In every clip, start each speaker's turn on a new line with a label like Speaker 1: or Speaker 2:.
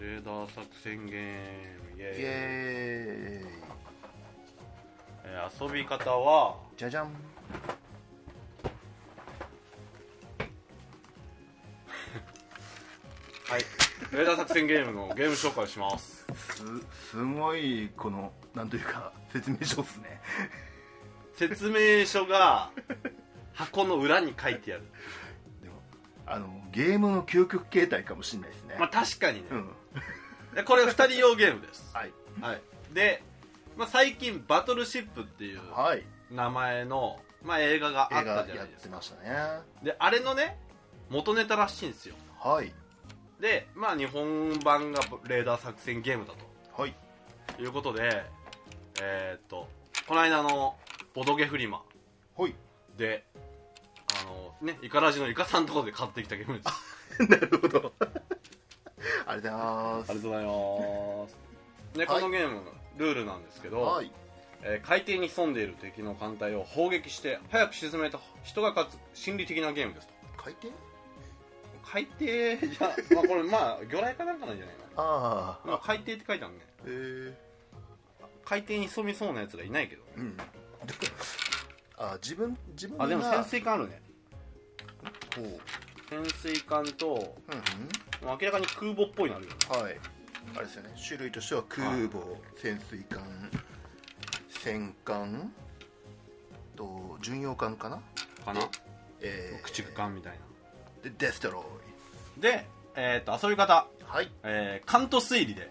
Speaker 1: レーダー作戦ゲームイエーイ
Speaker 2: イエーイ
Speaker 1: えー遊び方は
Speaker 2: じゃじゃん
Speaker 1: はいレーダー作戦ゲームのゲーム紹介をします
Speaker 2: すすごいこのなんというか 説明書っすね
Speaker 1: 説明書が箱の裏に書いてある
Speaker 2: でもあのゲームの究極形態かもしれないですね、
Speaker 1: まあ確かにね
Speaker 2: うん
Speaker 1: でこれ2人用ゲームです
Speaker 2: はい
Speaker 1: はいで、まあ、最近バトルシップっていう
Speaker 2: はい
Speaker 1: 名前の、まあ、映画があ
Speaker 2: 映
Speaker 1: っ
Speaker 2: 画
Speaker 1: たじゃな
Speaker 2: やっ
Speaker 1: いです
Speaker 2: て
Speaker 1: か
Speaker 2: ましたね
Speaker 1: であれのね元ネタらしいんですよ
Speaker 2: はい
Speaker 1: でまあ日本版がレーダー作戦ゲームだ
Speaker 2: はい
Speaker 1: ということでえーっとこの間のボドゲフリマ
Speaker 2: ほ い
Speaker 1: であのねイカラジのイカさんのところで買ってきたゲーム ですあ
Speaker 2: なる ほどありがとうございます
Speaker 1: りがとうございますでこのゲーム、ルールなんですけど、
Speaker 2: はい
Speaker 1: えー海底に潜んでいる敵の艦隊を砲撃して早く沈めた人が勝つ心理的なゲームですと
Speaker 2: 回転
Speaker 1: 海底じ ゃ、まあ、これまあ魚雷かなんかなんじゃないの
Speaker 2: あ
Speaker 1: まあ
Speaker 2: あ
Speaker 1: 海底って書いてあるね
Speaker 2: えー、
Speaker 1: 海底に潜みそうなやつがいないけどね
Speaker 2: うんあ自分自分
Speaker 1: あでも
Speaker 2: が
Speaker 1: 潜水艦あるね
Speaker 2: こう
Speaker 1: 潜水艦と
Speaker 2: うんうん
Speaker 1: 明らかに空母っぽいのあるよね
Speaker 2: はい、あれですよね種類としては空母、潜水艦戦艦と巡洋艦かな、
Speaker 1: かな
Speaker 2: えー
Speaker 1: 駆逐艦みたい
Speaker 2: でデストロ
Speaker 1: なで、えー、と遊び方、
Speaker 2: イはい、
Speaker 1: えー、艦と推理で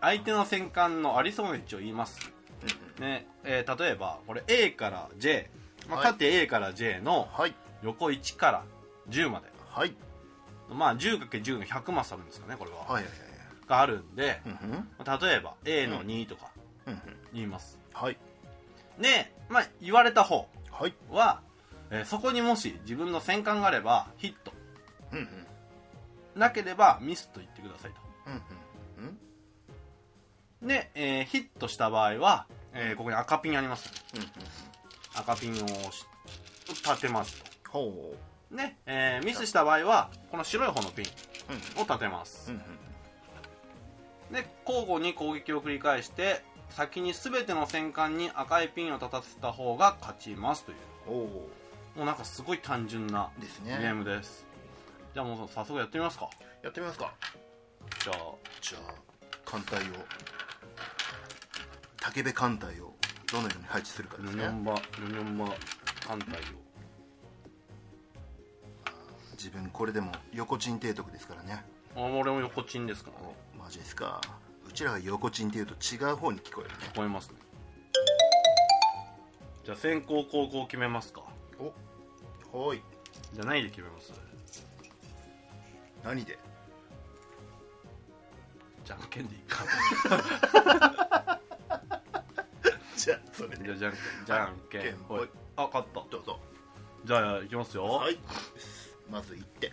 Speaker 1: 相手の戦艦のありそうな位置を言います、ねえー例えばこれ A から J、まあ、
Speaker 2: はい
Speaker 1: 縦 A から J の
Speaker 2: はい
Speaker 1: 横1から10まで
Speaker 2: はい
Speaker 1: まあ 10×10 の100マスあるんですかねこれは、
Speaker 2: はいはいはい
Speaker 1: があるんで、
Speaker 2: うんふん
Speaker 1: まあ例えば A の2とか
Speaker 2: うんふん
Speaker 1: 言います、
Speaker 2: はい
Speaker 1: で、まあ、言われた方
Speaker 2: はい
Speaker 1: は、えーそこにもし自分の戦艦があればヒット
Speaker 2: うんうん
Speaker 1: なければミスと言ってくださいと
Speaker 2: うんうんうん
Speaker 1: で、えーヒットした場合は、えーここに赤ピンあります
Speaker 2: うんうん
Speaker 1: 赤ピンを押し立てます
Speaker 2: ほ
Speaker 1: とね、えーミスした場合はこの白い方のピン
Speaker 2: ううん
Speaker 1: を立てます、
Speaker 2: うん
Speaker 1: で交互に攻撃を繰り返して先に全ての戦艦に赤いピンを立たせた方が勝ちますという
Speaker 2: うんほ
Speaker 1: もうなんかすごい単純な
Speaker 2: うです
Speaker 1: ゲ
Speaker 2: ね
Speaker 1: ームです、じゃあもう早速やってみますか
Speaker 2: やってみますか
Speaker 1: じゃあ
Speaker 2: じゃあ艦隊を竹部艦隊をどのように配置するか
Speaker 1: ル
Speaker 2: です
Speaker 1: ニ
Speaker 2: ね
Speaker 1: ョンバルニョンバ艦隊を
Speaker 2: 自分これでも横鎮提督ですからね
Speaker 1: あ俺も横チンですからね
Speaker 2: おマジですかうちらが横鎮っていうと違う方に聞こえるね
Speaker 1: 聞こえますねじゃあ先行後攻決めますか
Speaker 2: おはい
Speaker 1: じゃあ何で決めます
Speaker 2: 何で
Speaker 1: じゃんけんでいい か
Speaker 2: じゃあそれ
Speaker 1: じゃあじゃんけんじゃんけん
Speaker 2: じゃんけん
Speaker 1: ほ
Speaker 2: ほ
Speaker 1: い
Speaker 2: い
Speaker 1: あ勝った
Speaker 2: どうぞ
Speaker 1: じゃあいきますよ、
Speaker 2: はいまず1点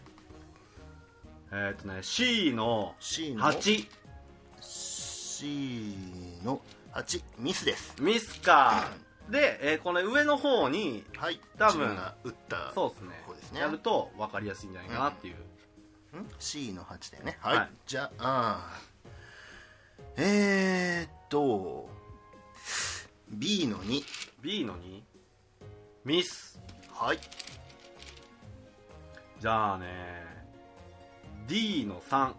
Speaker 1: えーっとね C の
Speaker 2: C の
Speaker 1: 8
Speaker 2: C の8ミスです
Speaker 1: ミスかで、えーこれ上の方に
Speaker 2: はい
Speaker 1: 多分
Speaker 2: 自分が打った
Speaker 1: そうですね
Speaker 2: 方ですね
Speaker 1: やると分かりやすいんじゃないかなっていう、
Speaker 2: ん C の8点ねはい、
Speaker 1: はい
Speaker 2: じゃあえー、っと B の2
Speaker 1: B の2ミス
Speaker 2: はい
Speaker 1: じゃあね D の3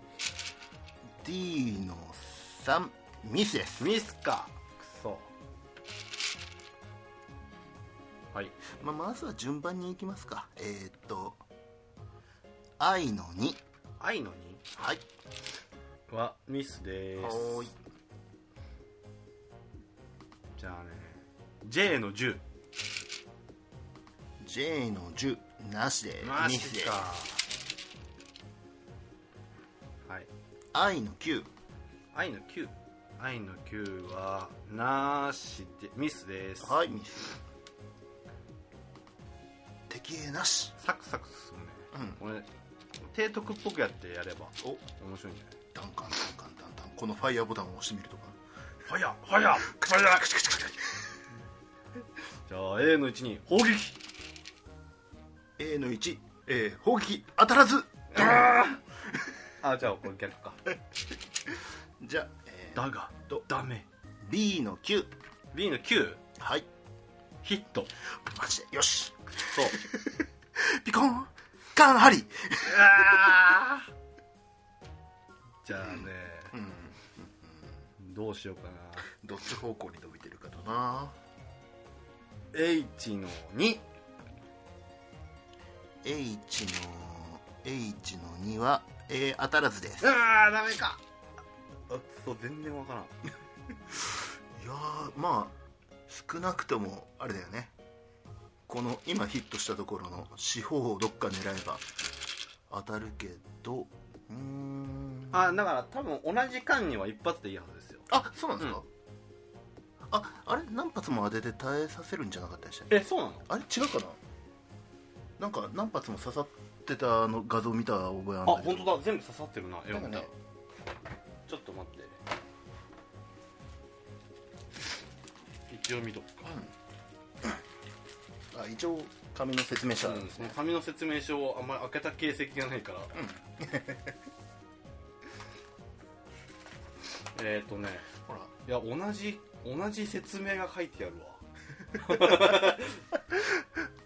Speaker 2: D の3ミスです
Speaker 1: ミスかくそはい
Speaker 2: まあ、まずは順番に行きますかえー、っと「愛の2
Speaker 1: I の」
Speaker 2: はい
Speaker 1: 2はミスです
Speaker 2: はーい
Speaker 1: じゃあね J の10
Speaker 2: J の10なしでミスです
Speaker 1: はい
Speaker 2: 愛の9
Speaker 1: I の9 I の9はなしでミスです、
Speaker 2: はいミス敵影なし
Speaker 1: サクサク進むね
Speaker 2: うん
Speaker 1: これ提督っぽくやってやれば
Speaker 2: お
Speaker 1: 面白いんじゃない
Speaker 2: ダンカンダンカンダンダンこのファイヤーボタンを押してみるとか
Speaker 1: はやはやはやじゃあ A の1に砲撃
Speaker 2: A の1、えー、砲撃当たらず
Speaker 1: あじゃあこれ逆か
Speaker 2: じゃあ、えー
Speaker 1: だが
Speaker 2: と
Speaker 1: ダメ
Speaker 2: B の9
Speaker 1: B の9
Speaker 2: はい
Speaker 1: ヒット
Speaker 2: マジでよし
Speaker 1: そう
Speaker 2: ピコンカンハリー
Speaker 1: じゃあね
Speaker 2: うん
Speaker 1: どうしようかな
Speaker 2: どっち方向に伸びてるかだな
Speaker 1: H の2
Speaker 2: H の H の2は、えー当たらずです
Speaker 1: うわーダメかあそう全然わからん
Speaker 2: いやーまあ少なくともあれだよねこの今ヒットしたところの四方をどっか狙えば当たるけどうーん
Speaker 1: あだから多分同じ間には一発でいいはずですよ
Speaker 2: あそうなんですか、ああれ何発も当てて耐えさせるんじゃなかったでしたっけ
Speaker 1: えそうなの
Speaker 2: あれ違うかななんか何発も刺さってたあの画像見た覚えあ
Speaker 1: あ
Speaker 2: るんだけ
Speaker 1: 本
Speaker 2: ど
Speaker 1: 当だ全部刺さってるな絵
Speaker 2: なん
Speaker 1: 本
Speaker 2: か
Speaker 1: だ
Speaker 2: ね
Speaker 1: ちょっと待って一応見とくか、
Speaker 2: あ一応紙の説明書あるんですね、
Speaker 1: 紙の説明書をあんまり開けた形跡がないから、 えっとね
Speaker 2: ほら
Speaker 1: いや同じ同じ説明が書いてあるわ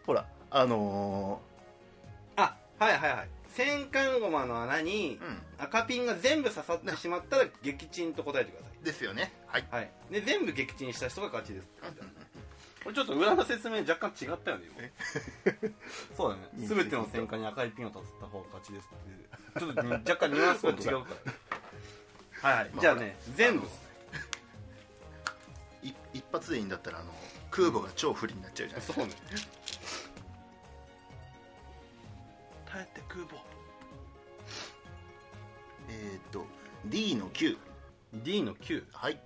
Speaker 2: ほらあの
Speaker 1: あはいはいはい戦艦駒の穴に
Speaker 2: ーうん
Speaker 1: 赤ピンが全部刺さってしまったら撃沈と答えてくださ
Speaker 2: ですよねはい
Speaker 1: い、はい、で全部撃沈した人が勝ちですこれちょっと裏の説明若干違ったよね今 そうだね全ての戦艦に赤いピンを立てた方が勝ちですってちょっとね若干ニュアンスが違うからはい、はい
Speaker 2: まあ
Speaker 1: じゃあね全部
Speaker 2: あのい一発でいいんだったらあの空母が超不利になっちゃうじゃないです
Speaker 1: そうね耐えて空母
Speaker 2: かえっ、ー、と D の9
Speaker 1: D の 9D
Speaker 2: はいこ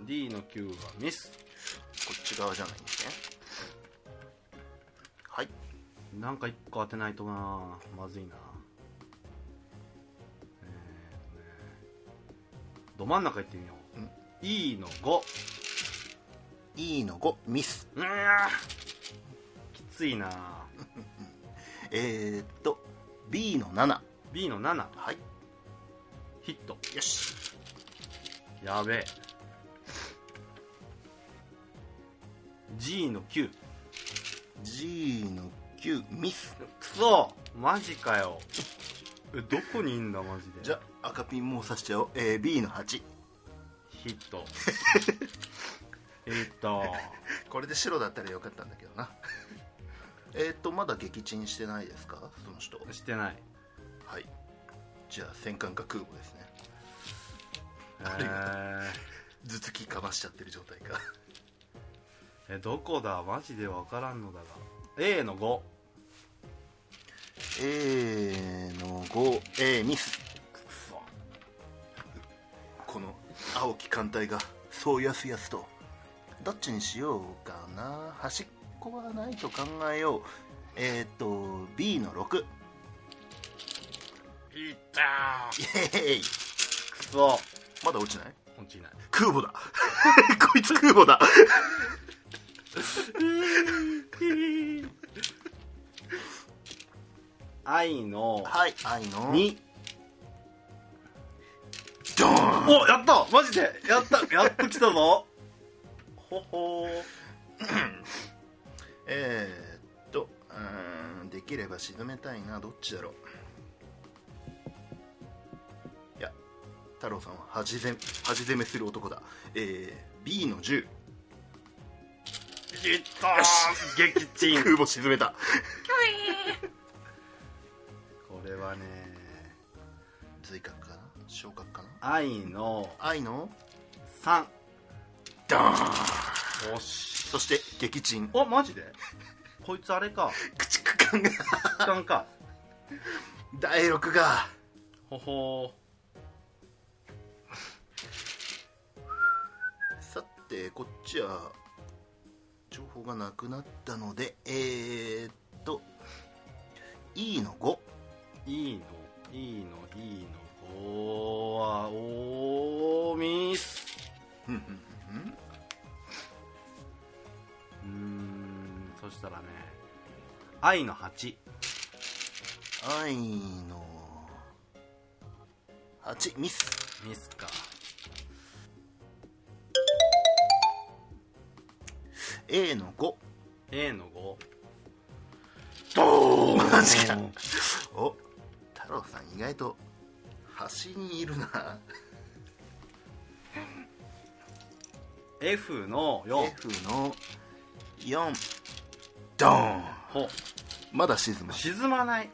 Speaker 1: の9はミス
Speaker 2: っち側じゃないんですねはい
Speaker 1: なんか1個当てないとなまずいなえーとねど真ん中いってみよう、
Speaker 2: ん
Speaker 1: E の5
Speaker 2: E の5ミス
Speaker 1: うわーきついな
Speaker 2: えっ、ー、と B の7
Speaker 1: B の7
Speaker 2: はい
Speaker 1: ヒット
Speaker 2: よし
Speaker 1: やべえ G の9
Speaker 2: G の9ミス
Speaker 1: くそマジかよえどこにいんだマジで
Speaker 2: じゃあ赤ピンもう刺しちゃおう、えー B の8
Speaker 1: ヒットえーっと
Speaker 2: これで白だったらよかったんだけどな えっとまだ撃沈してないですかその人
Speaker 1: してない
Speaker 2: はいじゃあ戦艦か空母ですね
Speaker 1: え
Speaker 2: ありが
Speaker 1: ー、
Speaker 2: 頭突きかましちゃってる状態 か
Speaker 1: えどこだマジでわからんのだが A の5
Speaker 2: A の 5A ミス
Speaker 1: くそ
Speaker 2: この青き艦隊がそうやすやすとどっちにしようかな端っこはないと考えようえっ、と B の6
Speaker 1: いった
Speaker 2: イエーイ
Speaker 1: くそ
Speaker 2: まだ落ちない
Speaker 1: 落ちない
Speaker 2: 空母だ こいつ空母だ
Speaker 1: 愛の
Speaker 2: はい愛の
Speaker 1: 2
Speaker 2: ドーン
Speaker 1: おやったマジでやったやっと来たぞほほー
Speaker 2: えー、っとうーんできれば沈めたいなどっちだろういや太郎さんは端攻め端攻めする男だえー、B の10
Speaker 1: いったー撃沈
Speaker 2: 空母沈めた
Speaker 1: これはね
Speaker 2: 髄角かな昇格かな
Speaker 1: 愛の
Speaker 2: 愛の
Speaker 1: 3
Speaker 2: ダーン
Speaker 1: おし
Speaker 2: そして撃沈
Speaker 1: おマジでこいつあれか
Speaker 2: 駆逐艦が
Speaker 1: 時間か
Speaker 2: 第6が
Speaker 1: ほほ
Speaker 2: さてこっちは情報がなくなったのでえー、っと E の
Speaker 1: ー
Speaker 2: 5
Speaker 1: いいのいいのいいのおーはおーミス
Speaker 2: うんうんう
Speaker 1: うー
Speaker 2: ん
Speaker 1: んそしたらね愛の8
Speaker 2: 愛の8ミス
Speaker 1: ミスかは
Speaker 2: A の5
Speaker 1: A の5
Speaker 2: ドーンマジか
Speaker 1: うん
Speaker 2: お太郎さん意外と端にいるな
Speaker 1: F の4
Speaker 2: F の4ドーン
Speaker 1: ほ
Speaker 2: まだ沈む
Speaker 1: 沈まない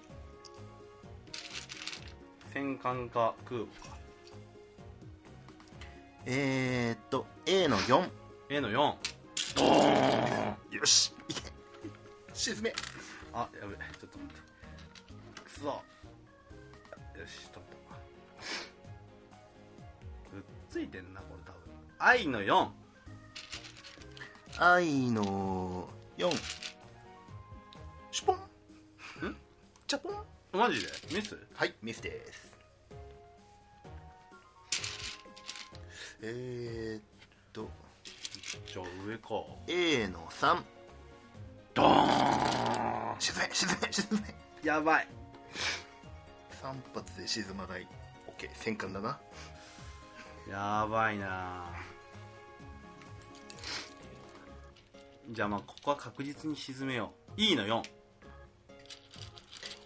Speaker 1: 戦艦か空母か
Speaker 2: えー、っと A の4
Speaker 1: A の4
Speaker 2: よしいけ沈め
Speaker 1: あやべちょっと待ってくそよし止めた くっついてんなこれ多分愛の4
Speaker 2: I の4シュポンんチャポン
Speaker 1: マジでミス
Speaker 2: はいミスですえー、っと
Speaker 1: じゃあ上か
Speaker 2: A の3
Speaker 1: ドーン
Speaker 2: 沈め沈め沈め
Speaker 1: やばい
Speaker 2: 3発で沈まない OK 戦艦だな
Speaker 1: やばいなじゃあまあここは確実に沈めよう E の4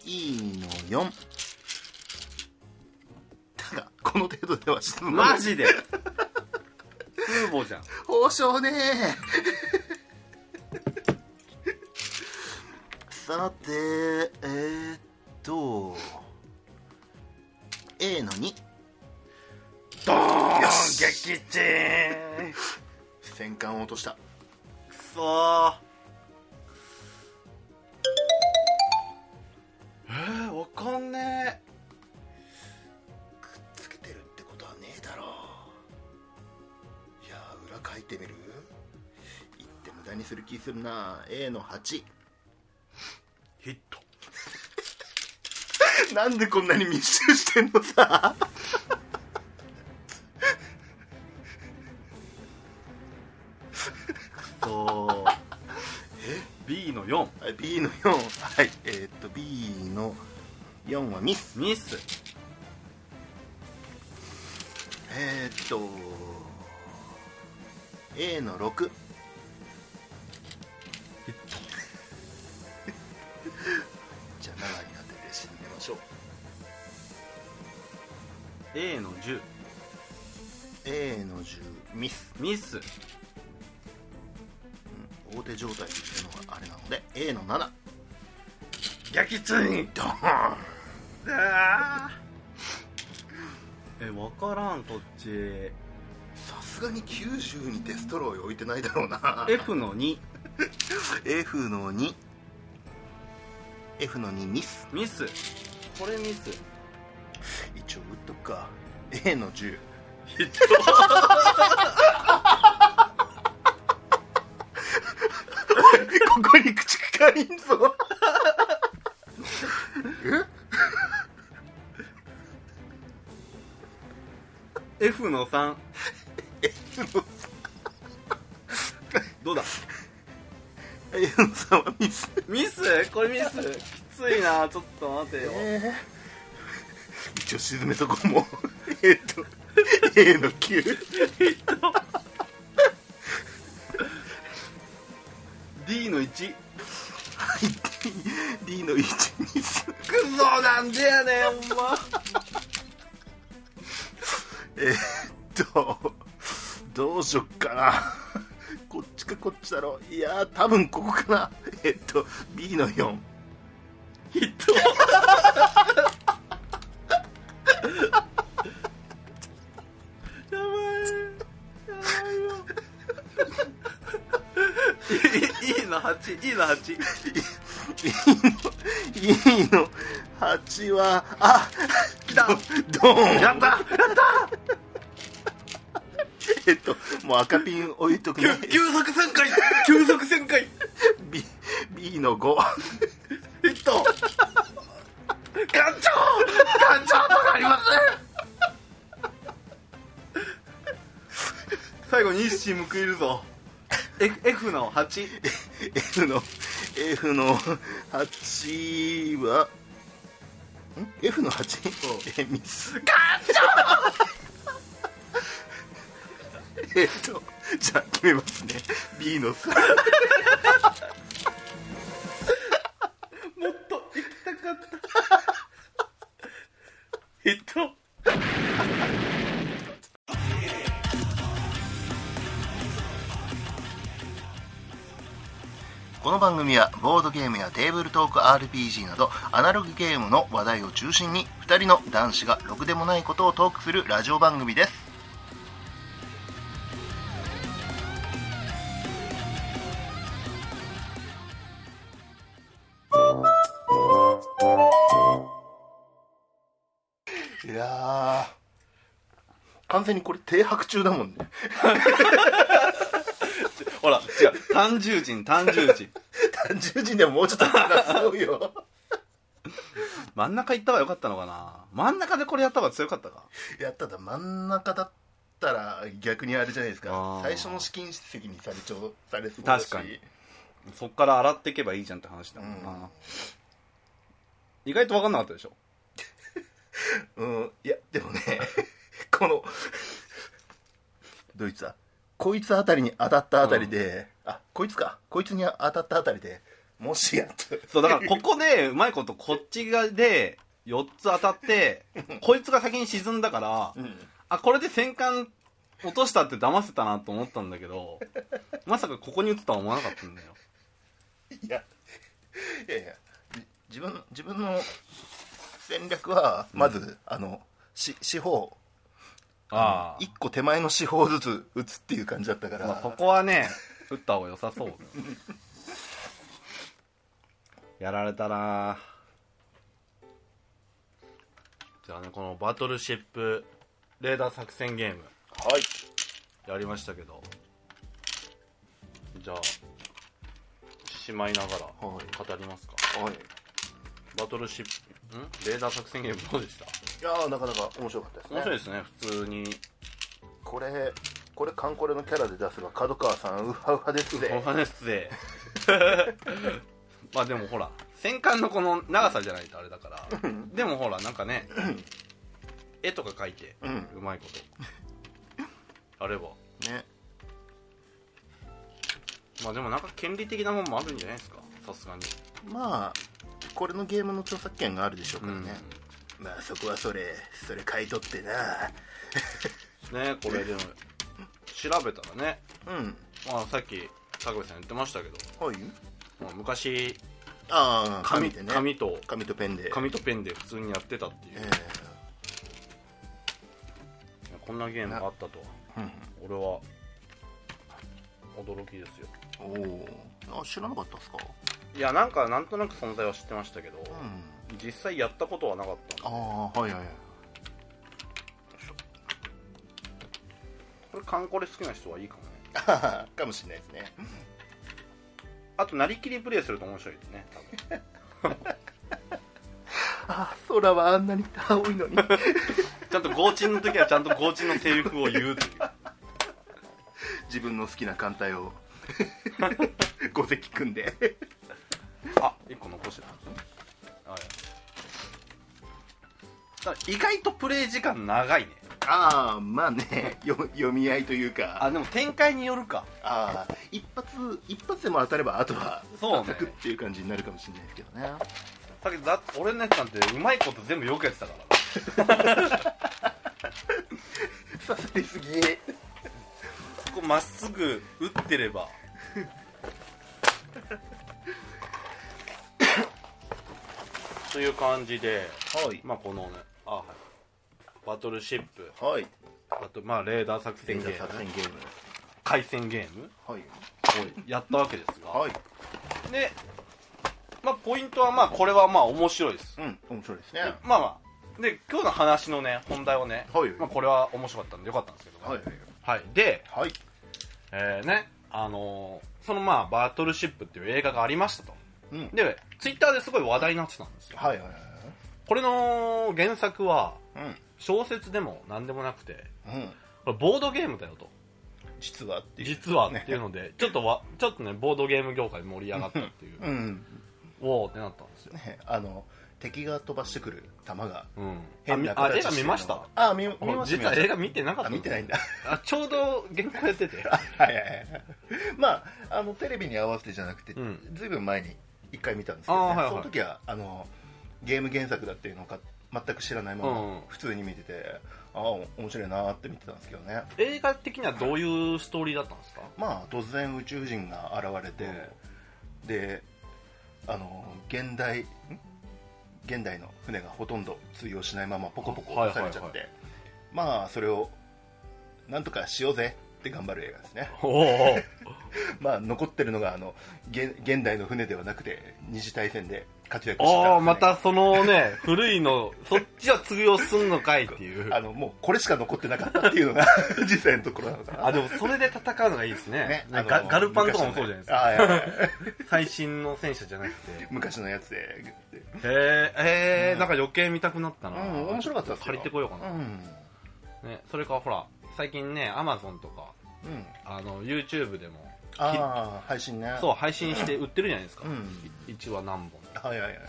Speaker 2: E の4だがこの程度では沈まな
Speaker 1: マ
Speaker 2: い
Speaker 1: ジで 空母じゃん
Speaker 2: 報奨ねえさてえー、っと A の2
Speaker 1: ドーン
Speaker 2: よし
Speaker 1: 撃沈
Speaker 2: 戦艦を落とした
Speaker 1: くそーえー、わかんね
Speaker 2: つけてるってことはねえだろいやー裏書いてみる言って無駄にする気するな A の8
Speaker 1: えヒット
Speaker 2: なんでこんなに密集してんのさ
Speaker 1: そう B の4
Speaker 2: B の4はいえーっと B の4はミス
Speaker 1: ミス
Speaker 2: えーっと A の6じゃあ7に当てて死んでましょう
Speaker 1: A の10
Speaker 2: A の10ミス
Speaker 1: ミス
Speaker 2: 大手状態というのがあれなので A の7
Speaker 1: 撃沈
Speaker 2: ドーン
Speaker 1: あーえ分からんそっち
Speaker 2: さすがに90にデストロイ置いてないだろうな
Speaker 1: F の2
Speaker 2: F の 2F の2ミス
Speaker 1: ミスこれミス
Speaker 2: 一応打っとくか A の10
Speaker 1: ヒッ
Speaker 2: ここに口かかりんぞ
Speaker 1: ト F の3どうだ
Speaker 2: A の3はミス
Speaker 1: ミスこれミスきついなちょっと待てよ、
Speaker 2: 一応沈めとこうもうえっと A の9
Speaker 1: D の1
Speaker 2: D の1ミス
Speaker 1: クソなんでやねんほんま
Speaker 2: えーっとどうしよっかなこっちかこっちだろいやー多分ここかなえーっと B の4
Speaker 1: ヒットやばいやばいよいいいいの8いいの8
Speaker 2: E の E の8はあ
Speaker 1: 来た
Speaker 2: ドーン
Speaker 1: やった
Speaker 2: えーっともう赤ピン置いとくね
Speaker 1: 急急速旋回急速旋回
Speaker 2: B, B の5
Speaker 1: ヒット艦長艦長とかありません最後に一矢報いるぞ F, F の 8F
Speaker 2: F の F の8はん F の 8? えミス
Speaker 1: 艦長
Speaker 2: えっとじゃあ決めますね B の3
Speaker 1: もっと行きたかった。えっと。
Speaker 2: この番組はボードゲームやテーブルトーク RPG などアナログゲームの話題を中心に2人の男子がろくでもないことをトークするラジオ番組ですいやー完全にこれ停泊中だもんね
Speaker 1: ほら、違う。単獣人、単獣人。
Speaker 2: 単純人でももうちょっと話そうよ
Speaker 1: 真ん中行った方が良かったのかな真ん中でこれやった方が強かったか
Speaker 2: いやただ真ん中だったら逆にあれじゃないです
Speaker 1: あ
Speaker 2: か
Speaker 1: ー
Speaker 2: 最初の試金石にされちゃうされそうだし
Speaker 1: 確かにそっから洗っていけばいいじゃんって話だもんな。意外と分かんなかったでしょ
Speaker 2: うんいやでもね このどいつだこいつあたりに当たったあたりで、あこいつかこいつに当たったあたりでもしやっと
Speaker 1: そう、だからここで、うまいことこっち側で、4つ当た って、こいつが先に沈んだから、
Speaker 2: ん
Speaker 1: あ、これで戦艦落としたって騙せたなと思ったんだけど、まさかここに打つとは思わなかったんだよ。
Speaker 2: いやいやいやじ自分自分の戦略はまず、あのし四方
Speaker 1: あ
Speaker 2: 一個手前の四方ずつ打つっていう感じだったから、
Speaker 1: まあ、そこは ね、打った方が良さそうだよ。 やられたなじゃあね、このバトルシップレーダー作戦ゲーム、
Speaker 2: はい
Speaker 1: やりましたけど、じゃあ、しまいながら語
Speaker 2: はい
Speaker 1: りますか。
Speaker 2: はい
Speaker 1: バトルシップ、んレーダー作戦ゲームどうでした
Speaker 2: いやーなかなか面白かったですね
Speaker 1: 面白いですね、普通に。
Speaker 2: これこれカンコレのキャラで出せば角川さんウハウハです
Speaker 1: お
Speaker 2: ね
Speaker 1: 話失 礼まあでもほら戦艦のこの長さじゃないとあれだからでもほらなんかね絵とか描いて
Speaker 2: うん
Speaker 1: うまいことあれば
Speaker 2: ね
Speaker 1: まあでもなんか権利的なもんもあるんじゃないですかさすがに、
Speaker 2: まあこれのゲームの著作権があるでしょう
Speaker 1: う
Speaker 2: から
Speaker 1: ん
Speaker 2: ね、まあそこはそれそれ買い取ってな
Speaker 1: ねこれでも調べたらね、
Speaker 2: うん
Speaker 1: まあ、さっき田口さん言ってましたけど、
Speaker 2: はい
Speaker 1: まあ昔
Speaker 2: ああ
Speaker 1: 紙
Speaker 2: 紙でね
Speaker 1: 紙と
Speaker 2: 紙とペンで
Speaker 1: 紙とペンで普通にやってたっていう、
Speaker 2: え
Speaker 1: こんなゲームがあったとは
Speaker 2: え
Speaker 1: 俺は驚きですよ
Speaker 2: うんおお知らなかったですか
Speaker 1: いやなんかなんとなく存在は知ってましたけど、
Speaker 2: うん
Speaker 1: 実際やったことはなかったんで
Speaker 2: ああはいはい
Speaker 1: これカンコレ好きな人はいいかもね
Speaker 2: はい かもしれないですね
Speaker 1: あとなりきりプレイすると面白いですね多分
Speaker 2: ああ空はあんなに青いのに
Speaker 1: ちゃんと合チンの時はちゃんと合チンのセリフを言うという
Speaker 2: 自分の好きな艦隊を 五隻組んで
Speaker 1: あ一1個残してたはいだから意外とプレイ時間長いね
Speaker 2: ああまあねよ読み合いというか
Speaker 1: あでも展開によるか
Speaker 2: ああ一発一発でも当たればあとは
Speaker 1: そうね
Speaker 2: サクっていう感じになるかもしれないですけどね
Speaker 1: だけどだ俺のやつなんてうまいこと全部よくやってたからな
Speaker 2: 刺さりすぎ
Speaker 1: そこまっすぐ打ってれば という感じで
Speaker 2: はい
Speaker 1: まあこのねあ、はい、バトルシップ
Speaker 2: はい
Speaker 1: あとまあレーダー作戦ゲー
Speaker 2: 作
Speaker 1: ム、
Speaker 2: 戦
Speaker 1: ね、
Speaker 2: ゲーム
Speaker 1: 回戦ゲーム
Speaker 2: はい
Speaker 1: をやったわけですが、
Speaker 2: はい
Speaker 1: でまあポイントはまあこれはまあ面白いです、
Speaker 2: うん面白いですね
Speaker 1: まあまあで今日の話のね本題はね、
Speaker 2: はい
Speaker 1: まあ、これは面白かったんでよかったんですけどねは
Speaker 2: はい
Speaker 1: い、で
Speaker 2: はい
Speaker 1: えーね、あのーそのまあバトルシップっていう映画がありましたと。
Speaker 2: うん
Speaker 1: で、ツイッターですごい話題になってたんですよ。
Speaker 2: はいはいはい
Speaker 1: これの原作は
Speaker 2: う
Speaker 1: 小説でも何でもなくて、
Speaker 2: んうん
Speaker 1: これボードゲームだよと。
Speaker 2: 実はっていう
Speaker 1: 実はっていうので、ちょっとわ、ちょっとね、ボードゲーム業界盛り上がったっていう
Speaker 2: う、ん
Speaker 1: おおってなったんですよ。
Speaker 2: ねあの敵が飛ばしてくる弾が
Speaker 1: うん
Speaker 2: 変な
Speaker 1: あ
Speaker 2: 形
Speaker 1: 映
Speaker 2: し
Speaker 1: 画
Speaker 2: てる
Speaker 1: 見
Speaker 2: の
Speaker 1: ました
Speaker 2: あ見見ました
Speaker 1: 実は映画見てなかっ
Speaker 2: あ
Speaker 1: た
Speaker 2: 見てないんだ
Speaker 1: あちょうど原稿やってて
Speaker 2: はいはいはいまああのテレビに合わせてじゃなくて、
Speaker 1: うん
Speaker 2: ずいぶん前に一回見たんですけど、ね
Speaker 1: あーはいはい
Speaker 2: その時はあのゲーム原作だっていうのか全く知らないま
Speaker 1: うん
Speaker 2: ま普通に見てて、ああお面白いなーって見てたんですけどね
Speaker 1: 映画的にはどういうストーリーだったん ですか
Speaker 2: まあ突然宇宙人が現れて、であの現代ん現代の船がほとんど通用しないままポコポコ
Speaker 1: はいはい
Speaker 2: さ
Speaker 1: はい
Speaker 2: れちゃって、まあそれをなんとかしようぜって頑張る映画ですね
Speaker 1: おお
Speaker 2: まあ残ってるのがあの現現代の船ではなくて二次大戦で活躍して
Speaker 1: あ
Speaker 2: た
Speaker 1: あ、またその ね、古いの、そっちは通用すんのかいっていう。
Speaker 2: あのもうこれしか残ってなかったっていうのが 実際のところなのかな
Speaker 1: あ、でもそれで戦うのがいいですね。
Speaker 2: ね
Speaker 1: なん
Speaker 2: あ
Speaker 1: か
Speaker 2: の
Speaker 1: ガルパンとかもそうじゃないですか。
Speaker 2: 昔のねあはいはいはい
Speaker 1: 最新の戦車じゃなくて。へ
Speaker 2: 昔のやつで、
Speaker 1: え、え
Speaker 2: う
Speaker 1: ー、
Speaker 2: ん
Speaker 1: なんか余計見たくなったな。
Speaker 2: うん、面白かったですよ
Speaker 1: 借りてこようか
Speaker 2: うん、
Speaker 1: な。ね、それかほら、最近ね、アマゾンとか、
Speaker 2: うん、
Speaker 1: あの、YouTube でも、
Speaker 2: ああ配信ね
Speaker 1: そう、配信して売ってるじゃないですか
Speaker 2: う。ん
Speaker 1: 一話何本。
Speaker 2: はいはいはい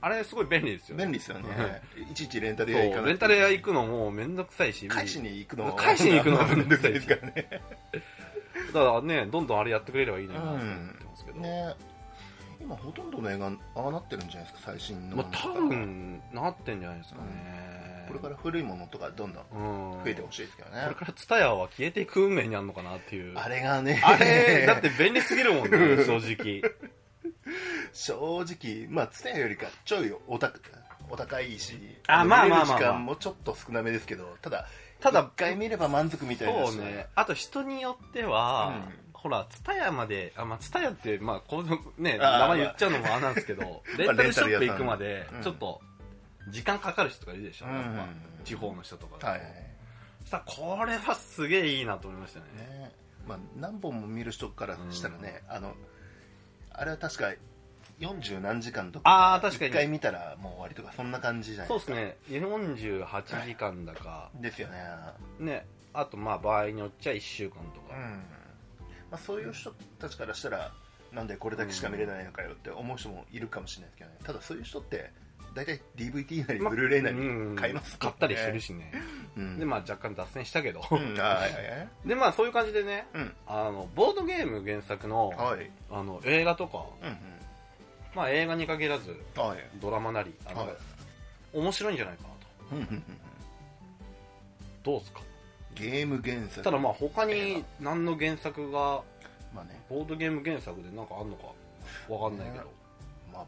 Speaker 1: あれすごい便利ですよね。
Speaker 2: 便利ですよねいちいちレンタル屋行か
Speaker 1: そう、
Speaker 2: なくて
Speaker 1: レンタル屋行くのもめんどくさいし、
Speaker 2: 返しに行くの
Speaker 1: 返しに行くのがめんどくさい
Speaker 2: ですからね
Speaker 1: だからね、どんどんあれやってくれればいいのになって思ってますけど。
Speaker 2: ね今ほとんどの映画ああなってるんじゃないですか最新の
Speaker 1: まあ、多分なってんじゃないですかね、
Speaker 2: これから古いものとかどんどん
Speaker 1: うん
Speaker 2: 増えてほしいですけど
Speaker 1: これ
Speaker 2: ね
Speaker 1: からツタヤは消えていく運命にあるのかなっていう
Speaker 2: あれがね
Speaker 1: あれだって便利すぎる もんね正直
Speaker 2: 正直まあツタヤよりかちょいお高お高いし
Speaker 1: あまあまあまあまあ
Speaker 2: 見れる時間もちょっと少なめですけどただ
Speaker 1: ただ
Speaker 2: 一回見れば満足みたいな
Speaker 1: そうねあと人によっては、
Speaker 2: うん
Speaker 1: ほらツタヤまであまあツタヤってまあこうね
Speaker 2: あー
Speaker 1: 名前言っちゃうのもあれなんですけどレンタルショップ行くまで
Speaker 2: うん
Speaker 1: ちょっと時間かかる人とかいるでしょ、
Speaker 2: うん
Speaker 1: やっぱ地方の人とか、
Speaker 2: はいはい
Speaker 1: さあこれはすげえいいなと思いましたね
Speaker 2: ねまあ、何本も見る人からしたらね、あのあれは確か40何時間とか
Speaker 1: ああ確か
Speaker 2: 一
Speaker 1: に
Speaker 2: 回見たらもう終わりとかそんな感じじゃない
Speaker 1: そう
Speaker 2: で
Speaker 1: ですね48時間だか、
Speaker 2: すよね、
Speaker 1: ねあとまあ場合によっちゃ1週間と
Speaker 2: うん
Speaker 1: か、
Speaker 2: まあ、そういう人たちからしたらなんでこれだけしか見れないのかよって思う人もいるかもしれないですけどねただそういう人って大体 DVD なり
Speaker 1: ま
Speaker 2: ブルーレイなり
Speaker 1: うん
Speaker 2: 買いますか
Speaker 1: 買
Speaker 2: らね
Speaker 1: ったりしてるしね、
Speaker 2: うん
Speaker 1: でまあ若干脱線したけど、
Speaker 2: うんあいやいや
Speaker 1: でまあそういう感じでね
Speaker 2: うん
Speaker 1: あのボードゲーム原作の,、
Speaker 2: はい
Speaker 1: あの映画とか、
Speaker 2: うんうん
Speaker 1: まあ、映画に限らず
Speaker 2: はい
Speaker 1: ドラマなりあの、
Speaker 2: はい
Speaker 1: 面白いんじゃないかな
Speaker 2: うんうんうん
Speaker 1: とどうですか
Speaker 2: ゲーム原作
Speaker 1: ただまあ他
Speaker 2: 映
Speaker 1: に何の原作が
Speaker 2: まあね
Speaker 1: ボードゲーム原作でなんかあんのかわかんないけど、
Speaker 2: まあ、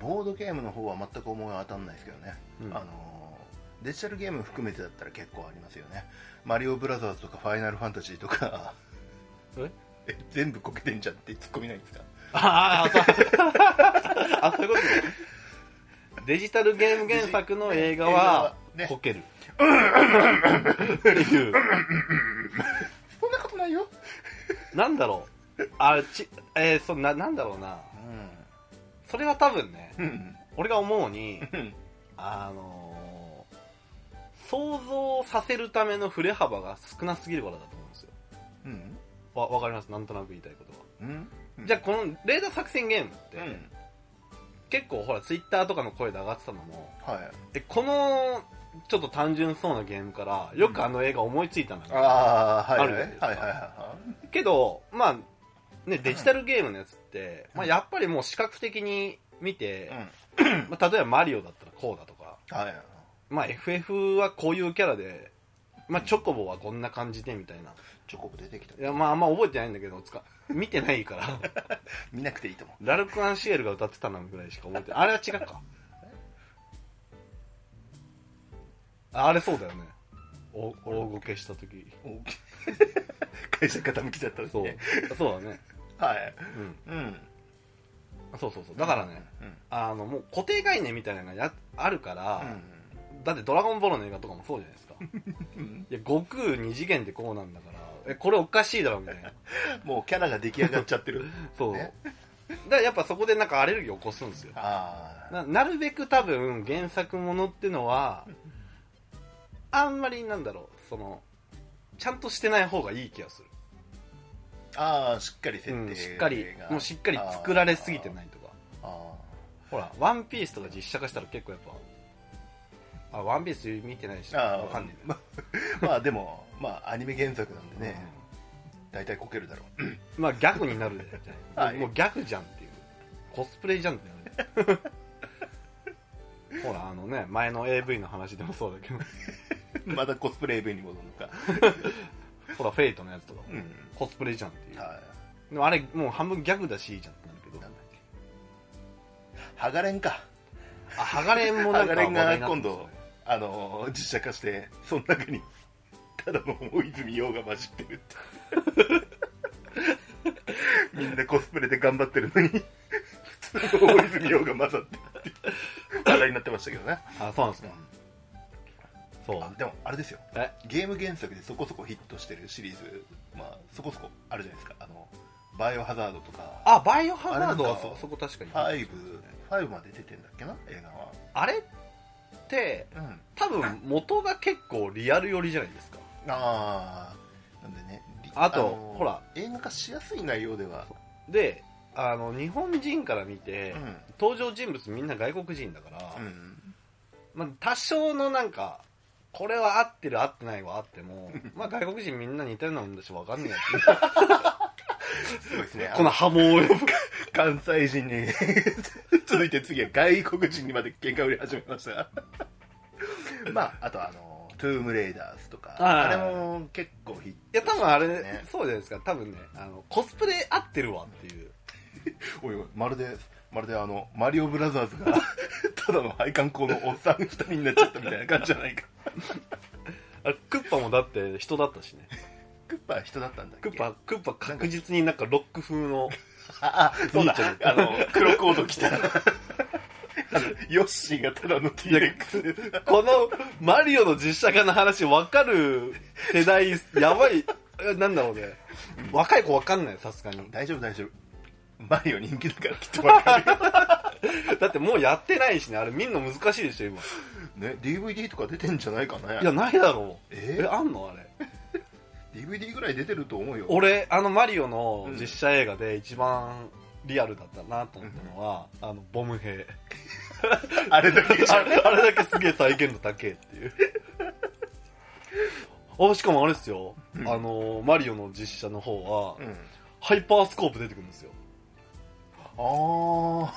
Speaker 2: ボードゲームの方は全く思いが当たらないですけどね、
Speaker 1: うん
Speaker 2: あのーデジタルゲーム含めてだったら結構ありますよね「マリオブラザーズ」とか「ファイナルファンタジー」とか
Speaker 1: え
Speaker 2: え全部こけてんじゃんってツッコミないですか
Speaker 1: ああ、そう。あ、そういうことね。デジタルゲーム原作の映画は
Speaker 2: ね、
Speaker 1: こける。っていう。
Speaker 2: そんなことないよ、
Speaker 1: なんだろう。あ、ち、えー、そんな、なんだろうな。
Speaker 2: う
Speaker 1: それは多分ね、
Speaker 2: ん、うん
Speaker 1: 俺が思うに、
Speaker 2: うん
Speaker 1: あのー想像させるための振れ幅が少なすぎるからだと思うんですよ。
Speaker 2: うん
Speaker 1: わ、わかりますなんとなく言いたいことは。
Speaker 2: うん
Speaker 1: じゃあ、このレーダー作戦ゲームって、
Speaker 2: うん
Speaker 1: 結構ほら、ツイッターとかの声で上がってたのも、
Speaker 2: はい
Speaker 1: でこのちょっと単純そうなゲームからよくあの映画思いついたの
Speaker 2: あ
Speaker 1: よ、
Speaker 2: あはいはい
Speaker 1: あ
Speaker 2: は
Speaker 1: る
Speaker 2: い
Speaker 1: じゃないですか
Speaker 2: はいはい
Speaker 1: けどまあねデジタルゲームのやつって、まあ、やっぱりもう視覚的に見て、
Speaker 2: うん
Speaker 1: まあ、例えばマリオだったらこうだとか、
Speaker 2: はい
Speaker 1: まあ、FF はこういうキャラで、まあ、チョコボはこんな感じでみたいな
Speaker 2: チョコボ出てきた
Speaker 1: いやまああんま覚えてないんだけどつか見てないから
Speaker 2: 見なくていいと 思
Speaker 1: ラルク・アンシエルが歌ってたのぐらいしか覚えてないあれは違うかああれそうだよねお大ごけした時
Speaker 2: うお会社傾きちゃったんです
Speaker 1: そう
Speaker 2: ね。
Speaker 1: そうだね。
Speaker 2: はい
Speaker 1: うん。
Speaker 2: うん
Speaker 1: そうそうそう。だからね、
Speaker 2: うん
Speaker 1: あの、もう固定概念みたいなのがやあるから、
Speaker 2: う
Speaker 1: だってドラゴンボールの映画とかもそうじゃない ですか。
Speaker 2: ん
Speaker 1: いや、悟空二次元でこうなんだから、え、これおかしいだろみたいな。
Speaker 2: もうキャラが出来上がっちゃってる
Speaker 1: そう。だ
Speaker 2: ね
Speaker 1: からやっぱそこでなんかアレルギー起こすんですよ。
Speaker 2: ああ
Speaker 1: ななるべく多分原作ものってのは、あんまりなんだろう、その、ちゃんとしてない方がいい気がする。
Speaker 2: ああしっかり設定
Speaker 1: う
Speaker 2: が、
Speaker 1: ん、しっかり、もうしっかり作られすぎて
Speaker 2: い
Speaker 1: ないとか。
Speaker 2: あーあ
Speaker 1: ほら、ワンピースとか実写化したら結構やっぱ、あ、ワンピース見てないし、
Speaker 2: あー
Speaker 1: わかんない。
Speaker 2: まあ まあでもまあアニメ原作なんでね、
Speaker 1: うん
Speaker 2: 大体こけるだろ う
Speaker 1: まあ逆にな るじゃな
Speaker 2: はいい
Speaker 1: もう逆じゃんっていうコスプレじゃんってな るほらあのね前の AV の話でもそうだ けど
Speaker 2: またコスプレ AV に戻るのか、
Speaker 1: ほらフェイトのやつとかも
Speaker 2: うん
Speaker 1: コスプレじゃんっていう、
Speaker 2: は
Speaker 1: でもあれもう半分ギャグだしいいじゃんってなるけ
Speaker 2: い、な
Speaker 1: ど
Speaker 2: んだっけハガレンか
Speaker 1: あハガレンもな
Speaker 2: ハ
Speaker 1: んか
Speaker 2: ガレン
Speaker 1: 話題
Speaker 2: が
Speaker 1: になって
Speaker 2: 今度あのー実写化してその中にただの大泉洋が混じってるってみんなコスプレで頑張ってるのに普通の大泉洋が混ざってるって話題になってましたけどね
Speaker 1: あそうなんですか、そ
Speaker 2: あでもあれですよ
Speaker 1: え
Speaker 2: ゲーム原作でそこそこヒットしてるシリーズ、まあ、そこそこあるじゃないですかあのバイオハザードとか
Speaker 1: あバイオハザード
Speaker 2: あ
Speaker 1: は
Speaker 2: れなん
Speaker 1: そ
Speaker 2: か
Speaker 1: そこ確かに
Speaker 2: 5, 5まで出てんだっけな映
Speaker 1: あれって
Speaker 2: 画は、うん、
Speaker 1: 多分元が結構リアル寄りじゃないですか
Speaker 2: ああなんでねり
Speaker 1: あと
Speaker 2: の
Speaker 1: ほら
Speaker 2: 映画化しやすい内容では
Speaker 1: であの日本人から見て、
Speaker 2: うん
Speaker 1: 登場人物みんな外国人だから、
Speaker 2: うん
Speaker 1: まあ、多少のなんかこれは合ってる合ってないはあって も、まあ、外国人みんな似てるのだし分かんないやつ
Speaker 2: すごいです ね
Speaker 1: この波紋を呼ぶ
Speaker 2: 関西人に 続いて次は外国人にまで喧嘩売り始めました まああとあのトゥームレイダーズとか
Speaker 1: あ
Speaker 2: あ
Speaker 1: ー
Speaker 2: れも結構ヒッ
Speaker 1: いや多分あれ、
Speaker 2: ね
Speaker 1: そうじゃないですか多分ねあのコスプレ合ってるわっていう
Speaker 2: トおいおいまるでまるであのマリオブラザーズが ただの配管工のおっさん二人になっちゃったみたいな感じじゃないか
Speaker 1: あれクッパもだって人だったしね
Speaker 2: クッパは人だったんだっけ
Speaker 1: クッパクッパ確実になんかロック風の
Speaker 2: あ、あそうだ
Speaker 1: 兄ちゃん、
Speaker 2: あの、黒コート着た。あのヨッシーがただの T-Rex で
Speaker 1: このマリオの実写化の話分かる世代やばいえなんだろうね若い子分かんないさすがに
Speaker 2: 大丈夫大丈夫。マリオ人気だからきっとわかる
Speaker 1: だってもうやってないしねあれ見るの難しいでしょ今
Speaker 2: よ。ね、DVD とか出てんじゃないかね。
Speaker 1: いや、ないだろう。
Speaker 2: え
Speaker 1: え、あんのあれ。
Speaker 2: DVD ぐらい出てると思うよ。
Speaker 1: 俺、あのマリオの実写映画で一番リアルだったなと思ったのは、あの、ボム兵。
Speaker 2: あれだけじ
Speaker 1: あ
Speaker 2: ゃ
Speaker 1: れあれだけすげえ再現度高えって いう。あ、しかもあれですよ。あ
Speaker 2: ん
Speaker 1: の、マリオの実写の方は、
Speaker 2: うん。
Speaker 1: ハイパースコープ出てくるんですよ。
Speaker 2: ああ。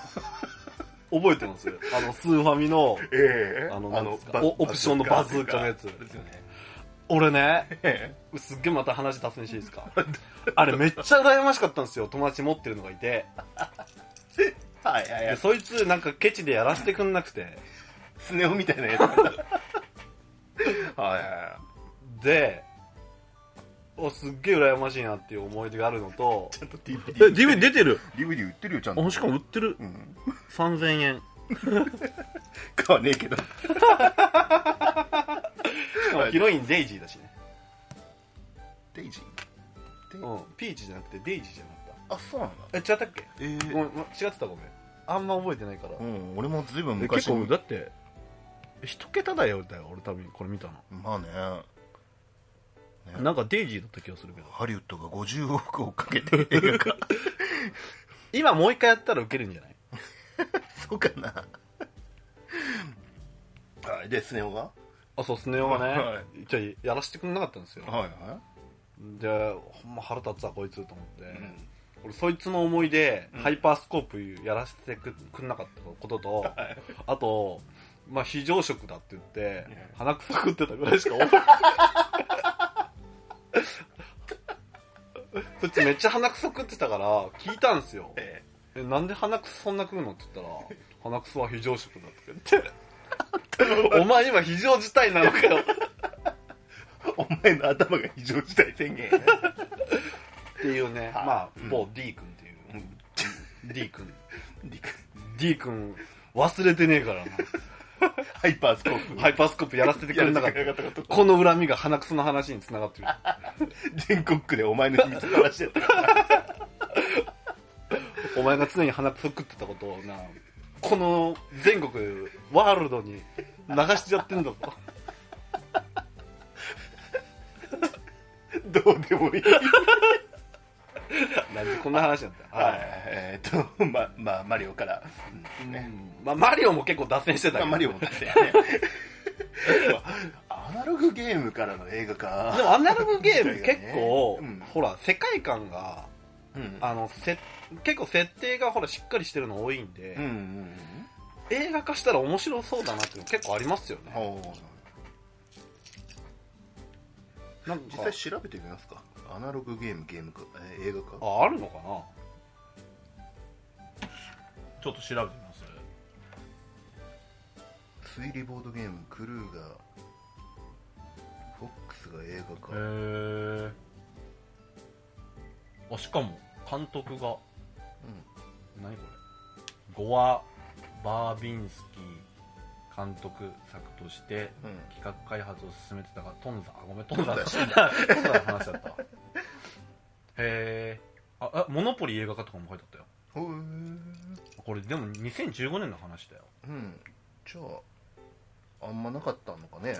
Speaker 1: 覚えてますあの、スーファミの、
Speaker 2: ええ
Speaker 1: あのなんですか
Speaker 2: バ
Speaker 1: おオプションのバズーカのやつ
Speaker 2: バズーカですよね。
Speaker 1: 俺ね、
Speaker 2: え
Speaker 1: すっげえまた話脱線していいですか あれめっちゃ羨ましかったんですよ。友達持ってるのがいて。
Speaker 2: え はいはいは
Speaker 1: で
Speaker 2: い。
Speaker 1: そいつなんかケチでやらせてくんなくて。
Speaker 2: スネ夫みたいなやつ。 はいはいは
Speaker 1: で、おすっげえ羨ましいなっていう思い出があるのと
Speaker 2: い。、ちゃんと DVD。
Speaker 1: DV 出てる
Speaker 2: DVD 売ってるよ、ちゃんと。
Speaker 1: あ、しかも売ってる。
Speaker 2: うん。
Speaker 1: 3000円。
Speaker 2: 買わねえけど。
Speaker 1: しかもヒロインデイジーだしね。
Speaker 2: デイジーデイ
Speaker 1: うん。ピーチじゃなくてデイジーじゃなかっ
Speaker 2: あ、そうなんだ。
Speaker 1: た。え、違ったっけ
Speaker 2: えー
Speaker 1: ごめん、ま違ってたごめん。あんま覚えてないから。
Speaker 3: うん、俺もずいぶん
Speaker 1: え
Speaker 3: 昔に
Speaker 1: だって、一桁だよ、だよ。俺多分これ見たの。
Speaker 3: まあねね
Speaker 1: んかデイジーだった気がするけど。
Speaker 3: ハリウッドが50億をかけて映画化
Speaker 1: 今もう一回やったらウケるんじゃない
Speaker 3: そうか な
Speaker 2: はい、で、スネ夫が
Speaker 1: あ、そう、スネ夫がね、
Speaker 2: は
Speaker 1: じゃあやらせてくれなかったんですよ。
Speaker 2: はいは
Speaker 1: で、ほんま腹立つわ、こいつと思って。
Speaker 2: い。
Speaker 1: 俺そいつの思いで、
Speaker 2: うん
Speaker 1: ハイパースコープやらせてくくんなかったことと、あと、まあ、非常食だって言って
Speaker 2: ね、
Speaker 1: 鼻くそ食ってたぐらいしか 思いそいつめっちゃ鼻くそ食ってたから、聞いたんですよ。
Speaker 2: え
Speaker 1: え、なんで鼻くそそんな食うのって言ったら、 鼻くそは非常食だって言って。お 前今非常事態なのかよっ
Speaker 2: ーお前の頭が非常事態 宣言。
Speaker 1: ていうね、
Speaker 2: はい
Speaker 1: まあ
Speaker 2: う、ん
Speaker 1: 某 D 君っていうう、
Speaker 2: ん
Speaker 1: D 君。
Speaker 2: リク
Speaker 1: D 君、忘れてねえからな。
Speaker 2: ハイパースコープ。
Speaker 1: ハイパースコープやらせてくれなかっ
Speaker 2: やら
Speaker 1: た。
Speaker 2: せてくれなかったこと。
Speaker 1: この恨みが鼻くその話に繋がってる。
Speaker 2: 全国区でお前の秘密話してたから。
Speaker 1: お前が常に鼻くそ食ってたことをな、この全国、ワールドに流しちゃってん だぞ。
Speaker 2: どうでもいい。
Speaker 1: なんでこんな話だった
Speaker 2: はい、えーっと、ま、まあ、マリオから、
Speaker 1: い、
Speaker 2: うんね、
Speaker 1: まあ、マリオも結構脱線してたけ
Speaker 2: まあ、
Speaker 1: ど
Speaker 2: マリオも出 して、ね、アナログゲームからの映画
Speaker 1: で
Speaker 2: か、
Speaker 1: もアナログ ゲーム結構、
Speaker 2: うん
Speaker 1: ほら世界観が
Speaker 2: うん
Speaker 1: あのせ結構設定がほらしっかりしてるの多いんで、
Speaker 2: うんうんうん
Speaker 1: 映画化したら面白そうだなっていうの結構ありますよね
Speaker 2: ほう
Speaker 1: なんか
Speaker 2: 実際調べてみますかアナログゲームゲームか、えー映画か
Speaker 1: ああるのかなちょっと調べてみます
Speaker 2: 推理ボードゲームクルーがフォックスが映画か
Speaker 1: へえあしかも監督が何これゴア・バービンスキー監督作として
Speaker 2: うんうん
Speaker 1: 企画開発を進めてたがトンザあごめんトンザの話トンザの話だったわへえああモノポリ映画化とかも書いてあったよ
Speaker 2: ほう
Speaker 1: これでも2015年の話だよ
Speaker 2: うんじゃああんまなかったのかね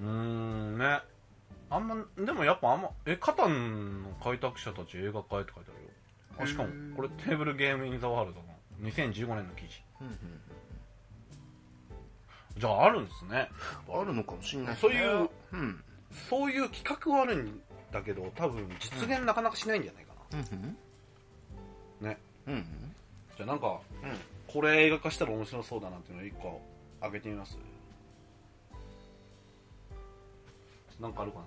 Speaker 1: うーんねあんまでもやっぱあんまえカタンの開拓者たち映画化へって書いてあるよあしかも
Speaker 2: へー
Speaker 1: これテーブルゲームインザワールドの2015年の記事
Speaker 2: うん
Speaker 1: じゃああるんですね
Speaker 2: うんあるのかもしれないね
Speaker 1: そういう
Speaker 2: うんうん
Speaker 1: そういう企画はあるんだけど多分実現なかなかしないんじゃないかな、
Speaker 2: うん
Speaker 1: ね
Speaker 2: うんうん
Speaker 1: じゃあなんか、
Speaker 2: うん
Speaker 1: これ映画化したら面白そうだなっていうのを1個あげてみますなんかあるかな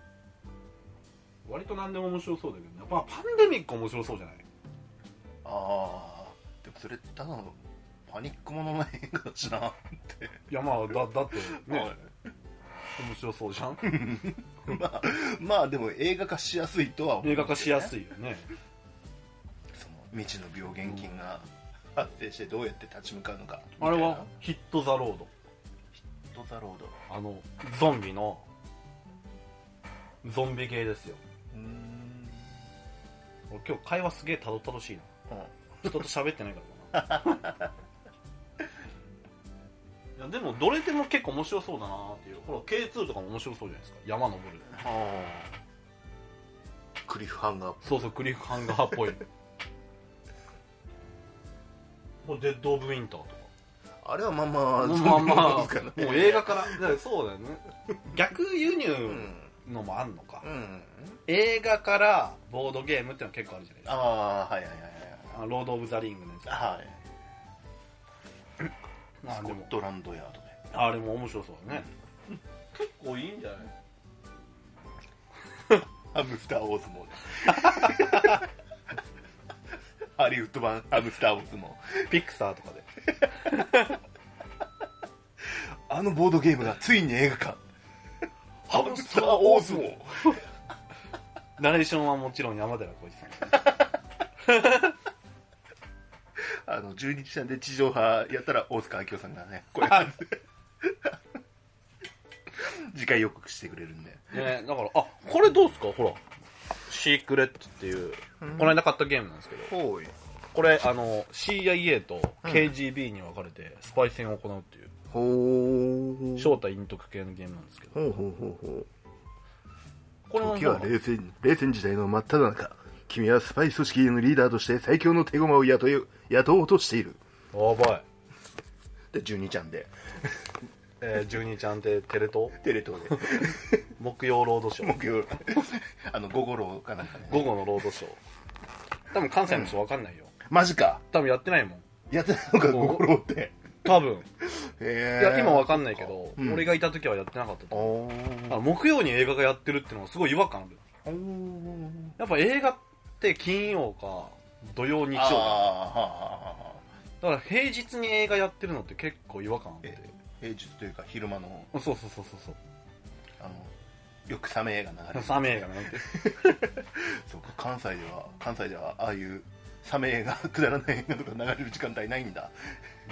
Speaker 1: 割と何でも面白そうだけどね、まあ、パンデミック面白そうじゃない
Speaker 2: ああでもそれただのパニックものの映画だしな、
Speaker 1: いやまあだだってね
Speaker 2: ね
Speaker 1: 面白そうじゃん
Speaker 2: まあまあでも映画化しやすいとは思う
Speaker 1: 映画化しや
Speaker 2: い
Speaker 1: すいよね
Speaker 2: その未知の病原菌が発生してどうやって立ち向かうのか
Speaker 1: あれはヒット・ザ・ロード
Speaker 2: 「ドザロード」
Speaker 1: あのゾンビのゾンビ系ですよ
Speaker 2: うーん
Speaker 1: 俺今日会話すげえたどたどしいな人と喋ってないからかな いやでもどれでも結構面白そうだなっていうほら K2 とかも面白そうじゃないですか山登る
Speaker 2: クリフハンガー
Speaker 1: そうそうクリフハンガーっ ぽいもうデッド・オブ・ウィンターとか
Speaker 2: あれはまあまあ
Speaker 1: もうまあまあ、
Speaker 2: どうかな
Speaker 1: もう映画からだからそうだよね逆輸
Speaker 2: う
Speaker 1: 入
Speaker 2: ん
Speaker 1: のもあんのか、
Speaker 2: うん
Speaker 1: 映画からボードゲームってのは結構あるじゃないですか
Speaker 2: ああはいはいはい
Speaker 1: あロード・オブ・ザ・リングのやつ
Speaker 2: はいはい
Speaker 1: まあ
Speaker 2: スコ
Speaker 1: で
Speaker 2: ッ
Speaker 1: も
Speaker 2: トランドヤードで
Speaker 1: あれも面白そうだね結構いいんじゃない
Speaker 2: ハムスター大相 撲ですハリウッド版ハムスター大相撲
Speaker 1: ピクサーとかで
Speaker 2: あのボードゲームがついに映画化ハムスター大相撲
Speaker 1: ナレーションはもちろん山寺宏一さん
Speaker 2: あの十二時間で地上波やったら大塚明夫さんがねこういう感じで次回予告してくれるんで
Speaker 1: ねだからあこれどうですかほらシークレットっていうこの間買ったゲームなんですけど
Speaker 3: ほい
Speaker 1: これあの CIA と KGB に分かれてスパイ戦を行うっていう、
Speaker 3: ほう
Speaker 1: 正体隠匿系のゲームなんですけど
Speaker 3: ほうほうほうほう
Speaker 1: これも
Speaker 3: 時は冷戦冷戦時代の真っ只中君はスパイ組織のリーダーとして最強の手駒を雇い雇おうとしている
Speaker 1: やばい、
Speaker 2: で12ちゃんで
Speaker 1: えー、12ちゃんってテレ東
Speaker 2: テレ東で
Speaker 1: 木曜ロードショー
Speaker 2: 木曜 あの午後郎かなんかね
Speaker 1: 午後のロードショー多分関西の人分かんないよ、
Speaker 2: マジか
Speaker 1: 多分やってないもん
Speaker 2: やってないのか
Speaker 1: 午
Speaker 2: 午
Speaker 1: 後
Speaker 2: 後郎って
Speaker 1: 多分
Speaker 2: へ
Speaker 1: いや今分かんないけど、
Speaker 2: うん
Speaker 1: 俺がいた時はやってなかったと
Speaker 2: お
Speaker 1: 思う
Speaker 2: お
Speaker 1: あの木曜に映画がやってるっていうのはすごい違和感あるやっぱ映画って金曜か土曜日
Speaker 2: あ
Speaker 1: 曜
Speaker 2: あはあ
Speaker 1: だ
Speaker 2: はあはあ
Speaker 1: だから平日に映画やってるのって結構違和感あって
Speaker 2: え平日というか昼間の
Speaker 1: そうそうそうそうそう
Speaker 2: あのよくサメ映画流れる
Speaker 1: サメ映画なんて
Speaker 2: そうか関西では関西ではああいうサメ映画くだらない映画とか流れる時間帯ないんだ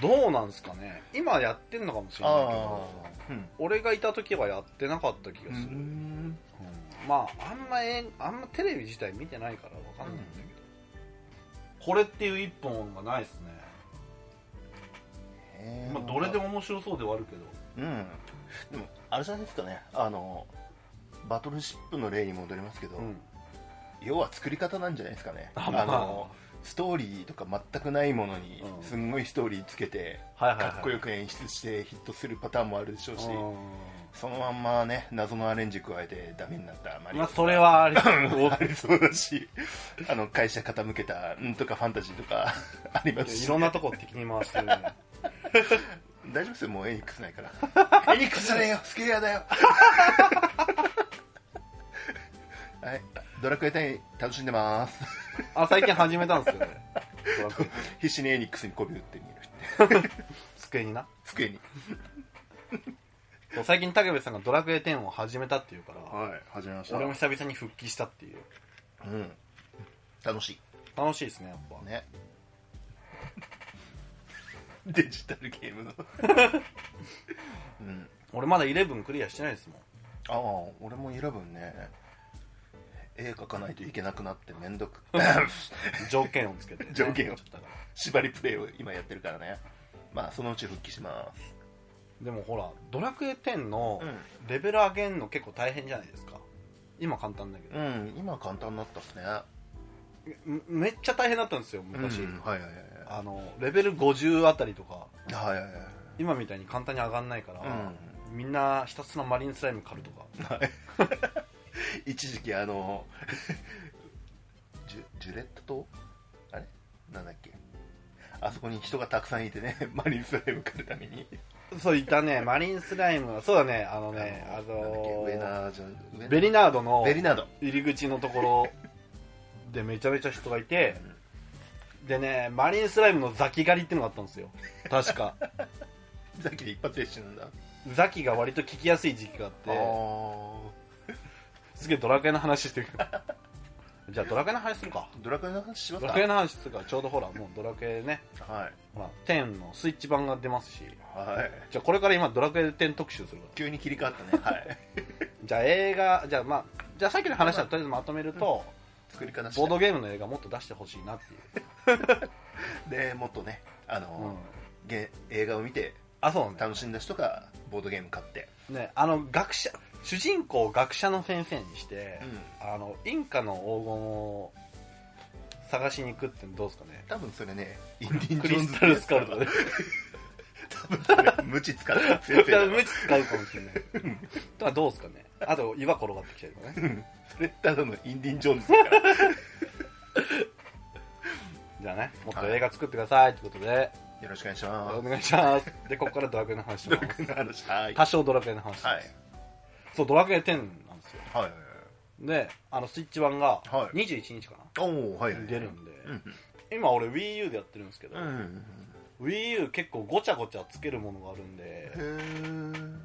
Speaker 1: どうなんすかね今やってんのかもしれないけど
Speaker 2: うん
Speaker 1: 俺がいた時はやってなかった気がする、
Speaker 2: ん
Speaker 1: うんまああんまえあんまテレビ自体見てないからわかんないんだけど、これっていう一本がないですね、まあ、どれでも面白そうではあるけど
Speaker 2: うんでもあれじゃないですかねあのバトルシップの例に戻りますけど、
Speaker 1: うん
Speaker 2: 要は作り方なんじゃないですかね
Speaker 1: あまあ
Speaker 2: のストーリーとか全くないものに
Speaker 1: うん
Speaker 2: すんごいストーリーつけて
Speaker 1: はいはいはい
Speaker 2: かっこよく演出してヒットするパターンもあるでしょうし
Speaker 1: う
Speaker 2: そのまんまね謎のアレンジ加えてダメになったマ
Speaker 1: ん
Speaker 2: リオ
Speaker 1: まあそれはあ れ
Speaker 2: ありそうだしあの会社傾けたんとかファンタジーとか ありますし
Speaker 1: いろんなとこ敵に回してるね
Speaker 2: 大丈夫ですよもうエニックスないから エニックスじゃねえよスケアだよ はいドラクエ10楽しんでます
Speaker 1: あ最近始めたんですよねドラクエ
Speaker 2: 必死にエニックスに媚び打ってみる
Speaker 1: 机にな
Speaker 2: 机に
Speaker 1: そう最近武部さんが「ドラクエ10」を始めたっていうから
Speaker 2: はい始めまし
Speaker 1: 俺も久々に復帰したっていう
Speaker 2: うん楽し
Speaker 1: 楽しいですねやっぱ
Speaker 2: いね デジタルゲームのうん
Speaker 1: 俺まだ11クリアしてないですもん
Speaker 2: ああ俺も11ね絵描かないといけなくなってめんど く
Speaker 1: 条件をつけて、ね、
Speaker 2: 条件を
Speaker 1: ちょっとだから
Speaker 2: 縛りプレイを今やってるからねまあそのうち復帰します
Speaker 1: でもほら「ドラクエ10」の
Speaker 2: うん
Speaker 1: レベル上げんの結構大変じゃないですか今簡単だけど
Speaker 2: うん今簡単になったっすね
Speaker 1: めめっちゃ大変だったんですよ昔、
Speaker 2: うんはいはいはい
Speaker 1: あのレベル50あたりとか
Speaker 2: はいはいはいはい
Speaker 1: 今みたいに簡単に上がんないから、
Speaker 2: うん
Speaker 1: みんなひたすらマリンスライム狩るとか
Speaker 2: 一時期あの ジュジュレット島あれなんだっけあそこに人がたくさんいてね マリンスライム来るために
Speaker 1: そういたねマリンスライムはそうだねあのねあ
Speaker 2: なんだっけ
Speaker 1: の
Speaker 2: ウェナーじゃんウェナー
Speaker 1: ベリナードの
Speaker 2: ベリナード
Speaker 1: 入り口のところでめちゃめちゃ人がいて、でねマリンスライムのザキ狩りってのがあったんですよ確 か
Speaker 2: さっきで一発で死ぬんだ
Speaker 1: ザキが割と聞きやすい時期があってすげえドラクエの話してる じゃあドラクエの話するか
Speaker 2: ドラクエの話します
Speaker 1: ド
Speaker 2: か
Speaker 1: ラクエの話するからちょうどほらもうドラクエね
Speaker 2: はい
Speaker 1: ほら10のスイッチ版が出ますし
Speaker 2: はい
Speaker 1: じゃあこれから今ドラクエ10特集するから
Speaker 2: 急に切り替わった ねはい
Speaker 1: じゃあ映画じゃあまあじゃあさっきの話はとりあえずまとめると、
Speaker 2: 作り方し
Speaker 1: ボード
Speaker 2: て
Speaker 1: ゲームの映画もっと出してほしいなっていう、
Speaker 2: でもっとねあ
Speaker 1: う
Speaker 2: の
Speaker 1: ん、、
Speaker 2: ゲ映画を見て
Speaker 1: あそうね
Speaker 2: 楽しんだ人がボードゲーム買って
Speaker 1: ね、あの学者主人公を学者の先生にして、あのインカの黄金を探しに行くってどうですかね
Speaker 2: 多分それねインディン・
Speaker 1: ク
Speaker 2: ジョ
Speaker 1: リ
Speaker 2: ーンズ
Speaker 1: スタルスカルとかね
Speaker 2: 無知使った先生 だ
Speaker 1: 無知使うかもしれない とはどうですかねあと岩転がってきたりとかね
Speaker 2: それただのインディン・ジョーンズだから
Speaker 1: じゃあねもっと映画作ってくださいということで、
Speaker 2: よろしくお願いしま
Speaker 1: お願いしますでここからドラクエの話し
Speaker 2: す
Speaker 1: ま
Speaker 2: ド
Speaker 1: す
Speaker 2: ラクエの話はい
Speaker 1: 多少ドラクエの話します、
Speaker 2: はい
Speaker 1: そうドラクエ10なんですよ
Speaker 2: はい
Speaker 1: であのスイッチ版が
Speaker 2: はい
Speaker 1: 21日かな、
Speaker 2: おおはいはい
Speaker 1: 出るんで、
Speaker 2: うん
Speaker 1: 今俺 WiiU でやってるんですけど、
Speaker 2: うん
Speaker 1: WiiU 結構ごちゃごちゃつけるものがあるんで
Speaker 2: うんへえ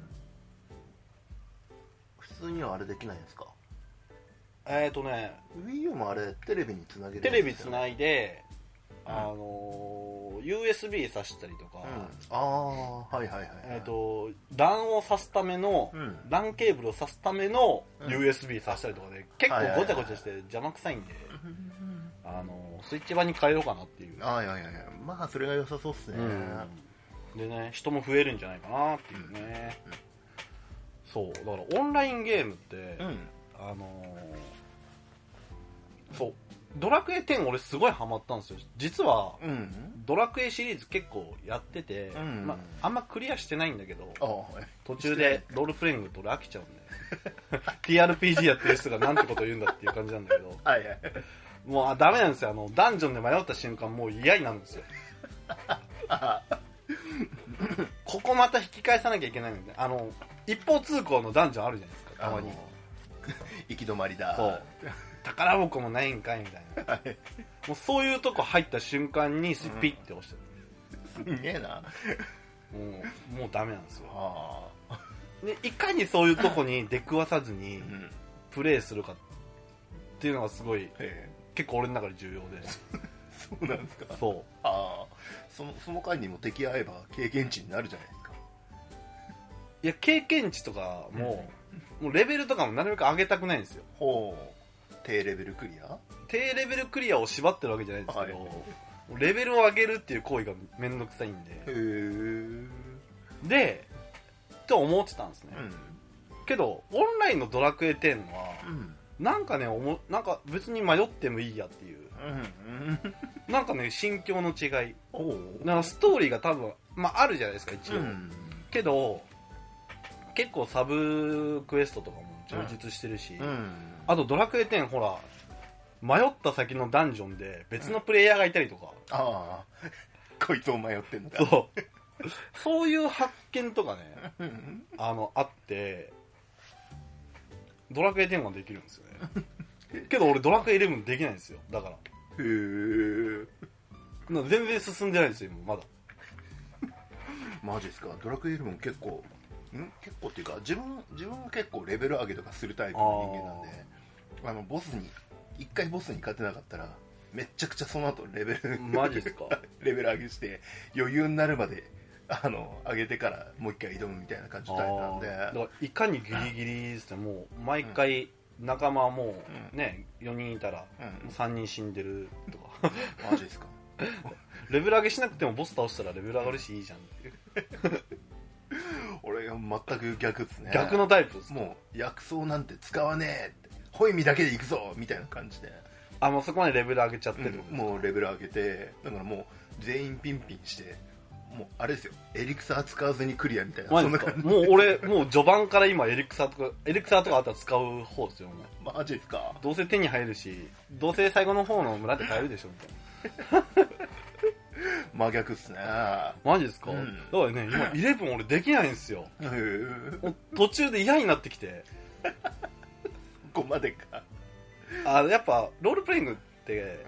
Speaker 2: 普通にはあれできないんですか
Speaker 1: えっ、ー、とね
Speaker 2: WiiU もあれテレビにつなげる
Speaker 1: テレビつ
Speaker 2: い
Speaker 1: ないで、
Speaker 2: うん
Speaker 1: あのー USB 挿したりとか、
Speaker 2: ああはいはいはい
Speaker 1: えっ、と LAN を挿すための、
Speaker 2: うん
Speaker 1: LAN ケーブルを挿すための
Speaker 2: うん
Speaker 1: USB 挿したりとかで、結
Speaker 2: はいは
Speaker 1: 構
Speaker 2: いは
Speaker 1: ご
Speaker 2: い
Speaker 1: ちゃごちゃして邪魔くさいんで、あのースイッチ版に変えようかなっていう、
Speaker 2: ああいやいやいやまあそれが良さそうっすね
Speaker 1: うんでね人も増えるんじゃないかなっていうね、そうだからオンラインゲームって、
Speaker 2: うん
Speaker 1: あのーそう、ドラクエ10俺すごいハマったんですよ。実は、
Speaker 2: うん
Speaker 1: ドラクエシリーズ結構やってて、
Speaker 2: うん
Speaker 1: まあ、あんまクリアしてないんだけど、
Speaker 2: ああ
Speaker 1: 途中でロールプレイングと俺飽きちゃうんで。TRPG やってる人がなんてこと言うんだっていう感じなんだけど、
Speaker 2: はいはい
Speaker 1: もうあダメなんですよ。あの、ダンジョンで迷った瞬間もう嫌になるんですよ。ここまた引き返さなきゃいけないので、あの、一方通行のダンジョンあるじゃないですか、たまに
Speaker 2: あ。の 行き止まりだ
Speaker 1: そう宝箱もないんかいみたいな、もうそういうとこ入った瞬間にスピッて押して
Speaker 2: すんげえな
Speaker 1: る、もうもうダメなんですよ
Speaker 2: ああ
Speaker 1: でいかにそういうとこに出くわさずに
Speaker 2: うんへ
Speaker 1: プレイするかっていうのがすごい
Speaker 2: え
Speaker 1: 結構俺の中で重要で
Speaker 2: そうなんですか
Speaker 1: そ
Speaker 2: ああそのその間にも敵合えば経験値になるじゃないですか
Speaker 1: ういや経験値とかも,、もうレベルとかもなるべく上げたくないんですよ
Speaker 2: ほう低レベルクリア
Speaker 1: 低レベルクリアを縛ってるわけじゃないんですけど、
Speaker 2: はい
Speaker 1: レベルを上げるっていう行為がめんどくさいん
Speaker 2: へえ
Speaker 1: で
Speaker 2: うん
Speaker 1: でと思ってたんですね、けどオンラインのドラクエ10は、
Speaker 2: うん
Speaker 1: なんかねおもなんか別に迷ってもいいやっていう
Speaker 2: うん
Speaker 1: なんかね心境の違い
Speaker 2: おお
Speaker 1: なんかストーリーが多分、まあ、あるじゃないですか一応、
Speaker 2: うん
Speaker 1: けど結構サブクエストとかも充実してるし、
Speaker 2: うん
Speaker 1: あとドラクエ10ほら迷った先のダンジョンで別のプレイヤーがいたりとか、
Speaker 2: ああこいつを迷ってんだ
Speaker 1: そうそういう発見とかね
Speaker 2: うん
Speaker 1: あのあってドラクエ10はできるんですよねけど俺ドラクエ11できないんですよだから
Speaker 2: へえ
Speaker 1: な全然進んでないんですよ今まだ
Speaker 2: マジですかドラクエイルも結構ん結構っていうか自分自分は結構レベル上げとかするタイプの人間なんであのボスに一回ボスに勝てなかったらめちゃくちゃその後レベル
Speaker 1: マジっすか
Speaker 2: レベル上げして余裕になるまであの上げてからもう一回挑むみたいな感じのタイプなんで
Speaker 1: あーだからいかにギリギリですねもう毎回仲間はもう
Speaker 2: うん
Speaker 1: ね4人いたら
Speaker 2: うん
Speaker 1: 3人死んでるとか
Speaker 2: マジですか
Speaker 1: レベル上げしなくてもボス倒したらレベル上がるしいいじゃんっていう
Speaker 2: 俺が全く逆っすね
Speaker 1: 逆のタイプです
Speaker 2: もう薬草なんて使わねえってホイミだけで行くぞみたいな感じで、
Speaker 1: あもうそこまでレベル上げちゃってるってことですか
Speaker 2: もうレベル上げてだからもう全員ピンピンしてもうあれですよエリクサー使わずにクリアみたいな
Speaker 1: マ
Speaker 2: そ
Speaker 1: ジ
Speaker 2: ん
Speaker 1: で
Speaker 2: な
Speaker 1: すか
Speaker 2: 感
Speaker 1: もう俺もう序盤から今エリクサーとかエリクサーとかあったら使う方ですよもう
Speaker 2: じマジですか
Speaker 1: どうせ手に入るしどうせ最後の方の村で買えるでしょみたい
Speaker 2: 真逆っすね
Speaker 1: なマジですか、
Speaker 2: うん
Speaker 1: だからね今11俺できないんですよ
Speaker 2: へえ
Speaker 1: もう途中で嫌になってきて
Speaker 2: ここまでか
Speaker 1: あやっぱロールプレイングって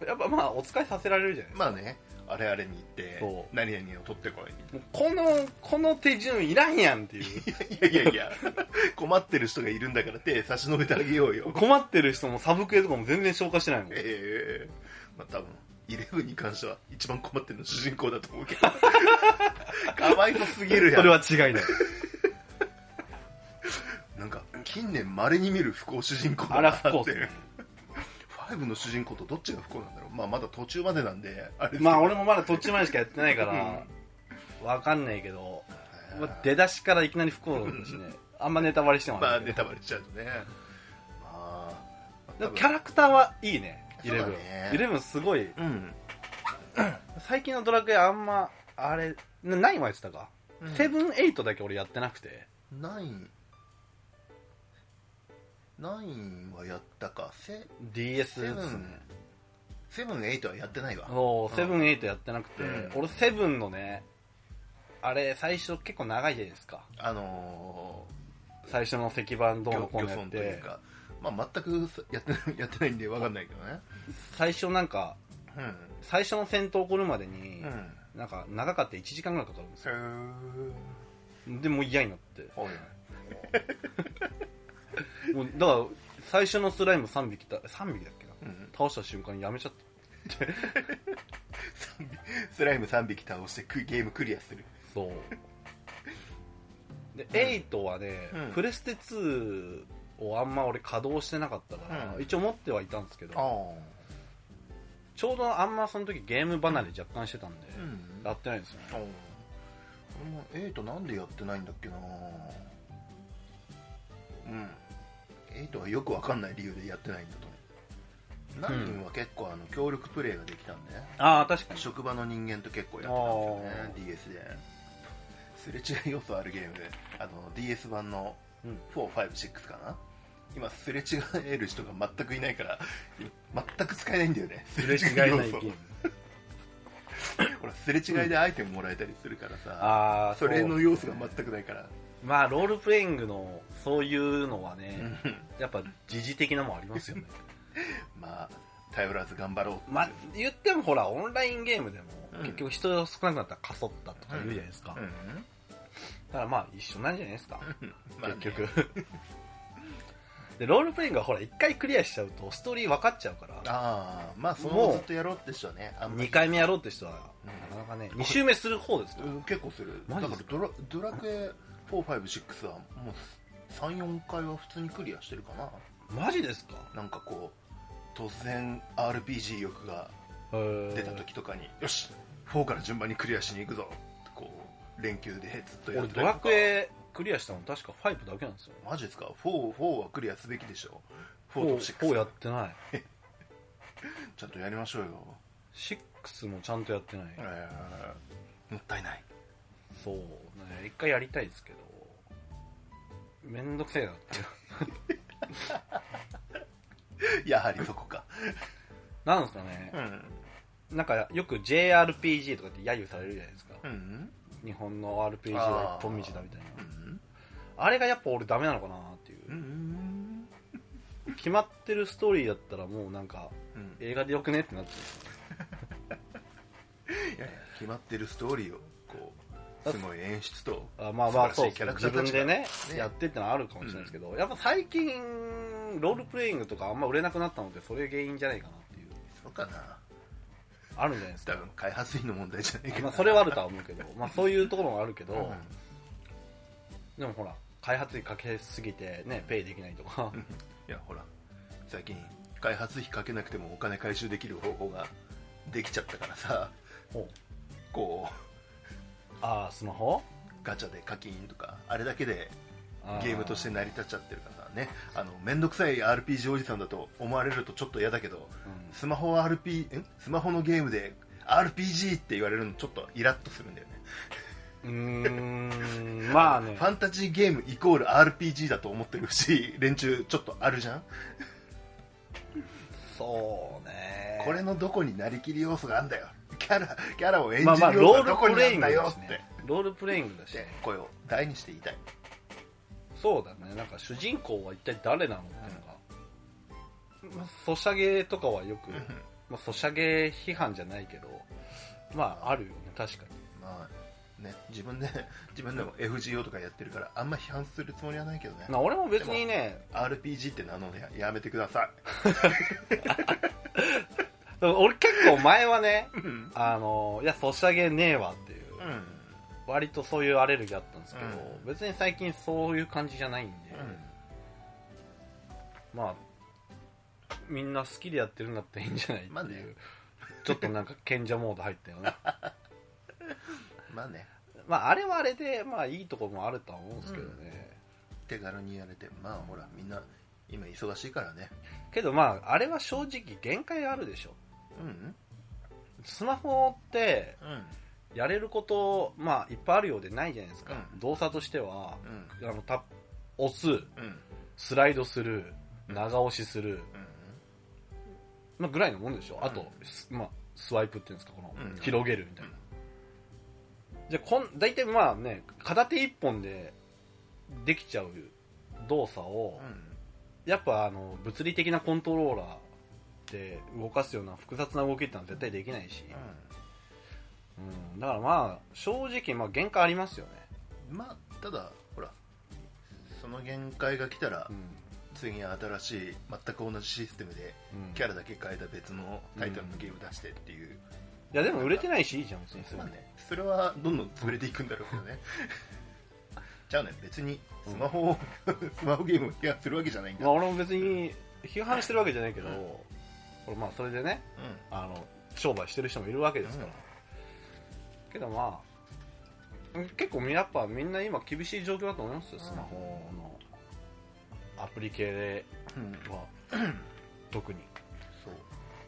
Speaker 2: うん
Speaker 1: やっぱまあお使いさせられるじゃないですか
Speaker 2: まあねあれあれに行って
Speaker 1: そう
Speaker 2: 何々を取ってこい
Speaker 1: もうこのこの手順いらんやん っていう
Speaker 2: いやいやいや困ってる人がいるんだから手差し伸べてあげようよ
Speaker 1: 困ってる人もサブクエとかも全然消化してないもん
Speaker 2: ええまあ多分イレブンに関しては一番困ってるのは主人公だと思 うけどかわいそすぎるや
Speaker 1: それ
Speaker 2: ん
Speaker 1: は違い ない
Speaker 2: なんか近年まれに見る不幸主人公
Speaker 1: あら
Speaker 2: だな
Speaker 1: 不幸っ
Speaker 2: っ
Speaker 1: す
Speaker 2: て
Speaker 1: ね
Speaker 2: 5の主人公とどっちが不幸なんだろうまあまだ途中までなんであれですけど
Speaker 1: まあ俺もまだ途中までしかやってないからわかんないけどまあ出だしからいきなり不幸なんだしねあんまネタバレしても
Speaker 2: ま
Speaker 1: ら
Speaker 2: あ
Speaker 1: って
Speaker 2: ネタバレしちゃうとねまあ
Speaker 1: でもキャラクターはいいねイレ
Speaker 2: そ
Speaker 1: ブ
Speaker 2: う
Speaker 1: ン
Speaker 2: だね
Speaker 1: イレブンすごい
Speaker 2: うん
Speaker 1: 最近のドラクエあんまあれな何もやってたか
Speaker 2: うん
Speaker 1: セブンエイトだけ俺やってなくて
Speaker 2: ナインナインはやったかセ
Speaker 1: DS で
Speaker 2: セブ
Speaker 1: すね
Speaker 2: ンセブンエイトはやってないわ
Speaker 1: そう
Speaker 2: うん
Speaker 1: セブンエイトやってなくて、
Speaker 2: うん
Speaker 1: 俺セブンのねあれ最初結構長いじゃないですか
Speaker 2: あのー
Speaker 1: 最初の石板どうのこうのやっ
Speaker 2: という
Speaker 1: て
Speaker 2: か、まあ、全くさやって ないやってないんで分かんないけどね
Speaker 1: 最初なんか最初の戦闘起こるまでに、
Speaker 2: うん
Speaker 1: なんか長かった1時間ぐらいかかるんですよ
Speaker 2: うん
Speaker 1: でもう嫌になって
Speaker 2: おい
Speaker 1: もうだから最初のスライム3匹だ3匹だっけな
Speaker 2: うん
Speaker 1: 倒した瞬間にやめちゃった
Speaker 2: 三匹スライム3匹倒してクゲームクリアする
Speaker 1: そうで、エイ8はね、
Speaker 2: うん
Speaker 1: プレステ2をあんま俺稼働してなかったから、
Speaker 2: うん
Speaker 1: 一応持ってはいたんですけど
Speaker 2: あ
Speaker 1: ちょうどあんまその時ゲーム離れ若干してたんで、
Speaker 2: うん
Speaker 1: やってないんですよね
Speaker 2: あ俺もエイトなんでやってないんだっけなうんエイトはよく分かんない理由でやってないんだと思うナインは結構あの協力プレイができたんで、
Speaker 1: ああ確かに
Speaker 2: 職場の人間と結構やってたんですよね DS ですれ違い要素あるゲームであの DS 版の
Speaker 1: うん
Speaker 2: 456かな、今すれ違える人が全くいないから今全く使えないんだよねす
Speaker 1: すれ違いない ゲーム
Speaker 2: ほらすれ違いでアイテムもらえたりするからさ、
Speaker 1: ああ
Speaker 2: それの要素が全くないから
Speaker 1: まあロールプレイングのそういうのはね、
Speaker 2: うん
Speaker 1: やっぱ時事的なもんありますよね
Speaker 2: まあ頼らず頑張ろうって
Speaker 1: まあ言ってもほらオンラインゲームでも、
Speaker 2: うん
Speaker 1: 結局人が少なくなったらかそったとか言うじゃないですか、
Speaker 2: うん
Speaker 1: だからまあ一緒なんじゃないですか、
Speaker 2: まあね
Speaker 1: 結局でロールプレイングはほら一回クリアしちゃうとストーリー分かっちゃうから
Speaker 2: ああまあその後ずっとやろうって人はねあんまり
Speaker 1: 2回目やろうって人は
Speaker 2: うん
Speaker 1: なかなかね2周目する方ですか
Speaker 2: うん結構するだ
Speaker 1: マ
Speaker 2: か
Speaker 1: ジっ
Speaker 2: ら
Speaker 1: すか
Speaker 2: ドラドラクエ456はもう34回は普通にクリアしてるかな
Speaker 1: マジですか
Speaker 2: なんかこう突然 RPG 欲が出た時とかに、よし4から順番にクリアしに行くぞってこう連休でずっとや
Speaker 1: 俺
Speaker 2: って
Speaker 1: ドラクエクリアしたの確か5だけなんですよ
Speaker 2: マジですか 4, 4はクリアすべきでしょ4と
Speaker 1: 4, 4
Speaker 2: 6
Speaker 1: やってない
Speaker 2: ちゃんとやりましょうよ、
Speaker 1: 6もちゃんとやってない、
Speaker 2: えーもったいない
Speaker 1: そうね一回やりたいですけどめんどくせえなって
Speaker 2: やはりそこか
Speaker 1: なんですかね
Speaker 2: うん
Speaker 1: なんかよく JRPG とかって揶揄されるじゃないですか
Speaker 2: うん
Speaker 1: 日本の RPG は一本道だみたいな
Speaker 2: うん
Speaker 1: あれがやっぱ俺ダメなのかなっていう
Speaker 2: う、ん
Speaker 1: 決まってるストーリーだったらもうなんか
Speaker 2: うん
Speaker 1: 映画でよくねってなっちゃ
Speaker 2: いやいや決まってるストーリーをこうすごい演出と
Speaker 1: うあまあまあ
Speaker 2: 素
Speaker 1: そう
Speaker 2: 晴ら
Speaker 1: で
Speaker 2: しい
Speaker 1: すね
Speaker 2: キャ
Speaker 1: 自
Speaker 2: ラクターた
Speaker 1: 分
Speaker 2: ちが
Speaker 1: でね
Speaker 2: ね
Speaker 1: やってってのはあるかもしれないですけど、やっぱ最近ロールプレイングとかあんま売れなくなったのでそれ原因じゃないかなっていう
Speaker 2: そうかな
Speaker 1: あるんじゃないです
Speaker 2: 多
Speaker 1: か、
Speaker 2: 分開発費の問題じゃないかな、
Speaker 1: まあ、それはあるとは思うけど、まあ、そういうところもあるけど、
Speaker 2: うん
Speaker 1: でもほら開発費かけすぎてねペイできないとか
Speaker 2: うんいやほら最近開発費かけなくてもお金回収できる方法ができちゃったからさ
Speaker 1: ほう
Speaker 2: こ
Speaker 1: ああスマホ
Speaker 2: うガチャで課金とかあれだけでゲームとして
Speaker 1: ね、
Speaker 2: 成り立っちゃってるからさねあの面倒くさい RPG おじさんだと思われるとちょっと嫌だけど
Speaker 1: うん
Speaker 2: スマホ RP んスマホのゲームで RPG って言われるのちょっとイラッとするんだよね
Speaker 1: うーんまあね
Speaker 2: ファンタジーゲームイコール RPG だと思ってるし 連中ちょっとあるじゃん
Speaker 1: そうね
Speaker 2: これのどこになりきり要素があんだよ キャラキャラを演じ
Speaker 1: まあまあ
Speaker 2: る要素
Speaker 1: ロ
Speaker 2: が
Speaker 1: ー
Speaker 2: ど
Speaker 1: ルプ
Speaker 2: こにあ
Speaker 1: レイ
Speaker 2: ん
Speaker 1: ング
Speaker 2: だ
Speaker 1: だ
Speaker 2: よ
Speaker 1: し
Speaker 2: っ
Speaker 1: ね
Speaker 2: て
Speaker 1: ロールプレイングだし
Speaker 2: って声を大にして言いたい
Speaker 1: そうだねなんか主人公は一体誰なのっていうのが、まあ、ソシャゲとかはよく、まあ、ソシャゲ批判じゃないけどまああるよね確かに
Speaker 2: まあね自分で 自分でも FGO とかやってるからあんま批判するつもりはないけどね
Speaker 1: まあ俺も別にね
Speaker 2: RPG って名乗るのややめてください
Speaker 1: 俺結構前はね
Speaker 2: うん
Speaker 1: あのいやソシャゲねえわっていう、
Speaker 2: うん
Speaker 1: 割とそういうアレルギーあったんですけど、
Speaker 2: う
Speaker 1: 別に最近そういう感じじゃないんで、まあみんな好きでやってるんだったらいいんじゃないっていう、
Speaker 2: まあね
Speaker 1: ちょっとなんか賢者モード入ったよね
Speaker 2: まあね
Speaker 1: まああれはあれでまあいいとこもあるとは思うんですけどね、
Speaker 2: 手軽にやれてまあほらみんな今忙しいからね
Speaker 1: けどまああれは正直限界があるでしょ
Speaker 2: うん
Speaker 1: スマホって
Speaker 2: うん
Speaker 1: やれることまあいっぱいあるようでないじゃないですか、
Speaker 2: うん
Speaker 1: 動作としては
Speaker 2: うん
Speaker 1: あのタッ押す
Speaker 2: うん
Speaker 1: スライドする長押しする、まあ、ぐらいのもんでしょ、あと、すまあ、スワイプっていうんですか、この、
Speaker 2: うん
Speaker 1: 広げるみたいな。じゃあこん、大体まあね、片手一本でできちゃう動作を、やっぱあの、物理的なコントローラーで動かすような複雑な動きってのは絶対できないし、うん、だからまあ、正直、まあ、限界ありますよね。
Speaker 2: うんまあただほらその限界が来たら
Speaker 1: うん。
Speaker 2: 次は新しい全く同じシステムで
Speaker 1: うん
Speaker 2: キャラだけ変えた別のタイトルのゲーム出してっていう、
Speaker 1: いや、でも売れてないし、いいじゃん、別にそれ
Speaker 2: まあね、それはどんどん潰れていくんだろうけど ねじゃあね別にスマホを スマホゲームを批判するわけじゃないんだ、
Speaker 1: まあ、俺も別に批判してるわけじゃないけど、俺まあ、それでね、
Speaker 2: う
Speaker 1: あの商売してる人もいるわけですから、
Speaker 2: うん
Speaker 1: けどまあ結構みやっぱみんな今厳しい状況だと思いますよスマホのアプリ系で
Speaker 2: んうん
Speaker 1: は特に
Speaker 2: そう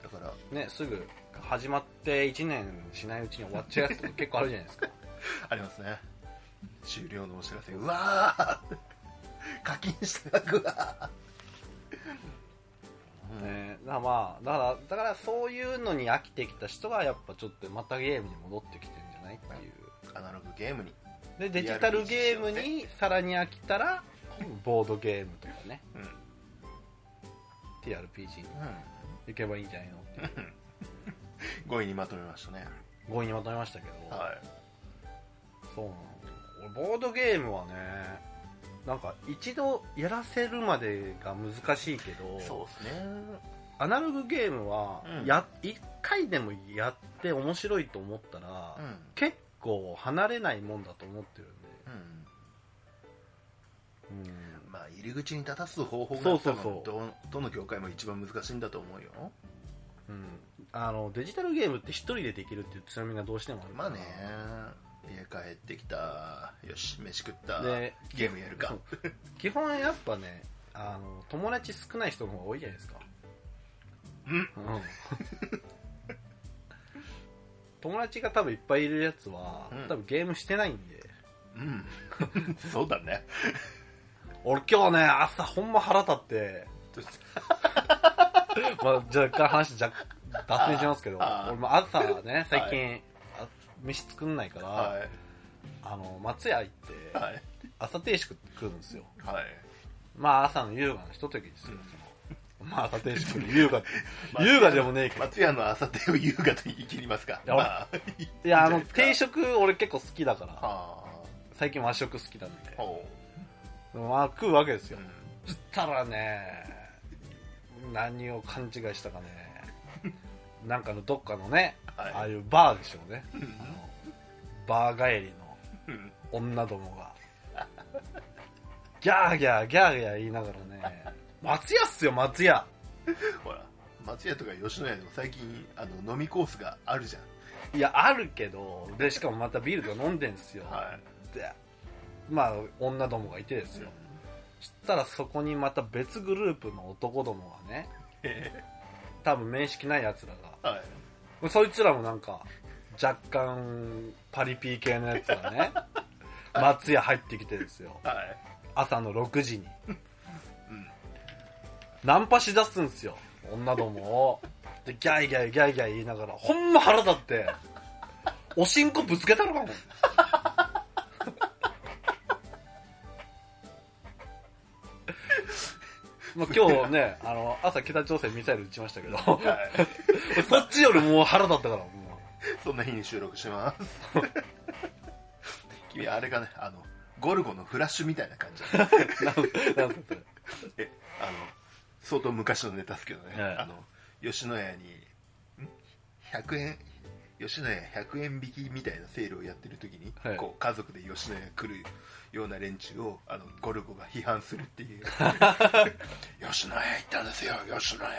Speaker 2: だから
Speaker 1: ねすぐ始まって1年しないうちに終わっちゃうやつとか結構あるじゃない ですか
Speaker 2: ありますね終了のお知らせうわー 課金した額が
Speaker 1: ねだからまあだからだからそういうのに飽きてきた人がやっぱちょっとまたゲームに戻ってきてるんじゃないっていう
Speaker 2: アナログゲームに、
Speaker 1: でデジタルゲームにさらに飽きたらボードゲームとかね
Speaker 2: うん
Speaker 1: TRPG に行けばいいんじゃないのっていう
Speaker 2: 5位にまとめましたね
Speaker 1: 強引にまとめましたけど、
Speaker 2: はい
Speaker 1: そうなの俺ボードゲームはねなんか一度やらせるまでが難しいけど
Speaker 2: そうですね
Speaker 1: アナログゲームは
Speaker 2: うん
Speaker 1: や、1回でもやって面白いと思ったら、
Speaker 2: うん
Speaker 1: 結構離れないもんだと思ってる
Speaker 2: うん
Speaker 1: んで、
Speaker 2: まあ入り口に立たす方法が
Speaker 1: そうそうそう
Speaker 2: 多分どどの業界も一番難しいんだと思うよ
Speaker 1: うんあのデジタルゲームって一人でできるっていう強みがどうしてもあるか
Speaker 2: ま
Speaker 1: ら
Speaker 2: あね家帰ってきたよし飯食った
Speaker 1: で
Speaker 2: ゲームやるか
Speaker 1: 基本やっぱねあの友達少ない人の方が多いじゃないですか
Speaker 2: うん
Speaker 1: うん友達が多分いっぱいいるやつは、
Speaker 2: うん
Speaker 1: 多分ゲームしてないんで
Speaker 2: うん そうだね
Speaker 1: 俺今日ね朝ほんま腹立 ってまあ若干話若干脱線しますけど
Speaker 2: あー
Speaker 1: 俺も朝はね最近、あ飯作んないから、
Speaker 2: は
Speaker 1: あの松屋行って
Speaker 2: いはい
Speaker 1: 朝定食食うんですよ
Speaker 2: はい
Speaker 1: まあ朝の優雅のひとときですよ、まあ朝定食の 優雅
Speaker 2: まあ
Speaker 1: 優雅でもねえけど
Speaker 2: 松屋の朝手を優雅と言い切りますか
Speaker 1: や
Speaker 2: まあ
Speaker 1: いやあの
Speaker 2: いいんじゃ
Speaker 1: 定
Speaker 2: ないです
Speaker 1: 食俺結構好きだから
Speaker 2: は
Speaker 1: 最近和食好きなんで
Speaker 2: あおう
Speaker 1: でもまあ食うわけですよ
Speaker 2: うん
Speaker 1: そしたらね何を勘違いしたかねなんかのどっかのね、
Speaker 2: はい
Speaker 1: ああいうバーでしょうねあのバー帰りの
Speaker 2: うん
Speaker 1: 女どもがギャーギャーギャーギャー言いながら ね松屋っすよ松屋
Speaker 2: ほら松屋とか吉野家でも最近あの飲みコースがあるじゃん
Speaker 1: いやあるけどでしかもまたビールとか飲んでんすよ、
Speaker 2: は
Speaker 1: でまあ女どもがいてです
Speaker 2: い
Speaker 1: よ、そしたらそこにまた別グループの男どもがね
Speaker 2: え
Speaker 1: 多分面識ないやつら
Speaker 2: ーはい
Speaker 1: がそいつらもなんか若干パリピー系のやつがね松屋入ってきてですよ
Speaker 2: はい
Speaker 1: 朝の6時に、
Speaker 2: ん
Speaker 1: ナンパしだすんすよ女どもをでギャイギャイギャイギャイ言いながらほんま腹立っておしんこぶつけたのかもまあ今日ねあの朝北朝鮮ミサイル撃ちましたけど
Speaker 2: はい
Speaker 1: そっちよりもう腹立ったからも
Speaker 2: そんな日に収録します 君あれかねあのゴルゴのフラッシュみたいな感じだね
Speaker 1: うなん なんか
Speaker 2: えあの相当昔のネタですけどね、
Speaker 1: はい
Speaker 2: あの吉野家にん100円吉野家100円引きみたいなセールをやってる時に、
Speaker 1: はい
Speaker 2: こう家族で吉野家来るような連中をあのゴルゴが批判するっ ていう吉野家行ったんですよ吉野家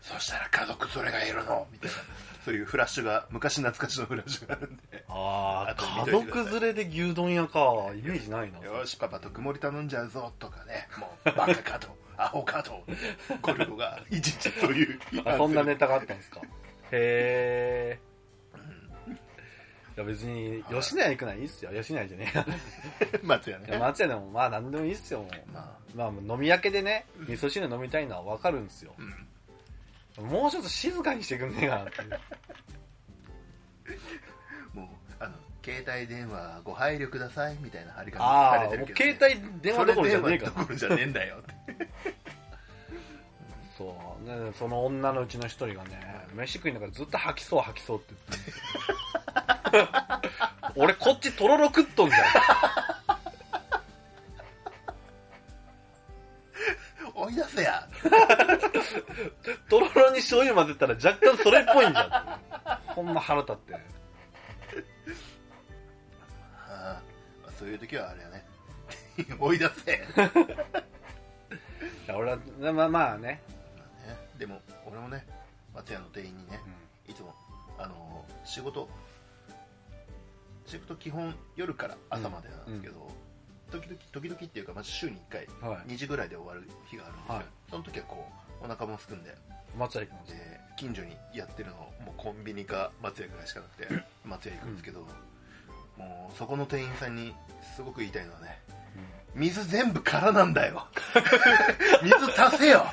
Speaker 2: そしたら家族それがいるのみたいなそういうフラッシュが昔懐かしのフラッシュがあるんで
Speaker 1: ああ
Speaker 2: あと
Speaker 1: 家
Speaker 2: 見といてください
Speaker 1: 族連れで牛丼屋かイメージないな
Speaker 2: よしパパ特盛り頼んじゃうぞとかねもうバカ かとアホかとゴルゴがいちいちそう いう
Speaker 1: あそんなネタがあったんですか へえいや別に吉野家行くのはいいっすよ吉野家じゃね
Speaker 2: 松屋
Speaker 1: えやいや
Speaker 2: ね
Speaker 1: 松屋でもまあ何でもいいっすよもう
Speaker 2: ま
Speaker 1: まあもう飲み明けでね味噌汁飲みたいのはわかるんですよ
Speaker 2: あ、うん、
Speaker 1: もうちょっと静かにしてくんねえかなって
Speaker 2: もうあの携帯電話ご配慮くださいみたいな張り紙
Speaker 1: あ
Speaker 2: さ
Speaker 1: あ
Speaker 2: れて
Speaker 1: も
Speaker 2: る
Speaker 1: う
Speaker 2: けど、
Speaker 1: 携
Speaker 2: ね、
Speaker 1: 帯電話どころじゃねえ
Speaker 2: それ電話ど
Speaker 1: か
Speaker 2: ころじゃねえんだよって
Speaker 1: そうねその女のうちの一人がね飯食いながらずっと吐きそう吐きそうって言って 俺こっちとろろ食っとんじゃん
Speaker 2: 追い出せや
Speaker 1: とろろに醤油混ぜたら若干それっぽいんだって ほんま腹立って
Speaker 2: ああそういう時はあれやね 追い出せ
Speaker 1: いや俺はまあまあね、
Speaker 2: ねでも俺もね松屋の店員にねいつもあの仕事仕事基本夜から朝までなんですけど、時々時々っていうかまず週に1回
Speaker 1: はい
Speaker 2: 2時ぐらいで終わる日があるんですよ、
Speaker 1: はい
Speaker 2: その時はこうお腹もすくんで
Speaker 1: 松屋行くんです
Speaker 2: で近所にやってるのもうコンビニか松屋ぐらいしかなくて松屋行くんですけど、もうそこの店員さんにすごく言いたいのはね水全部空なんだ よ水足せよ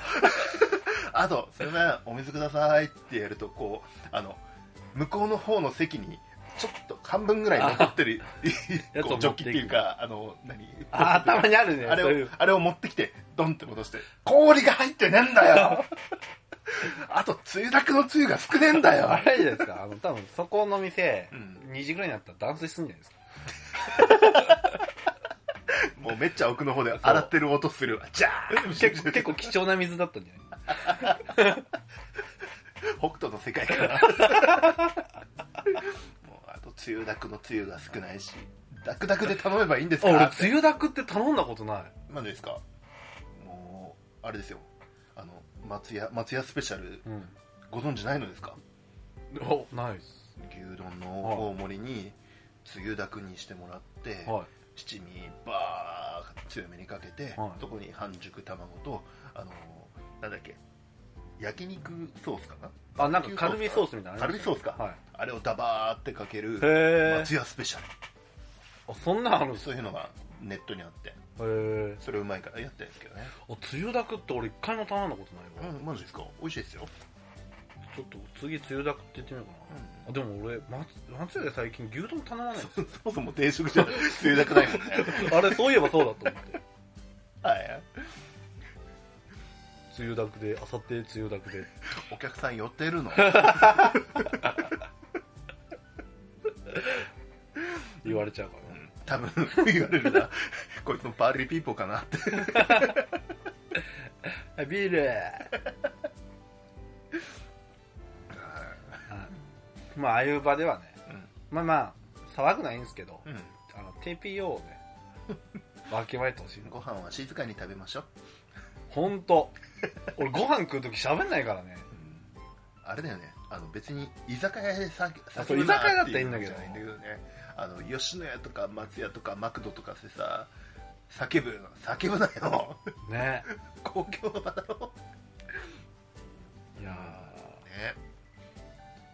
Speaker 2: あとすいませんお水くださいってやるとこうあの向こうの方の席にちょっと半分ぐらい残ってる
Speaker 1: やつを持っていく
Speaker 2: こうジョッキっていうかあの何
Speaker 1: あ ー頭にあるね
Speaker 2: あれ
Speaker 1: そうい
Speaker 2: を
Speaker 1: う
Speaker 2: あれを持ってきてドンって戻して氷が入ってねえんだよ あとつゆだくのつゆが少ねえんだよ
Speaker 1: あれじゃないですかあの多分そこの店、
Speaker 2: うん
Speaker 1: 2時ぐらいになったら断水すんじゃないですか
Speaker 2: もうめっちゃ奥の方で洗ってる音するわじゃあ
Speaker 1: 結 構結構貴重な水だったんじゃない
Speaker 2: 北斗の世界から もうあとつゆだくのつゆが少ないしダクダクで頼めばいいんですか
Speaker 1: あ俺梅雨だくって頼んだことない
Speaker 2: なんでですかもうあれですよあの松屋松屋スペシャル
Speaker 1: うん
Speaker 2: ご存知ないのですか
Speaker 1: おないです
Speaker 2: 牛丼の大盛りにつゆだくにしてもらって、
Speaker 1: は
Speaker 2: 七味バーッ強めにかけて、
Speaker 1: はい、
Speaker 2: そこに半熟卵とあのなんだっけ焼肉ソースかない
Speaker 1: あなんかカルビソースみたいなのあ
Speaker 2: カル
Speaker 1: りまし
Speaker 2: ビソースか、
Speaker 1: たね
Speaker 2: あれをダバーってかける
Speaker 1: はいへ
Speaker 2: 松屋スペシャ
Speaker 1: えそんなんあるん
Speaker 2: ル
Speaker 1: です
Speaker 2: そういうのがネットにあって
Speaker 1: へえ
Speaker 2: それうまいからやってるんですけどね
Speaker 1: つゆだくって俺一回も頼んだことないわ、
Speaker 2: うんマジですか美味しいですよ、
Speaker 1: ちょっと次つゆだくって言ってみようかな、あでも俺松松屋で最近牛丼頼まないんですよ
Speaker 2: そもそも定食じゃつゆだくないも んね
Speaker 1: あれそういえばそうだと思って
Speaker 2: はい
Speaker 1: つゆだくであさってつゆだくで
Speaker 2: お客さん寄っ てるの
Speaker 1: 言われちゃうからね、
Speaker 2: 多分言われるなこいつのパーリーピーポーかなって
Speaker 1: ビールまあああいう場ではね、まあまあ騒ぐのはいいんですけど、
Speaker 2: うん
Speaker 1: あの TPO をね わきまえてほしい
Speaker 2: ご飯は静かに食べましょう、
Speaker 1: 本当。俺ご飯食う時喋んないからね
Speaker 2: あれだよねあの別に居酒屋でさ
Speaker 1: あ
Speaker 2: 酒
Speaker 1: そう居酒屋だったらいいんだけど
Speaker 2: いんだけどねあの吉野家とか松屋とかマクドとかでさ叫ぶの叫ぶなよ
Speaker 1: ね
Speaker 2: 公共の場だろ
Speaker 1: いや
Speaker 2: ね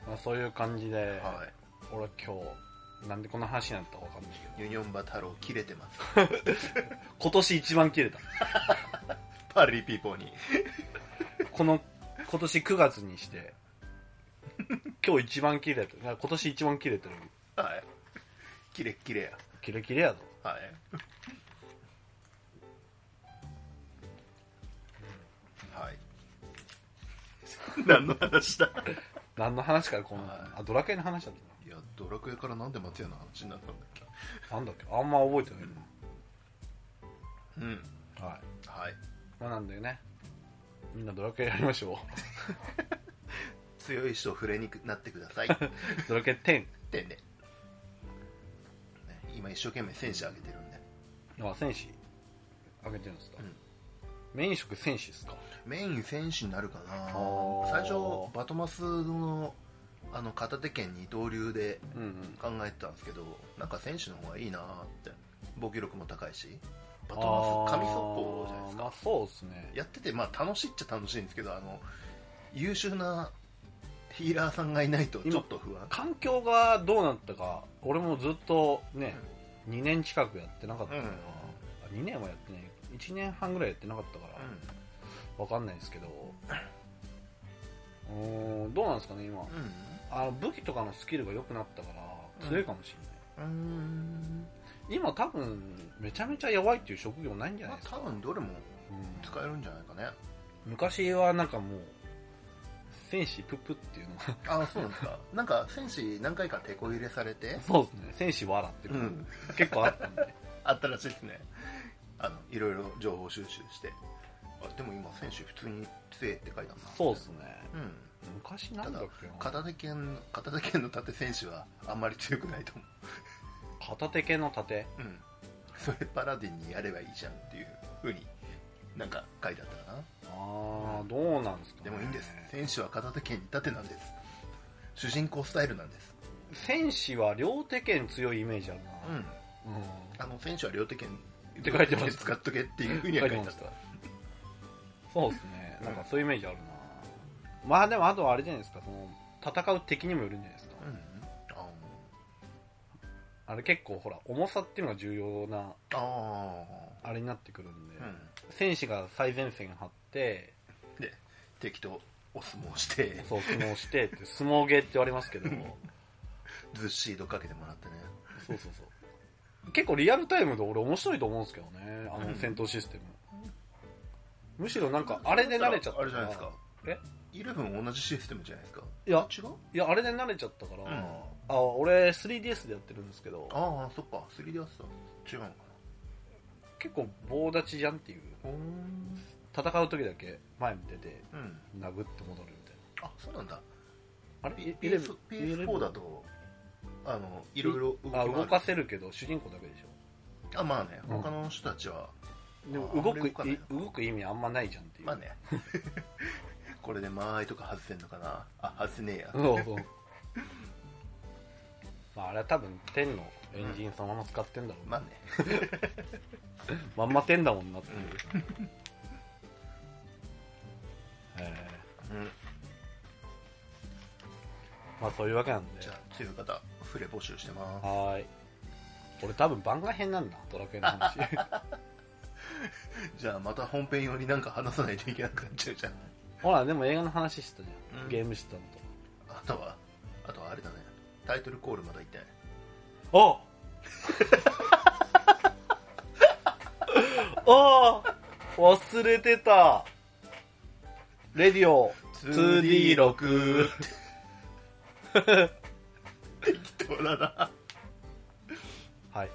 Speaker 1: ー、まあ、そういう感じで、
Speaker 2: は
Speaker 1: 俺は今日なんでこんな話になったかわかんないけど
Speaker 2: いユニョンバ太郎切れてます
Speaker 1: 今年一番切れた
Speaker 2: パーリーピーポーに
Speaker 1: この今年9月にして今日一番切れてる今年一番切れてる
Speaker 2: はいキレッキレ
Speaker 1: キレキレやぞ
Speaker 2: やはい はい何の話だ
Speaker 1: 何の話からこんな
Speaker 2: はい
Speaker 1: あドラクエの話だっ
Speaker 2: いやドラクエからなんで松屋の話になったんだっけ
Speaker 1: たななんだっけあんま覚えてない
Speaker 2: うん
Speaker 1: なはい
Speaker 2: はい
Speaker 1: まあなんだよねみんなドラクエやりましょ
Speaker 2: 強い人を触れにくなってください
Speaker 1: う ドラクエ10
Speaker 2: でねね今一生懸命戦士上げてるんで
Speaker 1: あ戦士あげてるんですか、
Speaker 2: うん
Speaker 1: メイン職戦士ですか
Speaker 2: メイン戦士になるかな
Speaker 1: ー
Speaker 2: 最初バトマスのあの片手剣二刀流で
Speaker 1: うんうん
Speaker 2: 考えてたんですけどなんか選手の方がいいなーって防御力も高いしバトマス神速攻じゃないです
Speaker 1: あーまあ
Speaker 2: か
Speaker 1: そうですね
Speaker 2: やっててまあ楽しいっちゃ楽しいんですけどあの優秀なヒーラーさんがいないとちょっと不安
Speaker 1: 環境がどうなったか俺もずっとね、2年近くやってなかったから、2年はやってない1年半ぐらいやってなかったから、
Speaker 2: う
Speaker 1: わかんないですけどうーんどうなんですかね今
Speaker 2: ん
Speaker 1: あの武器とかのスキルが良くなったから強いかもしれない、
Speaker 2: うんうん
Speaker 1: 今多分めちゃめちゃ弱いっていう職業ないんじゃない
Speaker 2: ま
Speaker 1: です
Speaker 2: あ
Speaker 1: か、
Speaker 2: 多分どれも
Speaker 1: うん
Speaker 2: 使えるんじゃないか ね
Speaker 1: 昔はなんかもう戦士プップっていうのが
Speaker 2: ああそうなんですかなんか戦士何回か手こ入れされて
Speaker 1: そうですね戦士笑ってる、
Speaker 2: うん
Speaker 1: 結構あったんで
Speaker 2: あったらしいですねあのいろいろ情報収集してあでも今選手普通に強いって書いたな
Speaker 1: そうですね
Speaker 2: うん
Speaker 1: 昔なんだっけな
Speaker 2: 片手剣片手剣の盾選手はあんまり強くないと思
Speaker 1: 片手系の盾
Speaker 2: う、うん、それパラディンにやればいいじゃんっていうふうになんか書いてあったかな
Speaker 1: ああどうなんですか、
Speaker 2: でもいいんです選手は片手剣に盾なんです主人公スタイルなんです
Speaker 1: 戦士は両手剣強いイメージある
Speaker 2: う
Speaker 1: な、う
Speaker 2: ん
Speaker 1: ん
Speaker 2: あの選手は両手剣
Speaker 1: って書いてました
Speaker 2: 使っとけっていうふうには書いてあった
Speaker 1: そうですねなんかそういうイメージあるな、まあでもあとはあれじゃないですかその戦う敵にもよるんじゃないですか、
Speaker 2: うんあ
Speaker 1: あれ結構ほら重さっていうのが重要な
Speaker 2: ーあ
Speaker 1: あれになってくるんで、
Speaker 2: ーうん
Speaker 1: 戦士が最前線張って
Speaker 2: で敵とお相撲して
Speaker 1: そう相撲してって相撲芸って言われますけど
Speaker 2: ずっしりとかけてもらってね
Speaker 1: そうそうそう。結構リアルタイムで俺面白いと思うんですけどね、あ
Speaker 2: う
Speaker 1: の
Speaker 2: ん
Speaker 1: 戦闘システム。むしろなんか、あれで慣れちゃった
Speaker 2: あれじゃないですか
Speaker 1: え
Speaker 2: イレブン同じシステムじゃないですか
Speaker 1: いや、
Speaker 2: 違う
Speaker 1: いや、あれで慣れちゃったから、
Speaker 2: うん
Speaker 1: あ、俺 3DS でやってるんですけど、
Speaker 2: ああそっか 3D アスター違うのか
Speaker 1: 結構棒立ちじゃんっていう。
Speaker 2: なうん
Speaker 1: 戦う時だけ前見てて、
Speaker 2: うん
Speaker 1: 殴って戻るみたいな。
Speaker 2: あそうなんだ
Speaker 1: あれ
Speaker 2: P-
Speaker 1: イレブ
Speaker 2: PS- PS4 だとあのいろいろ動き
Speaker 1: あ動か
Speaker 2: す
Speaker 1: せるけど、主人公だけでしょ。
Speaker 2: あまあね
Speaker 1: うん
Speaker 2: 他の人たちは、
Speaker 1: でも
Speaker 2: あ
Speaker 1: 動
Speaker 2: あんま
Speaker 1: く
Speaker 2: り動かない
Speaker 1: い動く意味あんまないじゃんっていう。
Speaker 2: まあね これで間合いとか外せんのか なあ外せねえや
Speaker 1: そうそう。まあ、あれは多分、天のエンジンそのまま使ってんだろうな、
Speaker 2: まあね
Speaker 1: まんまてんだもんなっていう、え
Speaker 2: うん
Speaker 1: ーまあそういうわけなんで
Speaker 2: じゃあという方フレ募集してます
Speaker 1: はーい俺多分番外編なんだドラクエの 話
Speaker 2: じゃあまた本編よりなんか話さないといけなくなっちゃうじゃん
Speaker 1: ほらでも映画の話してたじゃん、
Speaker 2: うん
Speaker 1: ゲームしてたのと
Speaker 2: あとはあとはあれだねタイトルコールまだ言って ない
Speaker 1: お お忘れてたレディオ 2D6
Speaker 2: 適当だな
Speaker 1: はい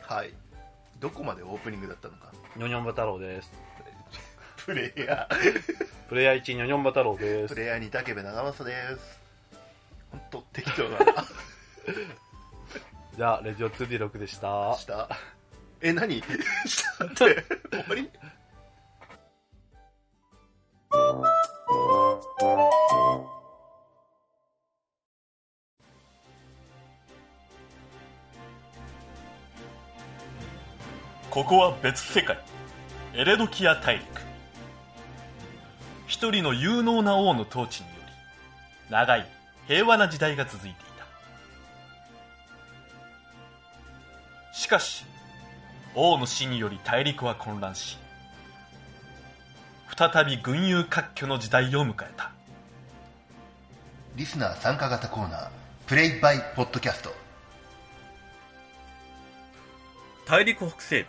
Speaker 2: はいどこまでオープニングだったのか
Speaker 1: ニョニョンバ太郎です
Speaker 2: プレイヤ
Speaker 1: プレイヤー1ニョニョンバ太郎で
Speaker 2: ープ
Speaker 1: す
Speaker 2: レイヤーに竹部長政です本当適当 だな
Speaker 1: じゃあレディオ 2D6 でした
Speaker 2: したえ 何したって 終わり
Speaker 4: ここは別世界エレドキア大陸一人の有能な王の統治により長い平和な時代が続いていたしかし王の死により大陸は混乱し再び群雄割拠の時代を迎えた
Speaker 2: リスナー参加型コーナープレイバイポッドキャスト
Speaker 4: 大陸北西部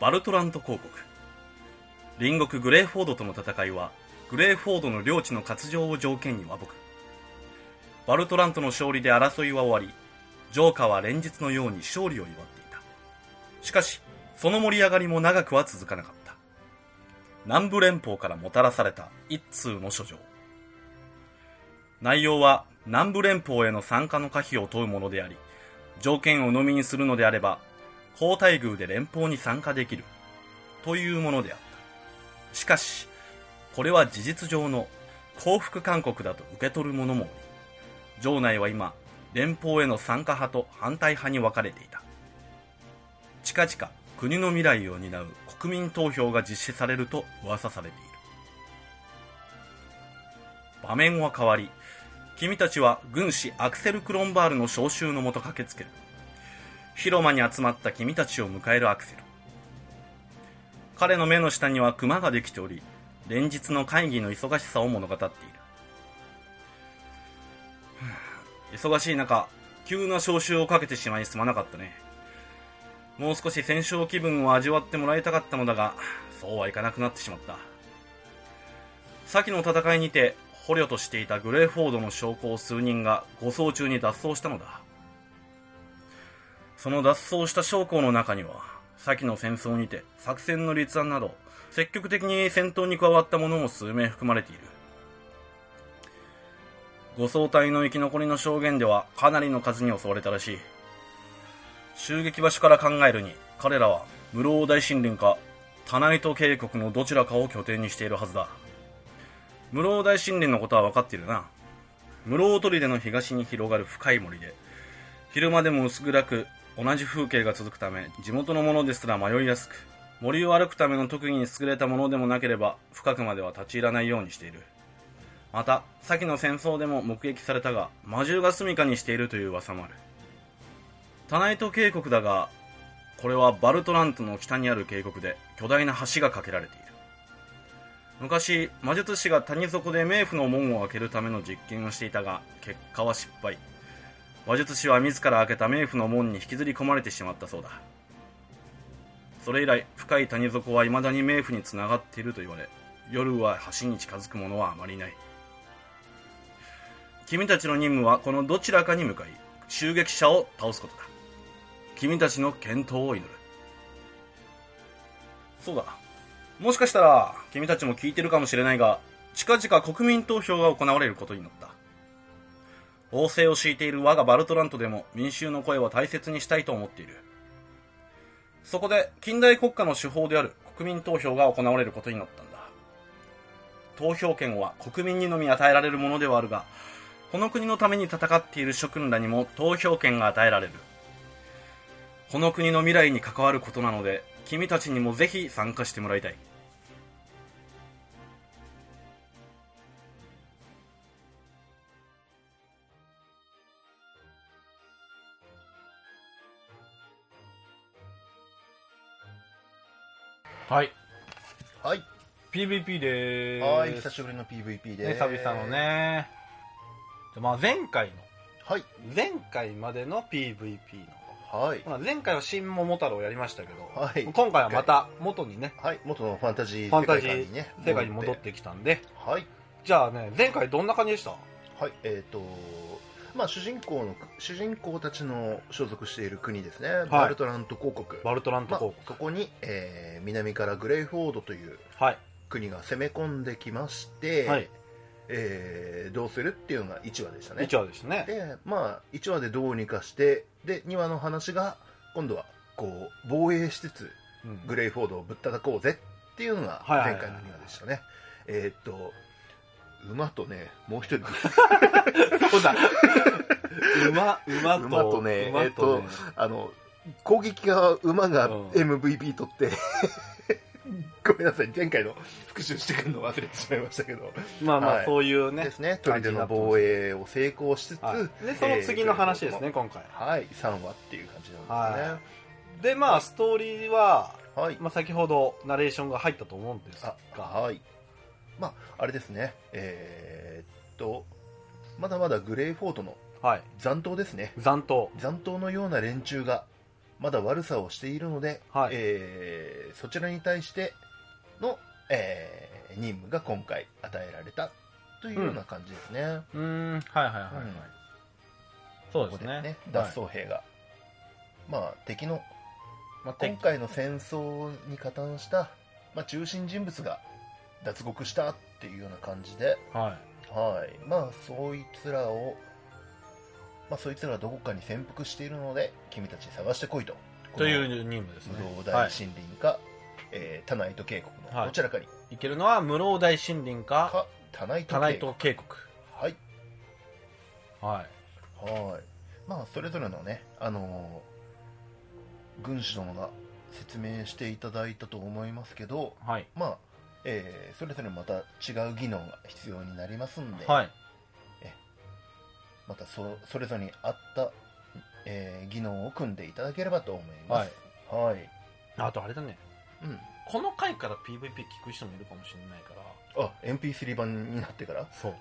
Speaker 4: バルトラント公国隣国グレーフォードとの戦いはグレーフォードの領地の割譲を条件に和睦バルトラントの勝利で争いは終わりジョーカーは連日のように勝利を祝っていたしかしその盛り上がりも長くは続かなかった南部連邦からもたらされた一通の書状内容は南部連邦への参加の可否を問うものであり条件をのみにするのであれば好待遇で連邦に参加できるというものであったしかしこれは事実上の降伏勧告だと受け取る者もおり城内は今連邦への参加派と反対派に分かれていた近々国の未来を担う国民投票が実施されると噂されている場面は変わり君たちは軍師アクセル・クロンバールの招集のもと駆けつける広間に集まった君たちを迎えるアクセル彼の目の下にはクマができており連日の会議の忙しさを物語っているふう忙しい中急な招集をかけてしまいすまなかったねもう少し戦勝気分を味わってもらいたかったのだがそうはいかなくなってしまった先の戦いにて捕虜としていたグレーフォードの将校数人が護送中に脱走したのだその脱走した将校の中には、先の戦争にて作戦の立案など、積極的に戦闘に加わった者も数名含まれている。護送隊の生き残りの証言ではかなりの数に襲われたらしい。襲撃場所から考えるに、彼らは室生大森林か、タナイト渓谷のどちらかを拠点にしているはずだ。室生大森林のことは分かっているな。室生砦の東に広がる深い森で、昼間でも薄暗く同じ風景が続くため地元のものですら迷いやすく森を歩くための特技に優れたものでもなければ深くまでは立ち入らないようにしているまた先の戦争でも目撃されたが魔獣が住処にしているという噂もあるタナイト渓谷だがこれはバルトラントの北にある渓谷で巨大な橋が架けられている昔魔術師が谷底で冥府の門を開けるための実験をしていたが結果は失敗話術師は自ら開けた冥府の門に引きずり込まれてしまったそうだそれ以来深い谷底は未だに冥府につながっていると言われ夜は橋に近づく者はあまりいない君たちの任務はこのどちらかに向かい襲撃者を倒すことだ君たちの健闘を祈るそうだもしかしたら君たちも聞いてるかもしれないが近々国民投票が行われることになった王政を敷いている我がバルトラントでも民衆の声は大切にしたいと思っているそこで近代国家の手法である国民投票が行われることになったんだ投票権は国民にのみ与えられるものではあるがこの国のために戦っている諸君らにも投票権が与えられる
Speaker 1: この国の未来に関わることなので君たちにもぜひ参加してもらいたいはい
Speaker 2: はい
Speaker 1: PVP でーす
Speaker 2: はい久しぶりの PVP で
Speaker 1: ね
Speaker 2: す
Speaker 1: 久々のねじゃあまあ前回の
Speaker 2: はい
Speaker 1: 前回までの PVP の
Speaker 2: はい
Speaker 1: まあ、前回は新桃太郎やりましたけど、
Speaker 2: はい
Speaker 1: 今回はまた元にね
Speaker 2: はい元のファンタジー
Speaker 1: ファンタジ
Speaker 2: 世界観
Speaker 1: ー
Speaker 2: にね
Speaker 1: 世界に戻ってきたんで
Speaker 2: はい
Speaker 1: じゃあね前回どんな感じでした
Speaker 2: はいえっ、とまあ主人公の主人公たちの所属している国ですね、バルトラント公国
Speaker 1: バルトラント
Speaker 2: まあ
Speaker 1: 高校、、
Speaker 2: そこに、えー南からグレイフォードという
Speaker 1: はい
Speaker 2: 国が攻め込んできまして、
Speaker 1: はい
Speaker 2: えーどうするっていうのが1話でしたね
Speaker 1: 一話でしたね
Speaker 2: でまあ1話でどうにかしてで2話の話が今度はこう防衛しつつ
Speaker 1: うん
Speaker 2: グレイフォードをぶったたこうぜっていうのが
Speaker 1: はいはい
Speaker 2: 前
Speaker 1: はい
Speaker 2: 回の2話でしたね、えーっと馬とねもう一人
Speaker 1: そうだ馬馬と
Speaker 2: 馬とね
Speaker 1: 馬
Speaker 2: えっと
Speaker 1: ね
Speaker 2: あの攻撃側馬が
Speaker 1: うん
Speaker 2: MVP 取って、 ごめんなさい前回の復習してくるの忘れてしまいましたけど、
Speaker 1: まあまあ、
Speaker 2: はい
Speaker 1: そういうね
Speaker 2: ですね砦の防衛を成功しつつ、
Speaker 1: はい、でその次の話ですね、
Speaker 2: え
Speaker 1: 今回
Speaker 2: はい、3話っていう感じなんですね。
Speaker 1: でまあストーリーは、
Speaker 2: はい。
Speaker 1: まあ、先ほどナレーションが入ったと思うんですが
Speaker 2: あ、はい。まあ、あれですね。えーっと、まだまだグレイフォートの
Speaker 1: はい
Speaker 2: 残党ですね。
Speaker 1: 残党
Speaker 2: 残党のような連中が、まだ悪さをしているので、
Speaker 1: はい
Speaker 2: えーそちらに対しての、えー任務が今回与えられたというような感じですね。
Speaker 1: うーんはいはいはいはい、
Speaker 2: うん
Speaker 1: そう
Speaker 2: こ
Speaker 1: で
Speaker 2: こ
Speaker 1: す
Speaker 2: で
Speaker 1: ね
Speaker 2: ね、
Speaker 1: はい
Speaker 2: 脱走兵が、まあ敵の、まあ、
Speaker 1: 敵
Speaker 2: 今回の戦争に加担した、まあ、中心人物が脱獄したっていうような感じで、
Speaker 1: はい
Speaker 2: はい、まあそいつらを、まあそいつらはどこかに潜伏しているので、君たち探してこいと。
Speaker 1: という任務です
Speaker 2: こ
Speaker 1: ね
Speaker 2: の無老
Speaker 1: は
Speaker 2: 大森林か、えータナイト渓谷のどちらかに、
Speaker 1: い、いけるのは無老大森林か
Speaker 2: かタナイト
Speaker 1: タナイ
Speaker 2: 渓
Speaker 1: ト
Speaker 2: 谷。
Speaker 1: 渓
Speaker 2: はい。
Speaker 1: 谷はい
Speaker 2: はい、まあそれぞれのね、あのー軍師殿が説明していただいたと思いますけど、
Speaker 1: はい
Speaker 2: まあえーそれぞれまた違う技能が必要になりますんで、
Speaker 1: はい
Speaker 2: またそそれぞれに合った、えー技能を組んでいただければと思います。はい、
Speaker 1: あとあれだね
Speaker 2: うん
Speaker 1: この回から PVP 聞く人もいるかもしれないから
Speaker 2: あ MP3 版になってから
Speaker 1: そう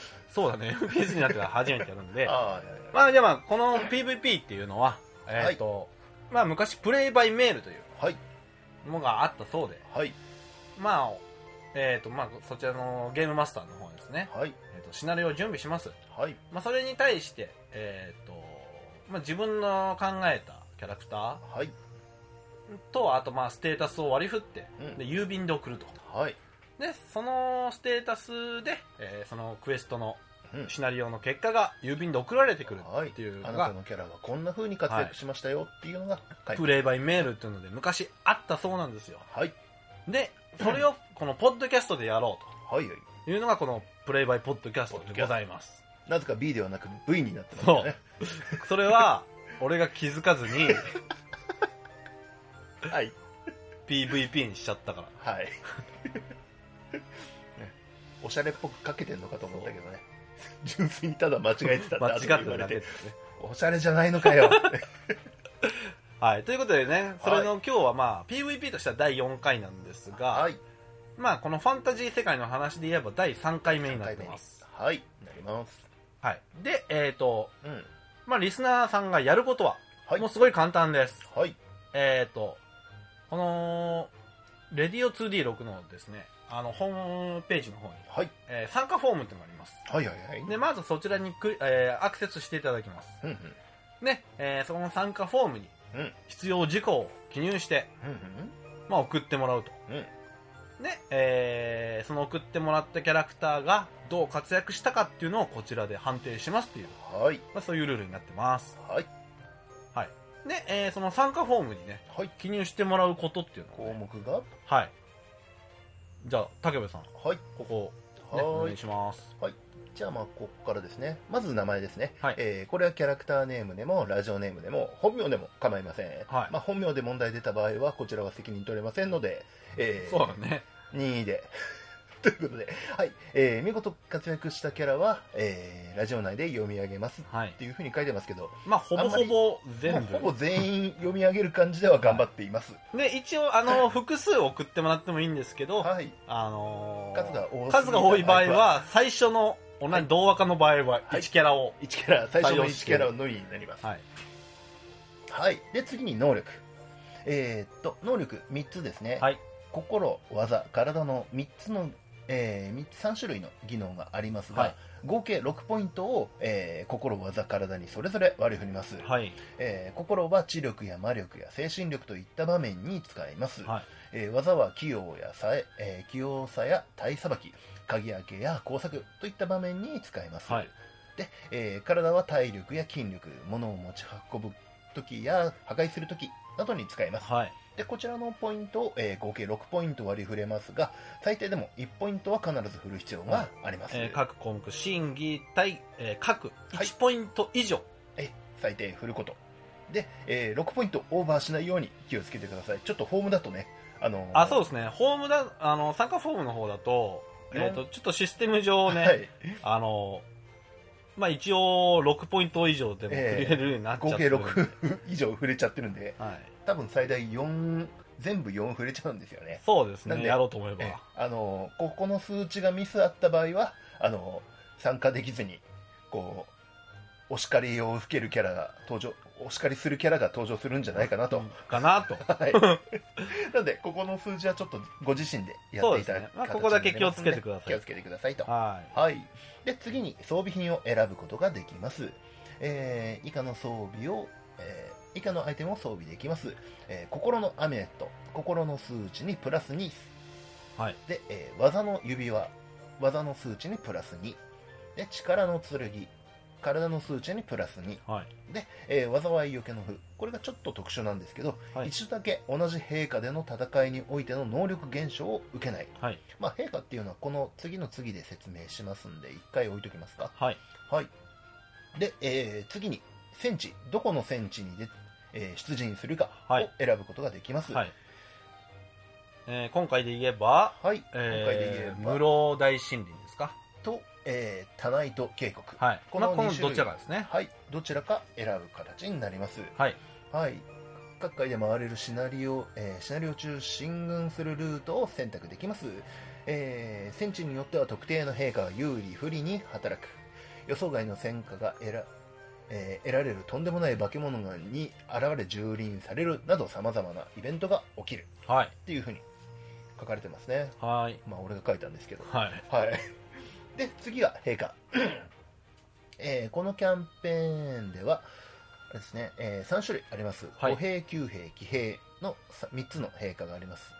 Speaker 1: そうだね FPS になってから初めてやるんで
Speaker 2: あーいやいや
Speaker 1: まあじゃあまあこの PVP っていうのはえっ、と、まあ昔プレイバイメールという
Speaker 2: はい
Speaker 1: のがあったそうで
Speaker 2: はい
Speaker 1: まあえっ、とまあそちらのゲームマスターの方ですね、
Speaker 2: はい
Speaker 1: えー、とシナリオを準備します
Speaker 2: はい
Speaker 1: まあ、それに対して、えーとまあ、自分の考えたキャラクタ
Speaker 2: はい
Speaker 1: ーとあとまあステータスを割り振って、
Speaker 2: うん
Speaker 1: で郵便で送ると
Speaker 2: はい
Speaker 1: でそのステータスで、えーそのクエストの
Speaker 2: うん
Speaker 1: シナリオの結果が郵便で送られてくる
Speaker 2: はい
Speaker 1: っていう
Speaker 2: あ
Speaker 1: の
Speaker 2: な
Speaker 1: が、
Speaker 2: たのキャラはこんな風に活躍しましたよっていうのが書いて
Speaker 1: プレイバイメールっていうので昔あったそうなんですよ
Speaker 2: はい
Speaker 1: でそ れをこのポッドキャストでやろ
Speaker 2: はいはい。
Speaker 1: うというのがこのプレイバイポッドキャストでございます
Speaker 2: なぜか B ではなく V になってます
Speaker 1: そ
Speaker 2: よ
Speaker 1: う
Speaker 2: ね。
Speaker 1: それは俺が気づかずに
Speaker 2: はい。
Speaker 1: PVP にしちゃったから
Speaker 2: はい。 ねおしゃれっぽくかけてんのかと思ったけどね。 純粋にただ間違えてた
Speaker 1: 間違っ
Speaker 2: って
Speaker 1: た
Speaker 2: 後で言われ
Speaker 1: だけ
Speaker 2: て
Speaker 1: で。すね。
Speaker 2: おしゃれじゃないのかよ。
Speaker 1: はい。ということでね、それの今日はまあ、PVP としては第4回なんですが、
Speaker 2: はい。
Speaker 1: まあ、このファンタジー世界の話で言えば第3回目になってます。
Speaker 2: はい。なります。
Speaker 1: はい。で、えっ、と、
Speaker 2: うん。
Speaker 1: まあ、リスナーさんがやることは、
Speaker 2: はい
Speaker 1: もうすごい簡単です。
Speaker 2: はい。
Speaker 1: えっ、と、この、レディオ 2D6 のですね、あの、ホームページの方に、
Speaker 2: はい。
Speaker 1: えー参加フォームっていうのがあります。
Speaker 2: はいはいはい。
Speaker 1: で、まずそちらにクリ、えーアクセスしていただきます。
Speaker 2: うんうん。
Speaker 1: ね、えーその参加フォームに
Speaker 2: うん、
Speaker 1: 必要事項を記入して、まあ、送ってもらうと。
Speaker 2: うんうん。うん。
Speaker 1: で、えーその送ってもらったキャラクターがどう活躍したかっていうのをこちらで判定しますっていう、
Speaker 2: はい。
Speaker 1: まあ、そういうルールになってます。
Speaker 2: はい。
Speaker 1: はい。で、えーその参加フォームにね、
Speaker 2: はい。
Speaker 1: 記入してもらうことっていうのを
Speaker 2: 項
Speaker 1: ね、
Speaker 2: 目が
Speaker 1: はい。じゃあ、竹部さん、
Speaker 2: はい。
Speaker 1: ここ、ね、お
Speaker 2: は
Speaker 1: 願
Speaker 2: い
Speaker 1: い。します。
Speaker 2: じゃあまあここからですねまず名前ですね、
Speaker 1: はい
Speaker 2: えーこれはキャラクターネームでもラジオネームでも本名でも構いません、
Speaker 1: はい
Speaker 2: まあ、本名で問題出た場合はこちらは責任取れませんので、えー
Speaker 1: そうだね。
Speaker 2: 任意で ということで、はいえー見事活躍したキャラは、えーラジオ内で読み上げます
Speaker 1: はい
Speaker 2: っ。ていうふうに書いてますけど
Speaker 1: まあ、ほぼほぼ全
Speaker 2: もう
Speaker 1: 部。
Speaker 2: ほぼ全員読み上げる感じでは頑張っています、
Speaker 1: で、一応、あの、複数送ってもらってもいいんですけど、
Speaker 2: はい、
Speaker 1: あのー
Speaker 2: 数が多すぎた
Speaker 1: 数が多い場合は、最初の、同じ童話化の場合は、
Speaker 2: はい
Speaker 1: 1キャラを。
Speaker 2: 1キャラ最初の
Speaker 1: 採用し
Speaker 2: 1
Speaker 1: て
Speaker 2: キャラのみになります
Speaker 1: はい。
Speaker 2: はい、で次に能力、えーっと能力3つですね、
Speaker 1: はい
Speaker 2: 心、技、体の3つの、えー三つ3種類の技能がありますが、
Speaker 1: はい
Speaker 2: 合計6ポイントを、えー心、技、体にそれぞれ割り振ります、
Speaker 1: はい。
Speaker 2: えー心は知力や魔力や精神力といった場面に使います、
Speaker 1: はい
Speaker 2: えー技は器用やさええー器用さや体さばき鍵開けや工作といった場面に使います、
Speaker 1: はい。
Speaker 2: で、えー体は体力や筋力物を持ち運ぶ時や破壊する時などに使います
Speaker 1: はい。
Speaker 2: でこちらのポイントを、えー合計6ポイント割り振れますが最低でも1ポイントは必ず振る必要があります、
Speaker 1: えー各項目、審議対、えー各
Speaker 2: はい
Speaker 1: 1ポイント以上。
Speaker 2: え最低振ることで、えー6ポイントオーバーしないように気をつけてくださいちょっとホームだとねあのー
Speaker 1: あ、そうですね。ホームだ、あの、参加フォームの方だと、
Speaker 2: うん
Speaker 1: えっ、と、ちょっとシステム上ね、
Speaker 2: はい、
Speaker 1: あの、まあ一応6ポイント以上でもクリ
Speaker 2: ええ
Speaker 1: アルになっち
Speaker 2: 合
Speaker 1: ゃって
Speaker 2: 計
Speaker 1: るんで、
Speaker 2: 6 以上振れちゃってるんで
Speaker 1: はい。
Speaker 2: 多分最大4全部4振れちゃうんですよね
Speaker 1: そうです
Speaker 2: なん
Speaker 1: ね。
Speaker 2: で
Speaker 1: やろうと思えば。
Speaker 2: ええあのここの数値がミスあった場合はあの参加できずにこうお叱りを受けるキャラが登場お叱りするキャラが登場するんじゃないかなと、
Speaker 1: かなと。
Speaker 2: はい、 なのでここの数字はちょっとご自身でやっていた
Speaker 1: そうです
Speaker 2: だく、
Speaker 1: ねまあここだけ気をつけてください
Speaker 2: 気をつけてくださいと
Speaker 1: はい。
Speaker 2: はい、で次に装備品を選ぶことができます、えー以下の装備を、えー以下のアイテムを装備できます、えー心のアミュレット心の数値にプラス2、
Speaker 1: はい
Speaker 2: でえー技の指輪技の数値にプラス2で力の剣体の数値にプラス2
Speaker 1: はい。
Speaker 2: で、えー災いよけの符これがちょっと特殊なんですけど、
Speaker 1: はい。
Speaker 2: 一度だけ同じ陛下での戦いにおいての能力減少を受けない
Speaker 1: はい。
Speaker 2: まあ、陛下っていうのはこの次の次で説明しますんで、一回置いときますか。
Speaker 1: はい。
Speaker 2: はい。で、えー次に、戦地、どこの戦地にで、えー出陣するか
Speaker 1: は
Speaker 2: を
Speaker 1: い
Speaker 2: 選ぶことができます。。
Speaker 1: はいい。えー今回で言えば、
Speaker 2: はい、今回で
Speaker 1: えー、
Speaker 2: 言えば、
Speaker 1: 室大森林ですか
Speaker 2: と、えー、タナイト渓谷。はい。
Speaker 1: はい。
Speaker 2: こ
Speaker 1: こ
Speaker 2: の
Speaker 1: の、こ
Speaker 2: 二
Speaker 1: の
Speaker 2: 種類
Speaker 1: どちらかですね。
Speaker 2: どちらか選ぶ形になります。
Speaker 1: はい。
Speaker 2: はい。各界で回れるシナリオ、えーシナリオ中進軍するルートを選択できます、えー戦地によっては特定の陛下が有利不利に働く予想外の戦果が得ら,、えー得られるとんでもない化け物に現れ蹂躙されるなどさまざまなイベントが起きる
Speaker 1: はい。
Speaker 2: っていうふうに書かれてますね
Speaker 1: はい。
Speaker 2: まあ俺が書いたんですけど
Speaker 1: はい。
Speaker 2: はい。で、次が陛下。えーこのキャンペーンでは、あれですね、え3種類あります。
Speaker 1: はい
Speaker 2: 歩兵、旧兵、騎兵の3つの陛下があります。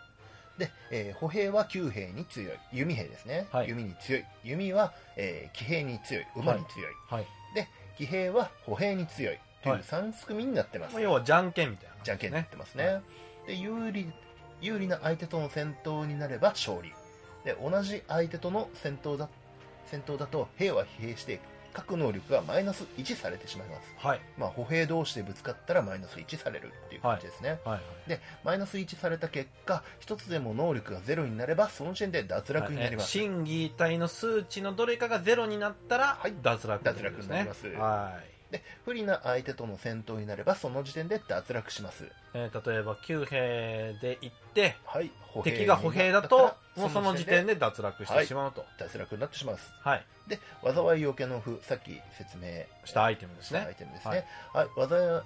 Speaker 2: で、えー歩兵は旧兵に強い。弓兵ですね。
Speaker 1: はい
Speaker 2: 弓に強い。弓は、えー騎兵に強い。馬に強い。
Speaker 1: はい。
Speaker 2: で、騎兵は歩兵に強い。という
Speaker 1: はい
Speaker 2: 3組になってます。
Speaker 1: まあ要は、じゃんけんみたいな。
Speaker 2: じゃんけんになってますね。
Speaker 1: は
Speaker 2: で有利有利な相手との戦闘になれば勝利。で同じ相手との戦闘だ戦闘だと兵は疲弊して各能力がマイナス1されてしまいます。
Speaker 1: はい。
Speaker 2: まあ歩兵同士でぶつかったらマイナス1されるっていう感じですね。
Speaker 1: はい。
Speaker 2: でマイナス1された結果一つでも能力がゼロになればその時点で脱落になります。
Speaker 1: はいえー審議体の数値のどれかがゼロになったら、
Speaker 2: はい
Speaker 1: 脱落
Speaker 2: 脱落になります
Speaker 1: ですねはい
Speaker 2: で不利な相手との戦闘になればその時点で脱落します。
Speaker 1: えー例えば9兵で行って
Speaker 2: はい。歩兵
Speaker 1: 敵が歩兵だ
Speaker 2: にな
Speaker 1: と
Speaker 2: ったら
Speaker 1: もうその時点で脱落してしまうと
Speaker 2: 脱落になってしまう。
Speaker 1: はい、
Speaker 2: で災いよけの符さっき説明
Speaker 1: したアイテムです
Speaker 2: したアイ
Speaker 1: ね
Speaker 2: テムですね、はい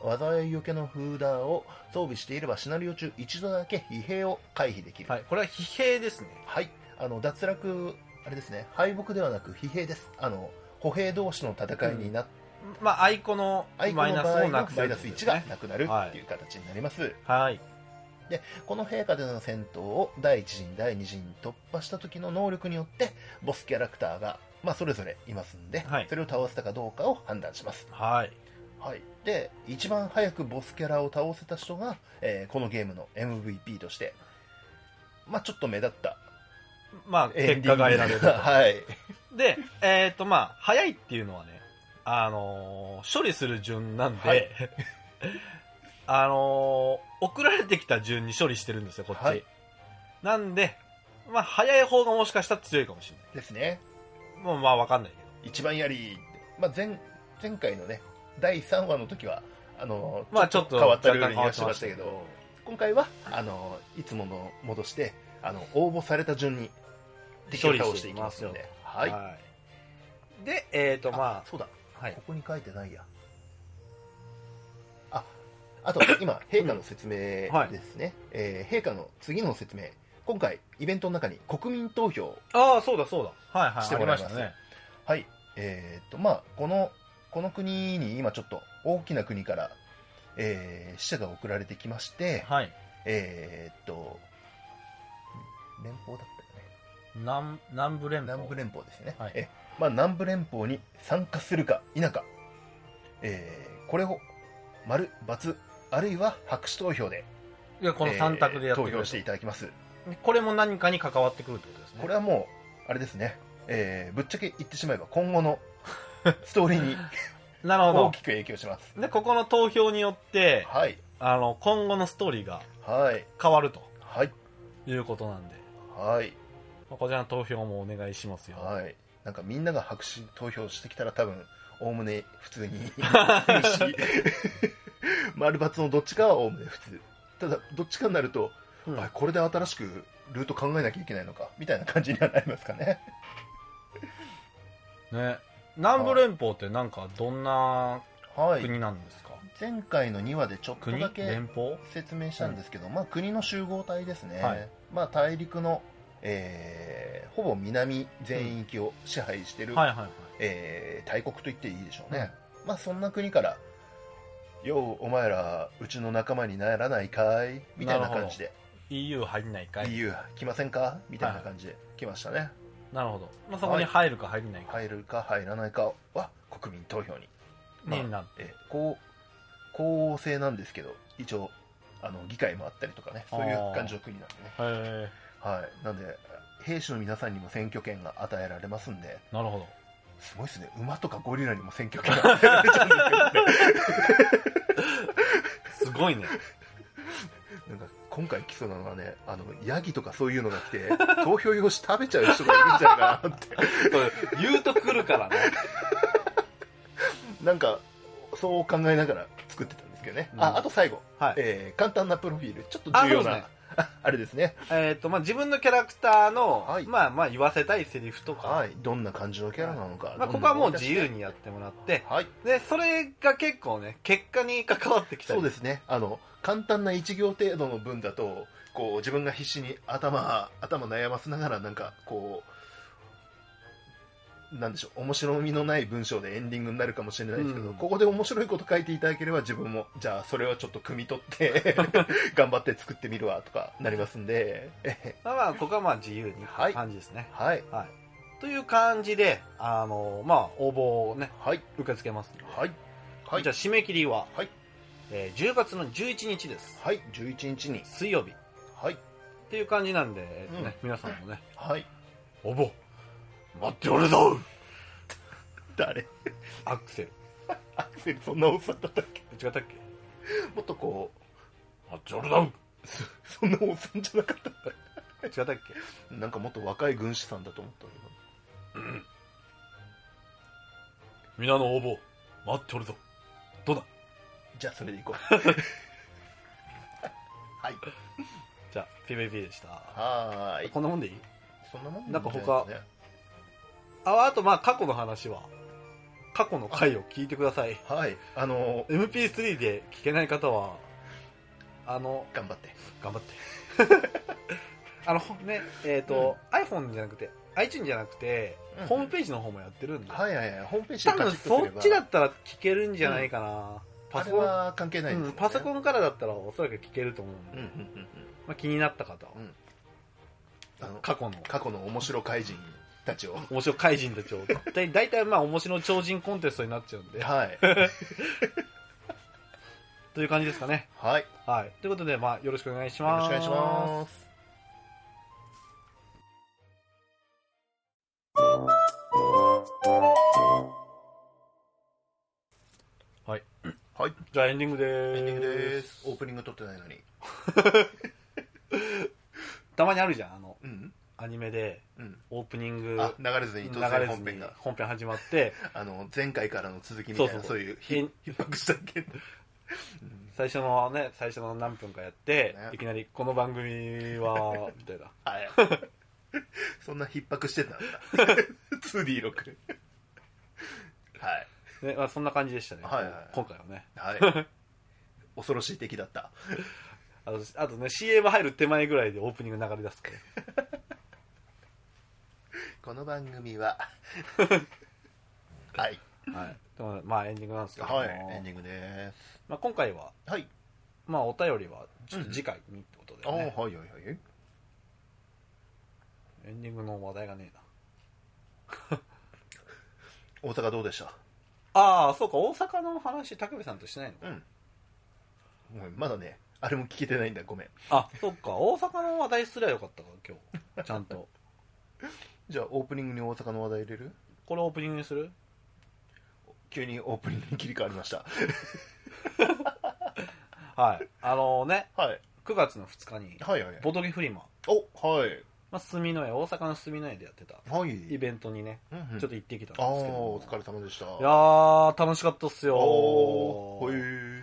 Speaker 2: 災災いよけの札を装備していればシナリオ中一度だけ疲弊を回避できる、
Speaker 1: はいいこれは疲弊ですね
Speaker 2: あの脱落あれですね敗北ではなく疲弊ですあの歩兵同士の戦いになっ
Speaker 1: まあアイコの
Speaker 2: 相手の場
Speaker 1: マ
Speaker 2: 合
Speaker 1: イナスを
Speaker 2: のマイ
Speaker 1: な
Speaker 2: ナ
Speaker 1: く
Speaker 2: ス
Speaker 1: するってことです
Speaker 2: 1
Speaker 1: ね
Speaker 2: がなくなるっていう形になります、
Speaker 1: はい
Speaker 2: この陛下での戦闘を第1陣第2陣突破した時の能力によってボスキャラクターが、まあ、それぞれいますんで、
Speaker 1: はい
Speaker 2: それを倒せたかどうかを判断します
Speaker 1: はい
Speaker 2: はい、で一番早くボスキャラを倒せた人が、えーこのゲームの MVP として、まあ、ちょっと目立った
Speaker 1: まあ結果が得られる
Speaker 2: エンディング はい
Speaker 1: で、えっ、と、まあ、早いっていうのはね、あのー処理する順なんで、
Speaker 2: は
Speaker 1: あのー送られてきた順に処理してるんですよ、こっち。
Speaker 2: はい
Speaker 1: なんで、まあ、早い方がもしかしたら強いかもしれ
Speaker 2: ですね
Speaker 1: ない。もう、まあ、わかんないけど。
Speaker 2: 一番やり、まあ、前前回のね第3話の時はあの
Speaker 1: まあ、ちょっと
Speaker 2: 変わったルール
Speaker 1: 若干
Speaker 2: になってましたけど今回はあのいつもの戻してあの応募された順に敵を倒していきますのでは、
Speaker 1: はいい。で、えっ、と、まあ、
Speaker 2: そうだ
Speaker 1: はい
Speaker 2: こ。こに書いてないやあ あと今陛下の説明
Speaker 1: はい
Speaker 2: ですね、えー陛下の次の説明今回イベントの中に国民投票
Speaker 1: ああ、そうだ、そうだ。はい、はい。
Speaker 2: してもらいます
Speaker 1: ありね。
Speaker 2: はい、えーっとまあこのこの国に今ちょっと大きな国から、えー死者が送られてきまして、
Speaker 1: はい。
Speaker 2: えーっと連邦だったよね
Speaker 1: 南、南部連邦。
Speaker 2: 南部連邦ですね、
Speaker 1: はい
Speaker 2: えまあ、南部連邦に参加するか否か、えーこれを丸×あるいは白紙投票で
Speaker 1: いや、この三択でやってく
Speaker 2: えー投
Speaker 1: れ
Speaker 2: 票
Speaker 1: と
Speaker 2: していただきます
Speaker 1: これも何かに関わってくるってことですね。
Speaker 2: これはもうあれですね、えーぶっちゃけ言ってしまえば今 後のストーリーに
Speaker 1: なるほ
Speaker 2: 大
Speaker 1: ど
Speaker 2: き。く影響します
Speaker 1: で、ここの投票によって、
Speaker 2: はい
Speaker 1: あの、今後のストーリーが
Speaker 2: はい
Speaker 1: 変わると
Speaker 2: はい
Speaker 1: いうことなんで、
Speaker 2: はい
Speaker 1: まあこちらの投票もお願いしますよ。
Speaker 2: はいなんかみんなが白紙投票してきたら多分おおむね普通にいいし丸×のどっちかはおおむね普通ただどっちかになると
Speaker 1: うん
Speaker 2: あこれで新しくルート考えなきゃいけないのかみたいな感じにはなりますかね
Speaker 1: ね。南部連邦ってなんかどんな
Speaker 2: はい
Speaker 1: 国なんですか
Speaker 2: 前回の2話でちょっと
Speaker 1: 国
Speaker 2: だけ
Speaker 1: 連邦
Speaker 2: 説明したんですけど、まあ、国の集合体ですね、
Speaker 1: はい
Speaker 2: まあ、大陸の、えーほぼ南全域を支配してる、
Speaker 1: はいはいはい。
Speaker 2: えー大国と言っていいでしょうね、まあ、そんな国から「ようお前らうちの仲間にならないかい?」みたいな感じで
Speaker 1: EU 入んない
Speaker 2: 「
Speaker 1: かい
Speaker 2: EU 来ませんか?」みたいな感じで来ましたね、
Speaker 1: なるほど。まあ、そこに入るか入んないか。
Speaker 2: 入るか入らないかは国民投票に、まあ
Speaker 1: ね、なん
Speaker 2: えーこう公正なんですけど一応あの議会もあったりとかねそうい
Speaker 1: あ
Speaker 2: う
Speaker 1: ー
Speaker 2: 感じの国なんでね
Speaker 1: へ
Speaker 2: はい、なんで兵士の皆さんにも選挙権が与えられますんで
Speaker 1: え、なるほど。
Speaker 2: すごいですね馬とかゴリラにも選挙権が与えられちゃうんです
Speaker 1: すご いね。
Speaker 2: けどねなんか今回来そうなのはねあのヤギとかそういうのが来て 投票用紙食べちゃう人がいるんじゃないかなって
Speaker 1: 言うと来るからね。
Speaker 2: なんかそう考えながら作ってたんですけどね、
Speaker 1: うん
Speaker 2: ああと最後、
Speaker 1: はい。
Speaker 2: えー簡単なプロフィールちょっと重要な
Speaker 1: あそうです
Speaker 2: あ,、れですね、
Speaker 1: えっ、と、まあ、自分のキャラクターの、
Speaker 2: はい
Speaker 1: まあまあ言わせたいセリフとか、
Speaker 2: はい、どんな感じのキャラなのか、
Speaker 1: まあ、こ
Speaker 2: どん
Speaker 1: こ
Speaker 2: な
Speaker 1: はも
Speaker 2: 思いう出し
Speaker 1: 自由にやってもらって、
Speaker 2: はい
Speaker 1: で、それが結構ね、結果に関わってきたり
Speaker 2: そうですねあの簡単な1行程度の文だとこう自分が必死に頭頭悩ませながらなんかこうなんでしょう面白みのない文章でエンディングになるかもしれないですけ
Speaker 1: う
Speaker 2: ど、
Speaker 1: ん
Speaker 2: ここで面白いこと書いていただければ自分もじゃあそれはちょっと汲み取って 頑張って作ってみるわとかなりますんでえ
Speaker 1: まあまあ、ここはまあ自由にって感じですね。
Speaker 2: はい
Speaker 1: はい。という感じで、あのまあ、応募をね、
Speaker 2: はい
Speaker 1: 受け付けますので。
Speaker 2: はいはい
Speaker 1: じゃあ、締め切りは、
Speaker 2: はい
Speaker 1: えー10月の11日です。
Speaker 2: はい11日に
Speaker 1: 水曜日。っ
Speaker 2: はい
Speaker 1: ていう感じなんで、えーとね
Speaker 2: うん
Speaker 1: 皆さんもね、
Speaker 2: はい
Speaker 1: 応募待っておるぞ
Speaker 2: 誰
Speaker 1: アクセル。
Speaker 2: アクセルそんなおっさんだったっけ
Speaker 1: 違ったっけ
Speaker 2: もっとこ
Speaker 1: 待っておるぞ
Speaker 2: うそそんなおっさんじゃなかった
Speaker 1: 違ったっけ
Speaker 2: なんかもっと若い軍師さんだと思ったけど
Speaker 1: 皆の応募待っておるぞどうだ
Speaker 2: じゃあそれでいこ うはい
Speaker 1: じゃあ PVP でした
Speaker 2: はーい
Speaker 1: こんなもんでいい
Speaker 2: そんなもん
Speaker 1: なんか他
Speaker 2: じゃいですね
Speaker 1: ああとまあ過去の話は過去の回を聞いてください
Speaker 2: はいあの
Speaker 1: MP3 で聞けない方はあの
Speaker 2: 頑張って
Speaker 1: 頑張って あのねえっ、と、iPhone じゃなくて iTunes じゃなくて、
Speaker 2: うん
Speaker 1: ホームページの方もやってるんで、
Speaker 2: はいはいはいホームページで
Speaker 1: 多
Speaker 2: カ
Speaker 1: 分
Speaker 2: チッとす
Speaker 1: そ
Speaker 2: れ
Speaker 1: っ
Speaker 2: ば
Speaker 1: ちだったら聞けるんじゃないかな、パ
Speaker 2: あ
Speaker 1: ソ
Speaker 2: れ
Speaker 1: コン
Speaker 2: は関係ないです
Speaker 1: う
Speaker 2: も
Speaker 1: ん
Speaker 2: んね
Speaker 1: パソコンからだったらおそらく聞けると思うん
Speaker 2: う
Speaker 1: で、
Speaker 2: んうんうんうん
Speaker 1: まあ、気になった方は、
Speaker 2: うんあの
Speaker 1: 過去の
Speaker 2: 過去の面白怪人たちを
Speaker 1: 面白怪人たちを大大体まあ面白超人コンテストになっちゃうんで
Speaker 2: はい
Speaker 1: という感じですかね
Speaker 2: はいよ
Speaker 1: はいということでまあよろしくお願いし
Speaker 2: ろ
Speaker 1: ま
Speaker 2: しく
Speaker 1: す
Speaker 2: お願いします
Speaker 1: 「じゃあエンディングでーす
Speaker 2: エンディングですオープニング撮ってないのに
Speaker 1: たまにあるじゃんあの
Speaker 2: うん
Speaker 1: アニメで
Speaker 2: うん
Speaker 1: オープニング
Speaker 2: あ流れずに
Speaker 1: 流
Speaker 2: 突
Speaker 1: れず
Speaker 2: 然本編
Speaker 1: に
Speaker 2: が
Speaker 1: 本編始ま って
Speaker 2: あの前回からの続きみたいな
Speaker 1: そ
Speaker 2: そうう
Speaker 1: そう
Speaker 2: いう
Speaker 1: え
Speaker 2: ひ
Speaker 1: ん
Speaker 2: 逼迫した件
Speaker 1: 最初のね最初の何分かやって、
Speaker 2: ね
Speaker 1: いきなり「この番組は」 みたいな
Speaker 2: はい そんな逼迫してたんだ 2D6 はい
Speaker 1: ね、まあ、そんな感じでしたね、
Speaker 2: はいはい
Speaker 1: 今回はね
Speaker 2: はい恐ろしい敵だった
Speaker 1: あとあとね CM 入る手前ぐらいでオープニング流れ出すから
Speaker 2: この番組 ははい
Speaker 1: はい、でもまあエンディングなんですけども、
Speaker 2: はいエンディングです
Speaker 1: まあ、今回は、
Speaker 2: はい
Speaker 1: まあ、お便りはちょっと次回にってことで、
Speaker 2: ああはい
Speaker 1: ね
Speaker 2: はいはい
Speaker 1: エンディングの話題がねえな
Speaker 2: 大阪どうでした
Speaker 1: ああそうか大阪の話武部さんとしてないのか、
Speaker 2: うんごめんまだねあれも聞けてないんだごめん
Speaker 1: あそうか大阪の話題すりゃよかったか今日ちゃん と
Speaker 2: じゃあオープニングに大阪の話題入れる
Speaker 1: これオープニングにする
Speaker 2: 急にオープニングに切り替わりました
Speaker 1: はいあのね
Speaker 2: はい
Speaker 1: 9月の2日に
Speaker 2: はいはい
Speaker 1: ボドゲフリマ、
Speaker 2: おはい
Speaker 1: まあ、住の江大阪の住の江でやってた
Speaker 2: はい
Speaker 1: イベントにね、
Speaker 2: うんうん
Speaker 1: ちょっと行ってきたん
Speaker 2: ああ
Speaker 1: ですけど
Speaker 2: お疲れ様でした
Speaker 1: いやー楽しかったっすよ
Speaker 2: おーへ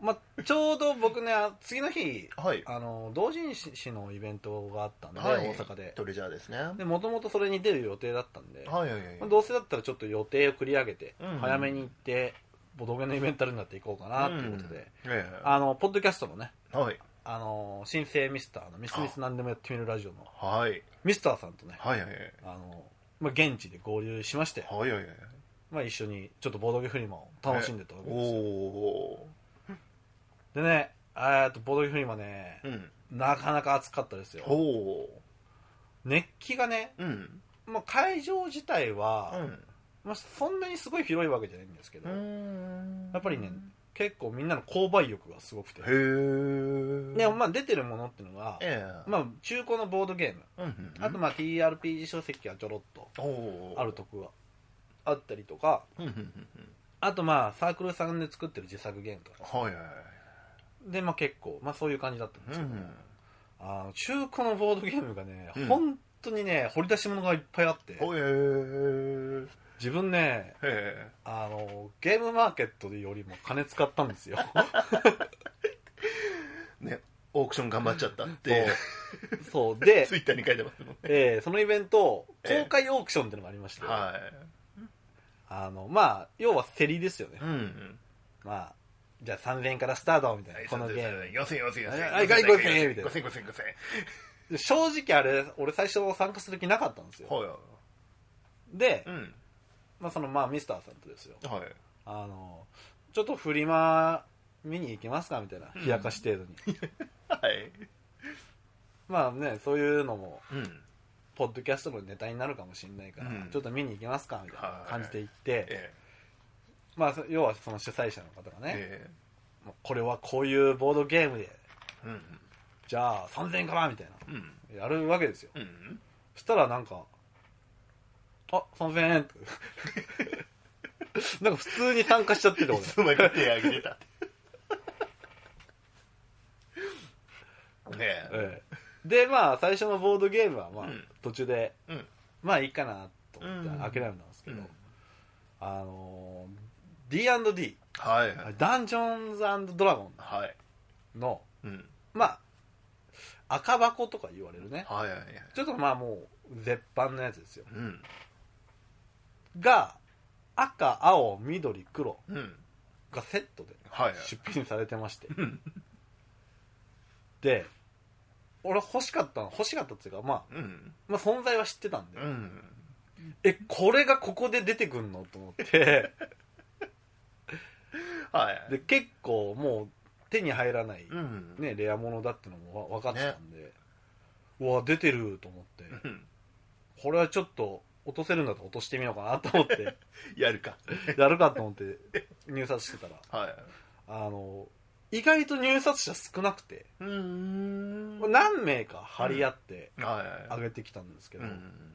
Speaker 1: まあ、ちょうど僕ねあ次の日
Speaker 2: ーはい
Speaker 1: あの同人誌のイベントがあったんで、
Speaker 2: はい
Speaker 1: 大阪で
Speaker 2: トレジャーですねはい
Speaker 1: でもともとそれに出る予定だったんで、
Speaker 2: はいはい
Speaker 1: まあどうせだったらちょっと予定を繰り上げて、
Speaker 2: うん
Speaker 1: 早めに行ってボドゲのイベンタルになっていこうかなということで、
Speaker 2: ええ
Speaker 1: あのポッドキャストのね
Speaker 2: はい
Speaker 1: あの新生ミスターのミスミス何でもやってみるラジオの
Speaker 2: はい
Speaker 1: ミスターさんとね
Speaker 2: はいはいはい
Speaker 1: あの、まあ、現地で合流しまして、
Speaker 2: はいはいはい
Speaker 1: まあ、一緒にちょっとボドゲフリマを楽しんでたわけ
Speaker 2: お
Speaker 1: ですよ
Speaker 2: お
Speaker 1: でねえっとボドゲフリマね
Speaker 2: ーうん
Speaker 1: なかなか暑かったです
Speaker 2: お
Speaker 1: よ
Speaker 2: お
Speaker 1: 熱気がね
Speaker 2: うん
Speaker 1: まあ、会場自体は、
Speaker 2: う
Speaker 1: まあ、そんなにすごい広いわけじゃないんですけど、
Speaker 2: ん
Speaker 1: やっぱりね結構みんなの購買欲がすごくて
Speaker 2: へえ
Speaker 1: で、まあ、出てるものっていうのが、
Speaker 2: ええ
Speaker 1: まあ、中古のボードゲーム、
Speaker 2: うんうんうん
Speaker 1: あとまあ TRPG 書籍がちょろっと
Speaker 2: おー
Speaker 1: あるとこがあったりとか
Speaker 2: うんうんうんうん
Speaker 1: あとまあサークルさんで作ってる自作ゲームとか
Speaker 2: はいはいは
Speaker 1: で、まあ、結構、まあ、そういう感じだったんで
Speaker 2: い
Speaker 1: す
Speaker 2: う
Speaker 1: け
Speaker 2: ん
Speaker 1: ど、
Speaker 2: うん
Speaker 1: あの中古のボードゲームがね、
Speaker 2: うん
Speaker 1: 本当にね掘り出し物がいっぱいあって
Speaker 2: ほえー
Speaker 1: 自分ね
Speaker 2: へ
Speaker 1: あのゲームマーケットよりも金使ったんです よ
Speaker 2: えねオークション頑張っちゃったって
Speaker 1: そうで
Speaker 2: ツ、イッターに書いてますもん
Speaker 1: えーそのイベント公開オークションってのがありまして、
Speaker 2: はい
Speaker 1: あのまあ要は競りですよね、
Speaker 2: うん
Speaker 1: まあじゃあ3000円からスタートみたいな、
Speaker 2: はい
Speaker 1: このゲーム
Speaker 2: 4000 4000 4000
Speaker 1: はいはい5000 5000みたいな
Speaker 2: 5000 5000 5000
Speaker 1: で正直あれ俺最初参加する気なかったんですよ
Speaker 2: はいは
Speaker 1: で
Speaker 2: い、うん
Speaker 1: まあ、そのまあミスターさんとですよ
Speaker 2: はい
Speaker 1: あのちょっとフリマ見に行きますかみたいな冷やかし程 度に、
Speaker 2: はい
Speaker 1: まあねそういうのも
Speaker 2: うん
Speaker 1: ポッドキャストのネタになるかもしれないから、
Speaker 2: うん
Speaker 1: ちょっと見に行きますかみたいな感じで行って、
Speaker 2: え
Speaker 1: まあ、そ要はその主催者の方がね、
Speaker 2: ええ
Speaker 1: まあこれはこういうボードゲームで、
Speaker 2: えうん
Speaker 1: じゃあ3000円からみたい
Speaker 2: うん
Speaker 1: な、やるわけですよ。
Speaker 2: うん
Speaker 1: そしたらなんか、あ、3000円って なんか普通に参加しちゃってて、俺。
Speaker 2: つまり手挙げてたねえ
Speaker 1: ええで、まあ、最初のボードゲームは、まあ
Speaker 2: うん、
Speaker 1: 途中で、
Speaker 2: うん
Speaker 1: まあ、いいかなと思
Speaker 2: うん
Speaker 1: って諦めたんですけど、
Speaker 2: うん
Speaker 1: あのー D&D、
Speaker 2: はいはい
Speaker 1: ダンジョンズドラゴ
Speaker 2: はい
Speaker 1: ンの、
Speaker 2: うん
Speaker 1: まあ、赤箱とか言われるね、
Speaker 2: はいはいはい
Speaker 1: ちょっとまあもう絶版のやつですよ
Speaker 2: うん
Speaker 1: が赤青緑黒
Speaker 2: うん
Speaker 1: がセットで
Speaker 2: はいはい
Speaker 1: 出品されてましてで俺欲しかったの欲しかったっていうか、まあ、
Speaker 2: うん
Speaker 1: まあ存在は知ってたんで、
Speaker 2: うん
Speaker 1: えこれがここで出てくんのと思って
Speaker 2: はい
Speaker 1: で結構もう手に入らない、
Speaker 2: うん
Speaker 1: ね、レアものだってのもわ分かってたんで、うわ出てると思って
Speaker 2: うん
Speaker 1: これはちょっと落とせるんだと落としてみようかなと思って
Speaker 2: やるか
Speaker 1: やるかと思って入札してたら、
Speaker 2: はい
Speaker 1: あの、意外と入札者少なくて、
Speaker 2: うん
Speaker 1: 何名か張り合って
Speaker 2: はい
Speaker 1: 上げてきたんですけど、
Speaker 2: うん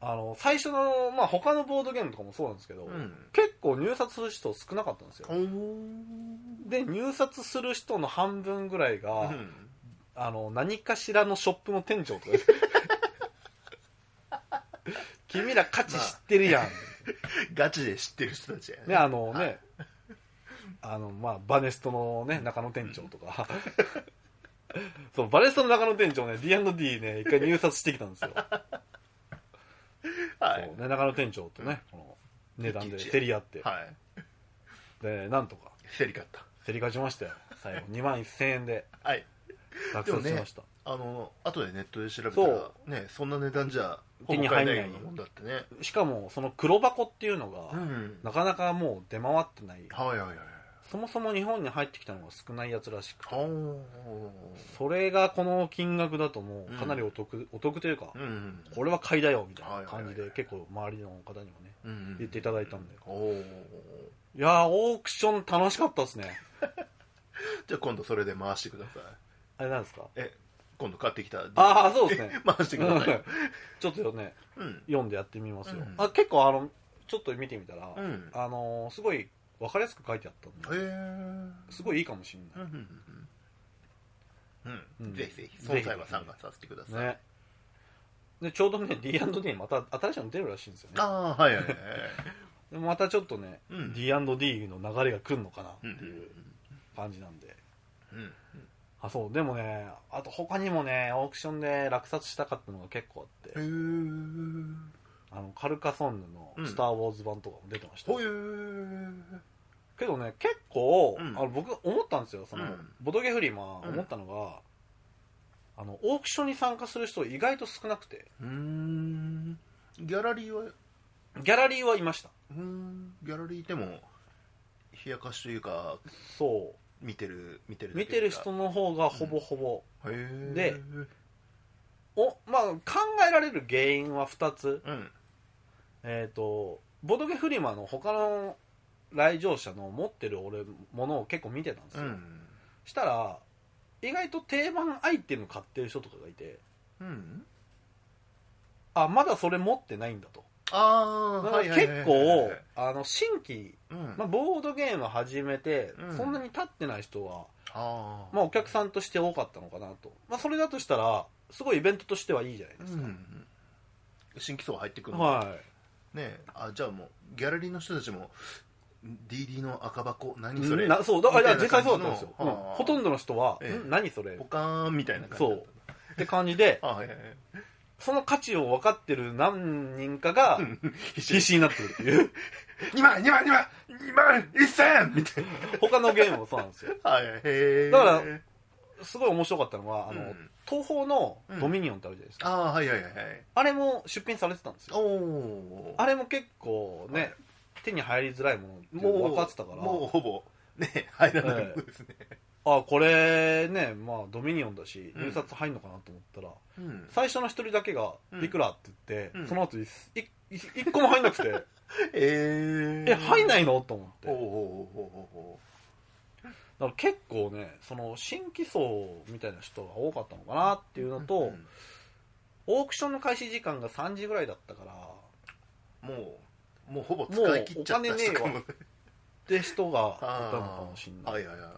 Speaker 1: あの、最初の、まあ、他のボードゲームとかもそうなんですけど、
Speaker 2: うん
Speaker 1: 結構入札する人少なかったんですよ
Speaker 2: お。ー
Speaker 1: で、入札する人の半分ぐらいが、
Speaker 2: うん
Speaker 1: あの、何かしらのショップの店長とかで 君ら価値知ってるやん。
Speaker 2: ガチで知ってる人たちや
Speaker 1: ね、あのね、あの、まあ、バネストのね、中野店長とか。そう、バネストの中野店長ね、D&D ね、一回入札してきたんですよ。
Speaker 2: はい
Speaker 1: そうね、中野店長とね、この値段で競り合って。
Speaker 2: はい
Speaker 1: で、なんとか、
Speaker 2: 競り勝った
Speaker 1: 競り勝ちましたよ。 最後、2万1000円で
Speaker 2: はい
Speaker 1: 落札しました。
Speaker 2: あの後でネットで調べた
Speaker 1: そ
Speaker 2: らねそんな値段じゃ
Speaker 1: 手
Speaker 2: 手
Speaker 1: に
Speaker 2: に
Speaker 1: 入
Speaker 2: 入
Speaker 1: ん
Speaker 2: ら
Speaker 1: な
Speaker 2: ないいようなもんだってね
Speaker 1: しかも、その黒箱っていうのが、
Speaker 2: ん
Speaker 1: なかなかもう出回ってない。
Speaker 2: はいはいはい
Speaker 1: そもそも日本に入ってきたのが少ないやつらしくて、
Speaker 2: お
Speaker 1: それがこの金額だともうかなりお得、お得というか、
Speaker 2: うん
Speaker 1: これは買いだよみたいな
Speaker 2: はいはいはい
Speaker 1: 感じで結構周りの方にもね
Speaker 2: うん
Speaker 1: 言っていただいたんで
Speaker 2: おお
Speaker 1: いやーオークション楽しかったですね
Speaker 2: じゃあ今度それで回してください
Speaker 1: あれなんですか
Speaker 2: え今度買ってきた
Speaker 1: ああそうですね
Speaker 2: 回してください
Speaker 1: ちょっとね
Speaker 2: うん
Speaker 1: 読んでやってみますよ、
Speaker 2: うん
Speaker 1: あ結構あのちょっと見てみたら、
Speaker 2: うん
Speaker 1: あのーすごい分かりやすく書いてあったん
Speaker 2: へ
Speaker 1: で
Speaker 2: え
Speaker 1: すごいいいかもしん
Speaker 2: う
Speaker 1: なんい、
Speaker 2: うん
Speaker 1: う
Speaker 2: うんんぜひぜひその際は参加させてください
Speaker 1: ねでちょうどね D&D また新しいの出るらしいんですよね
Speaker 2: ああはいはいはい
Speaker 1: でまたちょっとね、
Speaker 2: うん
Speaker 1: D&D の流れが来るのかなって
Speaker 2: うん
Speaker 1: いう感じなんで、
Speaker 2: うん
Speaker 1: あそうでもねあと他にもねオークションで落札したかったのが結構あって
Speaker 2: うん
Speaker 1: あのカルカソンヌの「
Speaker 2: うん
Speaker 1: スター・ウォーズ」版とかも出てました、
Speaker 2: ほゆー
Speaker 1: けどね結構、
Speaker 2: うん
Speaker 1: あの僕思ったんですよその、
Speaker 2: うん
Speaker 1: ボドゲフリマ
Speaker 2: うん
Speaker 1: 思ったのが、あのオークションに参加する人意外と少なくて
Speaker 2: うーんギャラリーは
Speaker 1: ギャラリーはいました
Speaker 2: うーんギャラリーでも冷やかしというか
Speaker 1: そ
Speaker 2: 見てる見てる
Speaker 1: う見てる人
Speaker 2: へ
Speaker 1: の方がほぼほぼ、
Speaker 2: え
Speaker 1: でおまあ、考えられる原因は2つ
Speaker 2: うん
Speaker 1: えっ、とボドゲフリマの他の来場者の持ってる俺ものを結構見てたんです
Speaker 2: う
Speaker 1: よ、
Speaker 2: ん
Speaker 1: したら意外と定番アイテム買ってる人とかがいて
Speaker 2: うん
Speaker 1: あまだそれ持ってないんだと
Speaker 2: ああ
Speaker 1: だから
Speaker 2: はいはいはいは
Speaker 1: 結
Speaker 2: い
Speaker 1: 構あの新規、
Speaker 2: うん
Speaker 1: まあ、ボードゲーム始めて、
Speaker 2: うん
Speaker 1: そんなに経ってない人は、
Speaker 2: あー
Speaker 1: まあ、お客さんとして多かったのかなと、まあ、それだとしたらすごいイベントとしてはいいじゃないで
Speaker 2: う
Speaker 1: すか、
Speaker 2: ん新規層入ってくるの
Speaker 1: は
Speaker 2: ねあじゃあもうギャラリーの人たちも DD の赤箱
Speaker 1: い
Speaker 2: 何それ
Speaker 1: なそうだから
Speaker 2: みた
Speaker 1: 実
Speaker 2: いな
Speaker 1: 際
Speaker 2: 感
Speaker 1: そうだっ
Speaker 2: じ
Speaker 1: たんで
Speaker 2: の
Speaker 1: すよ、うん
Speaker 2: はあ
Speaker 1: ほとんどの人は、
Speaker 2: ええ
Speaker 1: ん何それ
Speaker 2: ポカーンみたいな感じ
Speaker 1: そうって感じで
Speaker 2: うはいはいはい
Speaker 1: その価値を分かってる何人かが必死になってるっていう
Speaker 2: 2万2万2万2万1000みたいな
Speaker 1: 他のゲームもそうなんですよ
Speaker 2: はいはいへえ
Speaker 1: だからすごい面白かったのはあの、
Speaker 2: うん
Speaker 1: 東宝のドミニオンってあるじゃないですか、
Speaker 2: ああはいはいはいはい
Speaker 1: あれも出品されてたんですよ
Speaker 2: おお
Speaker 1: あれも結構ね、
Speaker 2: はい
Speaker 1: 手に入りづらいものって分かってたから
Speaker 2: もうほぼね入らないことですね、
Speaker 1: あこれねまあドミニオンだし
Speaker 2: うん
Speaker 1: 入札入んのかなと思ったら、
Speaker 2: うん
Speaker 1: 最初の一人だけが
Speaker 2: う
Speaker 1: 「
Speaker 2: ん
Speaker 1: いくら?」って言って、
Speaker 2: うん
Speaker 1: その後一一一一個も入んなくて
Speaker 2: えー、
Speaker 1: え入んないいのと思って
Speaker 2: おおお
Speaker 1: だから結構ねその新規層みたいな人が多かったのかなっていうのと、オークションの開始時間が3時ぐらいだったから
Speaker 2: もうもうほぼ使い切っちゃった人かも
Speaker 1: もうって人がいたのかもしれ
Speaker 2: あー
Speaker 1: な、
Speaker 2: はいいはいはい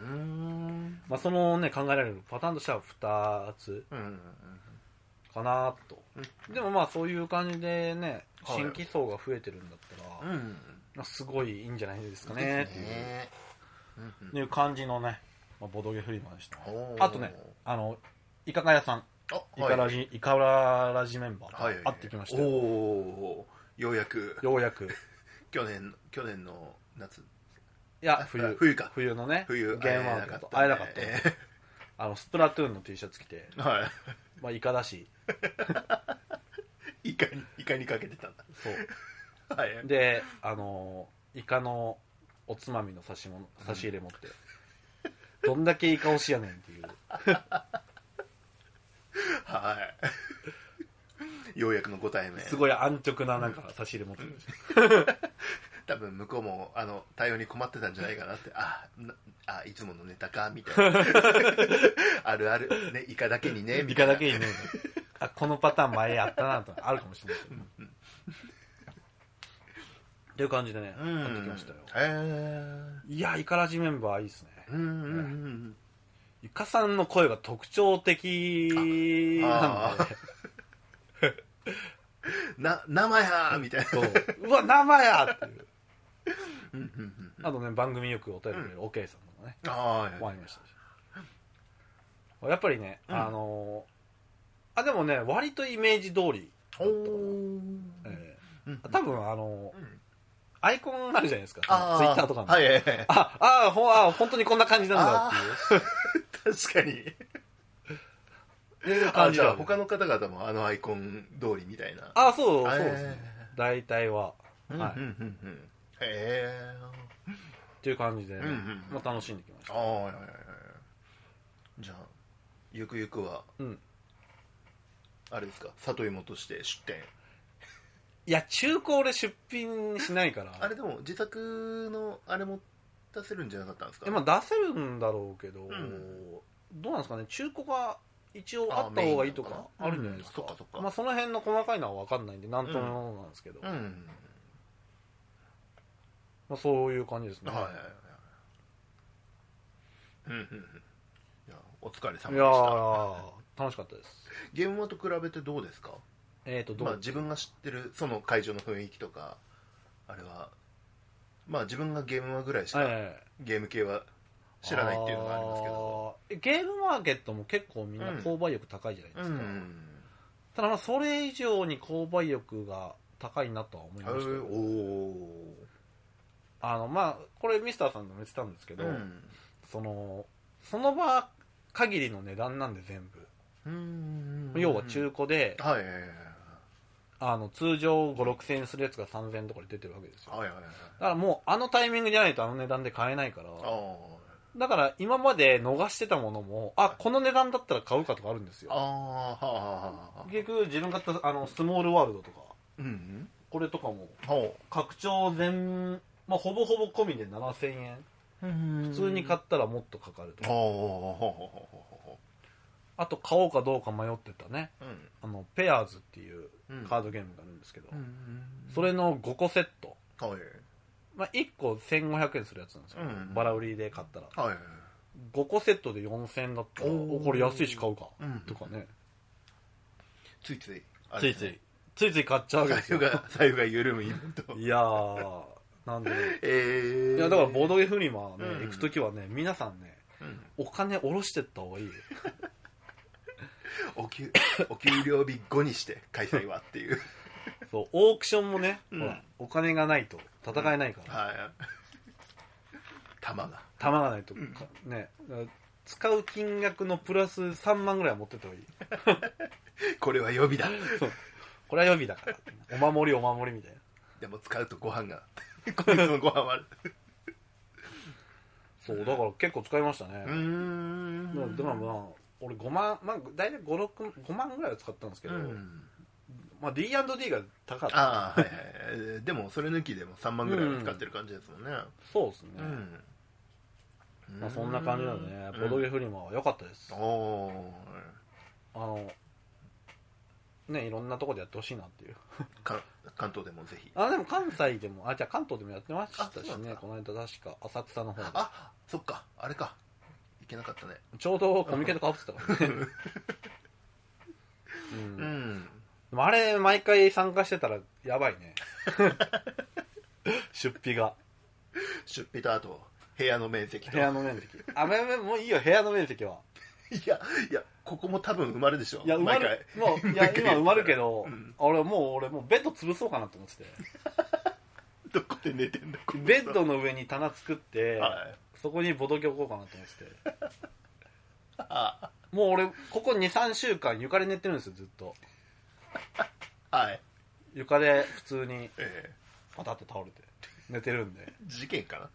Speaker 2: うーん
Speaker 1: まあ、そのね考えられるパターンとしては2つ
Speaker 2: うん
Speaker 1: かなと、でもまあそういう感じでね
Speaker 2: はい
Speaker 1: 新規層が増えてるんだったら、
Speaker 2: うん
Speaker 1: まあ、すごいいいんじゃないですかね
Speaker 2: で
Speaker 1: っ
Speaker 2: す
Speaker 1: ていう
Speaker 2: ねうん
Speaker 1: いう感じのね、まあ、ボドゲフリマでした
Speaker 2: おー
Speaker 1: あとねあのイカガヤさん
Speaker 2: あ
Speaker 1: イカラ
Speaker 2: ジ
Speaker 1: ジ、イカラジメンバ
Speaker 2: はい
Speaker 1: ーと会ってきましたよ、
Speaker 2: おおーようやく
Speaker 1: ようやく
Speaker 2: 去年去年の夏
Speaker 1: いや
Speaker 2: あ
Speaker 1: 冬
Speaker 2: 冬か
Speaker 1: 冬のね
Speaker 2: 冬
Speaker 1: ゲームワークと会えなかった、
Speaker 2: ね
Speaker 1: ね、あのスプラトゥーンの T シャツ着て、
Speaker 2: えーは
Speaker 1: まあ、イカだし
Speaker 2: いイカにイカにかけてたんだ
Speaker 1: そう
Speaker 2: はい
Speaker 1: であのイカのおつまみの差し物差し入れ持って、どんだけイカ推しやねんっていう
Speaker 2: はいようやくのご対面
Speaker 1: すごい安直ななんか差し入れ持ってる
Speaker 2: 多分向こうもあの対応に困ってたんじゃないかなってあなあいつも のネタかみたいなあるあるねイカだけにねみ
Speaker 1: イ
Speaker 2: た
Speaker 1: カ
Speaker 2: いな
Speaker 1: だけいねあこのパターン前やったなとかあるかもしれないけどっていう感じでね、
Speaker 2: うん
Speaker 1: やってきましたよ
Speaker 2: へえ
Speaker 1: いやイカラジメンバーいいっすね
Speaker 2: うんうんうん
Speaker 1: イカさんの声が特徴的な
Speaker 2: あ
Speaker 1: んで
Speaker 2: うんな生やーみたいな
Speaker 1: そううわ生やっていう
Speaker 2: うんうんうん
Speaker 1: あとね番組よくお便りくれる OK さんとかね
Speaker 2: あー
Speaker 1: もありましたしやっぱりね、
Speaker 2: うん
Speaker 1: あのあでもね割とイメージ通り
Speaker 2: おー
Speaker 1: え
Speaker 2: うん
Speaker 1: ー多分あの、
Speaker 2: うん
Speaker 1: アイコンあるじゃないですか、
Speaker 2: あ
Speaker 1: ツイッターとかの。
Speaker 2: はいはいはい
Speaker 1: あ、あほあ、本当にこんな感じなんだ
Speaker 2: 確かに
Speaker 1: っていう
Speaker 2: あ
Speaker 1: 感じ
Speaker 2: じゃ
Speaker 1: だ
Speaker 2: あ。他の方々もあのアイコン通りみたいな
Speaker 1: あ、そう、
Speaker 2: あ
Speaker 1: そうですね。大体は。
Speaker 2: えー
Speaker 1: はい
Speaker 2: うんうんうんうんへえ
Speaker 1: っていう感じでね
Speaker 2: うんうん、
Speaker 1: まあ楽しんできまし
Speaker 2: あ
Speaker 1: た。
Speaker 2: あはいはいはいはいじゃあゆくゆくは
Speaker 1: うん
Speaker 2: あれですか里芋として出店
Speaker 1: いや、中古俺出品しないから。
Speaker 2: あれでも自作のあれも出せるんじゃなかったんですか
Speaker 1: えまあ出せるんだろうけど、
Speaker 2: ん
Speaker 1: どうなんですかね、中古が一応あった方がいいとか
Speaker 2: あ
Speaker 1: あるんじゃないですか。
Speaker 2: メインなのかなうんそっかそっか
Speaker 1: まあその辺の細かいのは分かんないんで、なんともなんですけど、
Speaker 2: う
Speaker 1: ま
Speaker 2: ん
Speaker 1: あそういう感じですね。
Speaker 2: はいはいはいはいうんうんうんいやお疲れ様でした
Speaker 1: いやー、楽しかったです。
Speaker 2: ゲームマと比べてどうですか
Speaker 1: えっ、と、どう、
Speaker 2: まあ、自分が知ってるその会場の雰囲気とかあれはまあ自分がゲームマぐらいしか
Speaker 1: え
Speaker 2: ゲーム系は
Speaker 1: え
Speaker 2: 知らないっていうのがありますけど
Speaker 1: あーゲームマーケットも結構みんな購買力高いじゃないで
Speaker 2: う
Speaker 1: すか。
Speaker 2: ん
Speaker 1: ただまあ、それ以上に購買力が高いなとは思いま
Speaker 2: お
Speaker 1: したよ、
Speaker 2: お
Speaker 1: あの、まあ、これミスターさんでも言ってたんですけ
Speaker 2: ー
Speaker 1: ど、その、その場限りの値段なんで全
Speaker 2: うん
Speaker 1: 部。要は中古で、
Speaker 2: はいはいはいはい
Speaker 1: あの、通常5、6000円するやつが3000円とかで出てるわけですよ。
Speaker 2: はいはいはい
Speaker 1: だからもうあのタイミングじゃないとあの値段で買えないから、
Speaker 2: あー
Speaker 1: だから今まで逃してたものも、あ、この値段だったら買うかとかあるんですよ
Speaker 2: あー。はあはあはあ
Speaker 1: 結局自分が買ったあのスモールワールドとか
Speaker 2: うんうん
Speaker 1: これとかも
Speaker 2: ほ
Speaker 1: 拡張全、まあ、ほぼほぼ込みで7000円
Speaker 2: う普
Speaker 1: 普通に買ったらもっとかかると
Speaker 2: ほうほうほうほうほうほ
Speaker 1: あと買おうかどうか迷ってたね
Speaker 2: ううん
Speaker 1: あのペアーズっていう
Speaker 2: うん
Speaker 1: カードゲームがあるんですけど、
Speaker 2: うんうん
Speaker 1: それの5個セット、
Speaker 2: はい
Speaker 1: まあ、1個1500円するやつなんですけど、
Speaker 2: うん
Speaker 1: バラ売りで買ったら
Speaker 2: はい
Speaker 1: 5個セットで4000円だったら
Speaker 2: おー
Speaker 1: おこれ安いし買うか
Speaker 2: うん
Speaker 1: とかね
Speaker 2: ついついあ
Speaker 1: つ
Speaker 2: れ
Speaker 1: い
Speaker 2: です
Speaker 1: つ
Speaker 2: ね
Speaker 1: いついつい買っちゃうわけです
Speaker 2: 財布
Speaker 1: よ
Speaker 2: が財布が緩むイベント
Speaker 1: いやーなんでね
Speaker 2: え
Speaker 1: いやだからボードゲーフリマね、
Speaker 2: うん
Speaker 1: 行く時はね皆さんね
Speaker 2: うん
Speaker 1: お金下ろしてった方 がいいよ
Speaker 2: お給お給料日後にして開催はっ ていう
Speaker 1: そうオークションもね、
Speaker 2: うん
Speaker 1: ほらお金がないと戦えないから、
Speaker 2: はい玉が
Speaker 1: 玉がないと、かねだから使う金額のプラス3万ぐらいは持ってった方がいい
Speaker 2: これは予備だ
Speaker 1: これは予備だからお守りお守りみたいな
Speaker 2: でも使うとご飯が こいつのご飯はある
Speaker 1: そうだから結構使いましたね、
Speaker 2: うーん
Speaker 1: まあだからまあ俺5万、まあ、大体565万ぐらいは使ったんですけど、
Speaker 2: うん
Speaker 1: まあ、D&D が高かった
Speaker 2: ああはいはいえーでもそれ抜きでも3万ぐらいは使ってる感じですもんね
Speaker 1: そうですね、
Speaker 2: うん、
Speaker 1: まあ、そんな感じなんでね、ボードゲフリマは良かったです、
Speaker 2: うんおー
Speaker 1: あのねいろんなところでやってほしいなっていう
Speaker 2: か関東でもぜひ
Speaker 1: あでも関西でもあじゃあ関東でもやってまし
Speaker 2: あそ
Speaker 1: た
Speaker 2: う
Speaker 1: し
Speaker 2: なんで
Speaker 1: ね
Speaker 2: すか
Speaker 1: この間確か浅草の方で
Speaker 2: あそっかあれかいけなかったね
Speaker 1: ちょうどコミケとかぶってた からねうん
Speaker 2: う
Speaker 1: で
Speaker 2: ん
Speaker 1: もあれ毎回参加してたらやばい ね出費が
Speaker 2: 出費とあと部屋の面積と
Speaker 1: 部屋の面積 あめめもういいよ部屋の面積はい
Speaker 2: や、いや、ここも多分埋まるでしょ。
Speaker 1: いや埋ま
Speaker 2: 毎回
Speaker 1: る。もういや
Speaker 2: 毎回
Speaker 1: 今埋まるけど、
Speaker 2: うん
Speaker 1: 俺もう俺もうベッド潰そうかなと思ってて
Speaker 2: どこで寝てんだ、ここ
Speaker 1: ベッドの上に棚作って、
Speaker 2: はい。
Speaker 1: そこにボドゲ置こうかなと思ってて
Speaker 2: あ
Speaker 1: もう俺ここ23週間床で寝てるんですよずっと
Speaker 2: はい。
Speaker 1: 床で普通に
Speaker 2: え
Speaker 1: パタって倒れて寝てるんで
Speaker 2: え事件かな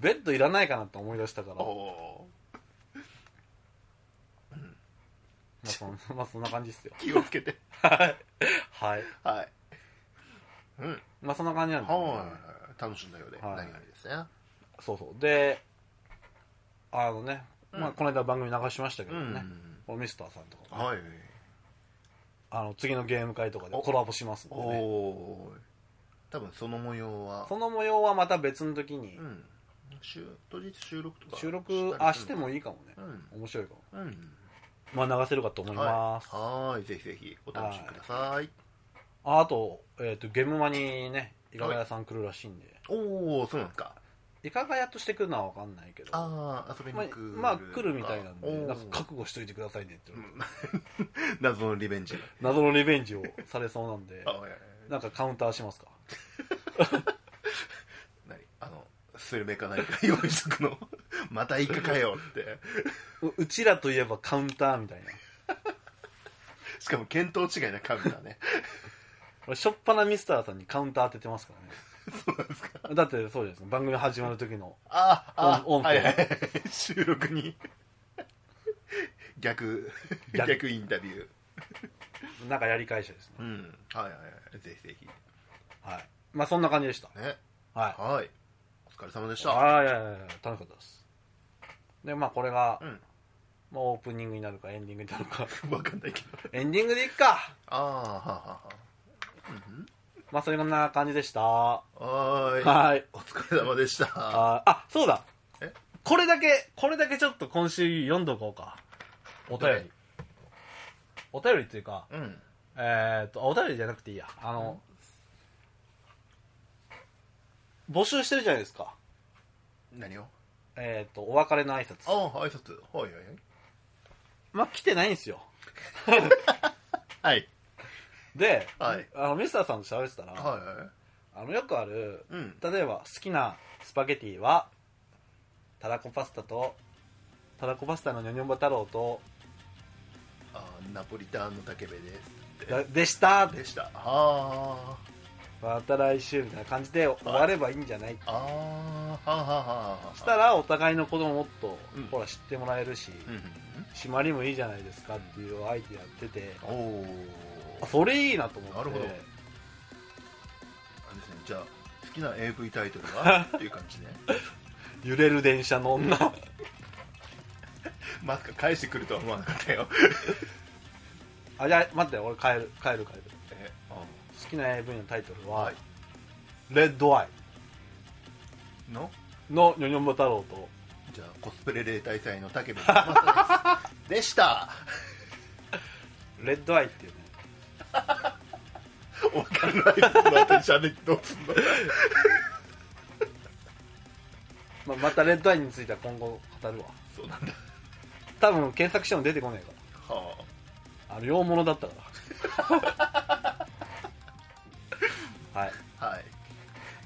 Speaker 1: ベッドいらないかなって思い出したから
Speaker 2: お
Speaker 1: ま
Speaker 2: お
Speaker 1: あそん まあそんな感じっすよ
Speaker 2: ー。気をつけて。
Speaker 1: はい
Speaker 2: はい。うん。
Speaker 1: まあそんな感じなんで、
Speaker 2: はい。楽しんだようで。
Speaker 1: はい
Speaker 2: 何よりですね。
Speaker 1: そうそうであのね、まあこの間番組流しましたけどね、
Speaker 2: うん
Speaker 1: このミスターさんとか
Speaker 2: はい。
Speaker 1: あの次のゲーム会とかで
Speaker 2: お
Speaker 1: コラボしますんで、
Speaker 2: お
Speaker 1: ね、
Speaker 2: おーい多分その模様は
Speaker 1: その模様はまた別の時に
Speaker 2: うん収当日収録とか
Speaker 1: 収
Speaker 2: たり
Speaker 1: 録
Speaker 2: する
Speaker 1: あしてもいいかもね
Speaker 2: うん
Speaker 1: 面白いかも
Speaker 2: うん
Speaker 1: まあ流せるかと思います、
Speaker 2: はいはいぜひぜひお楽しみください
Speaker 1: ああと,、えー、とゲームマにねいかが屋さん来るらしいんで、
Speaker 2: おおそうなんですか
Speaker 1: い、かが屋として来るのは分かんないけど
Speaker 2: ああ遊び
Speaker 1: ま
Speaker 2: に
Speaker 1: あ
Speaker 2: 来る、
Speaker 1: まあ来るみたいなん
Speaker 2: お
Speaker 1: で
Speaker 2: ー
Speaker 1: なんか覚悟しといてくださいねって言われて
Speaker 2: 謎のリベンジ
Speaker 1: 謎のリベンジをされそうなんで
Speaker 2: あいやいや
Speaker 1: なんかカウンターしますか
Speaker 2: 何あのスルメか何か用意しとくの またイカかよって
Speaker 1: ううちらといえばカウンターみたいな
Speaker 2: しかも見当違いなカメラね
Speaker 1: 俺しょっぱなミスターさんにカウンター当ててますからね だってそうじゃないですか番組始まる時の
Speaker 2: ああ
Speaker 1: オンオンと
Speaker 2: はいはいはい収録に逆
Speaker 1: 逆
Speaker 2: 逆インタビュー
Speaker 1: なんかやり返しですね
Speaker 2: うんはいはいはいぜひぜひ
Speaker 1: はいまあそんな感じでした
Speaker 2: ね
Speaker 1: はい
Speaker 2: はいお疲れ様でした
Speaker 1: ああいやいやいや楽しかったですでまあこれが、
Speaker 2: うん
Speaker 1: まあ、オープニングになるかエンディングになるか
Speaker 2: 分かんないけど
Speaker 1: エンディングでいっか
Speaker 2: ああは
Speaker 1: まあそんな感じでしたは
Speaker 2: あはあはあ
Speaker 1: い
Speaker 2: はーい
Speaker 1: あ
Speaker 2: お疲れ様でした
Speaker 1: ーあそうだ
Speaker 2: え
Speaker 1: これだけこれだけちょっと今週読んどこうかお便りお便りっていうか
Speaker 2: うん
Speaker 1: えー、っとあお便りじゃなくていいやあの、募集してるじゃないですか
Speaker 2: 何を
Speaker 1: えー、っとお別れの挨拶
Speaker 2: ああ挨拶はいはいはい
Speaker 1: まあ来てないんですよ
Speaker 2: はい
Speaker 1: で、
Speaker 2: はい
Speaker 1: あのミスターさんと喋ってたら、
Speaker 2: はいはい
Speaker 1: あのよくある
Speaker 2: うん
Speaker 1: 例えば好きなスパゲティはたらこパスタとたらこパスタのニョニョンバ太郎と
Speaker 2: あーナポリタンの竹部です
Speaker 1: だでした
Speaker 2: でしたあ
Speaker 1: また来週みたいな感じで終わればいいんじゃない
Speaker 2: あああはあはあはあ
Speaker 1: したらお互いのことももっと、
Speaker 2: うん
Speaker 1: ほら知ってもらえるし、
Speaker 2: うんうん
Speaker 1: 締まりもいいじゃないですかっていうアイディアやってて
Speaker 2: うんおお
Speaker 1: あそれいいなと思って
Speaker 2: なるほどあれですねじゃあ好きな AV タイトル はっていう感じね
Speaker 1: 揺れる電車の 女
Speaker 2: まさか返してくるとは思わなかったよ
Speaker 1: あじゃあ待って俺帰る帰る帰る
Speaker 2: えあ
Speaker 1: 好きな AV のタイトルは、
Speaker 2: はい
Speaker 1: レッドアイ
Speaker 2: の
Speaker 1: のニョニョンバ太郎と
Speaker 2: じゃあコスプレ例大祭の 竹部ですまたですでした
Speaker 1: レッドアイっていうね
Speaker 2: わかんない また喋ってどうすんの
Speaker 1: まあ、またレッドアイについては今後語るわ
Speaker 2: そうなんだ
Speaker 1: 多分検索しても出てこないか
Speaker 2: は
Speaker 1: らあの洋物だったから はい
Speaker 2: あはい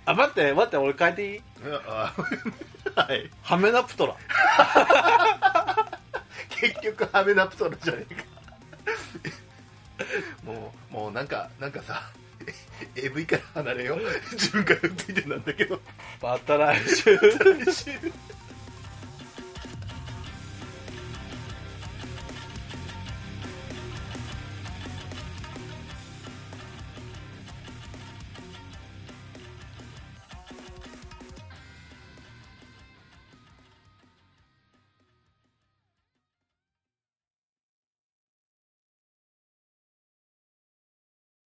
Speaker 1: あ待って待って俺変えていいう
Speaker 2: わあはい
Speaker 1: ハメナプトラ
Speaker 2: 結局ハメナプトラじゃね えかもうもうなんかなんかさ AV から離れよう自分から言っといてなんだけど
Speaker 1: また来週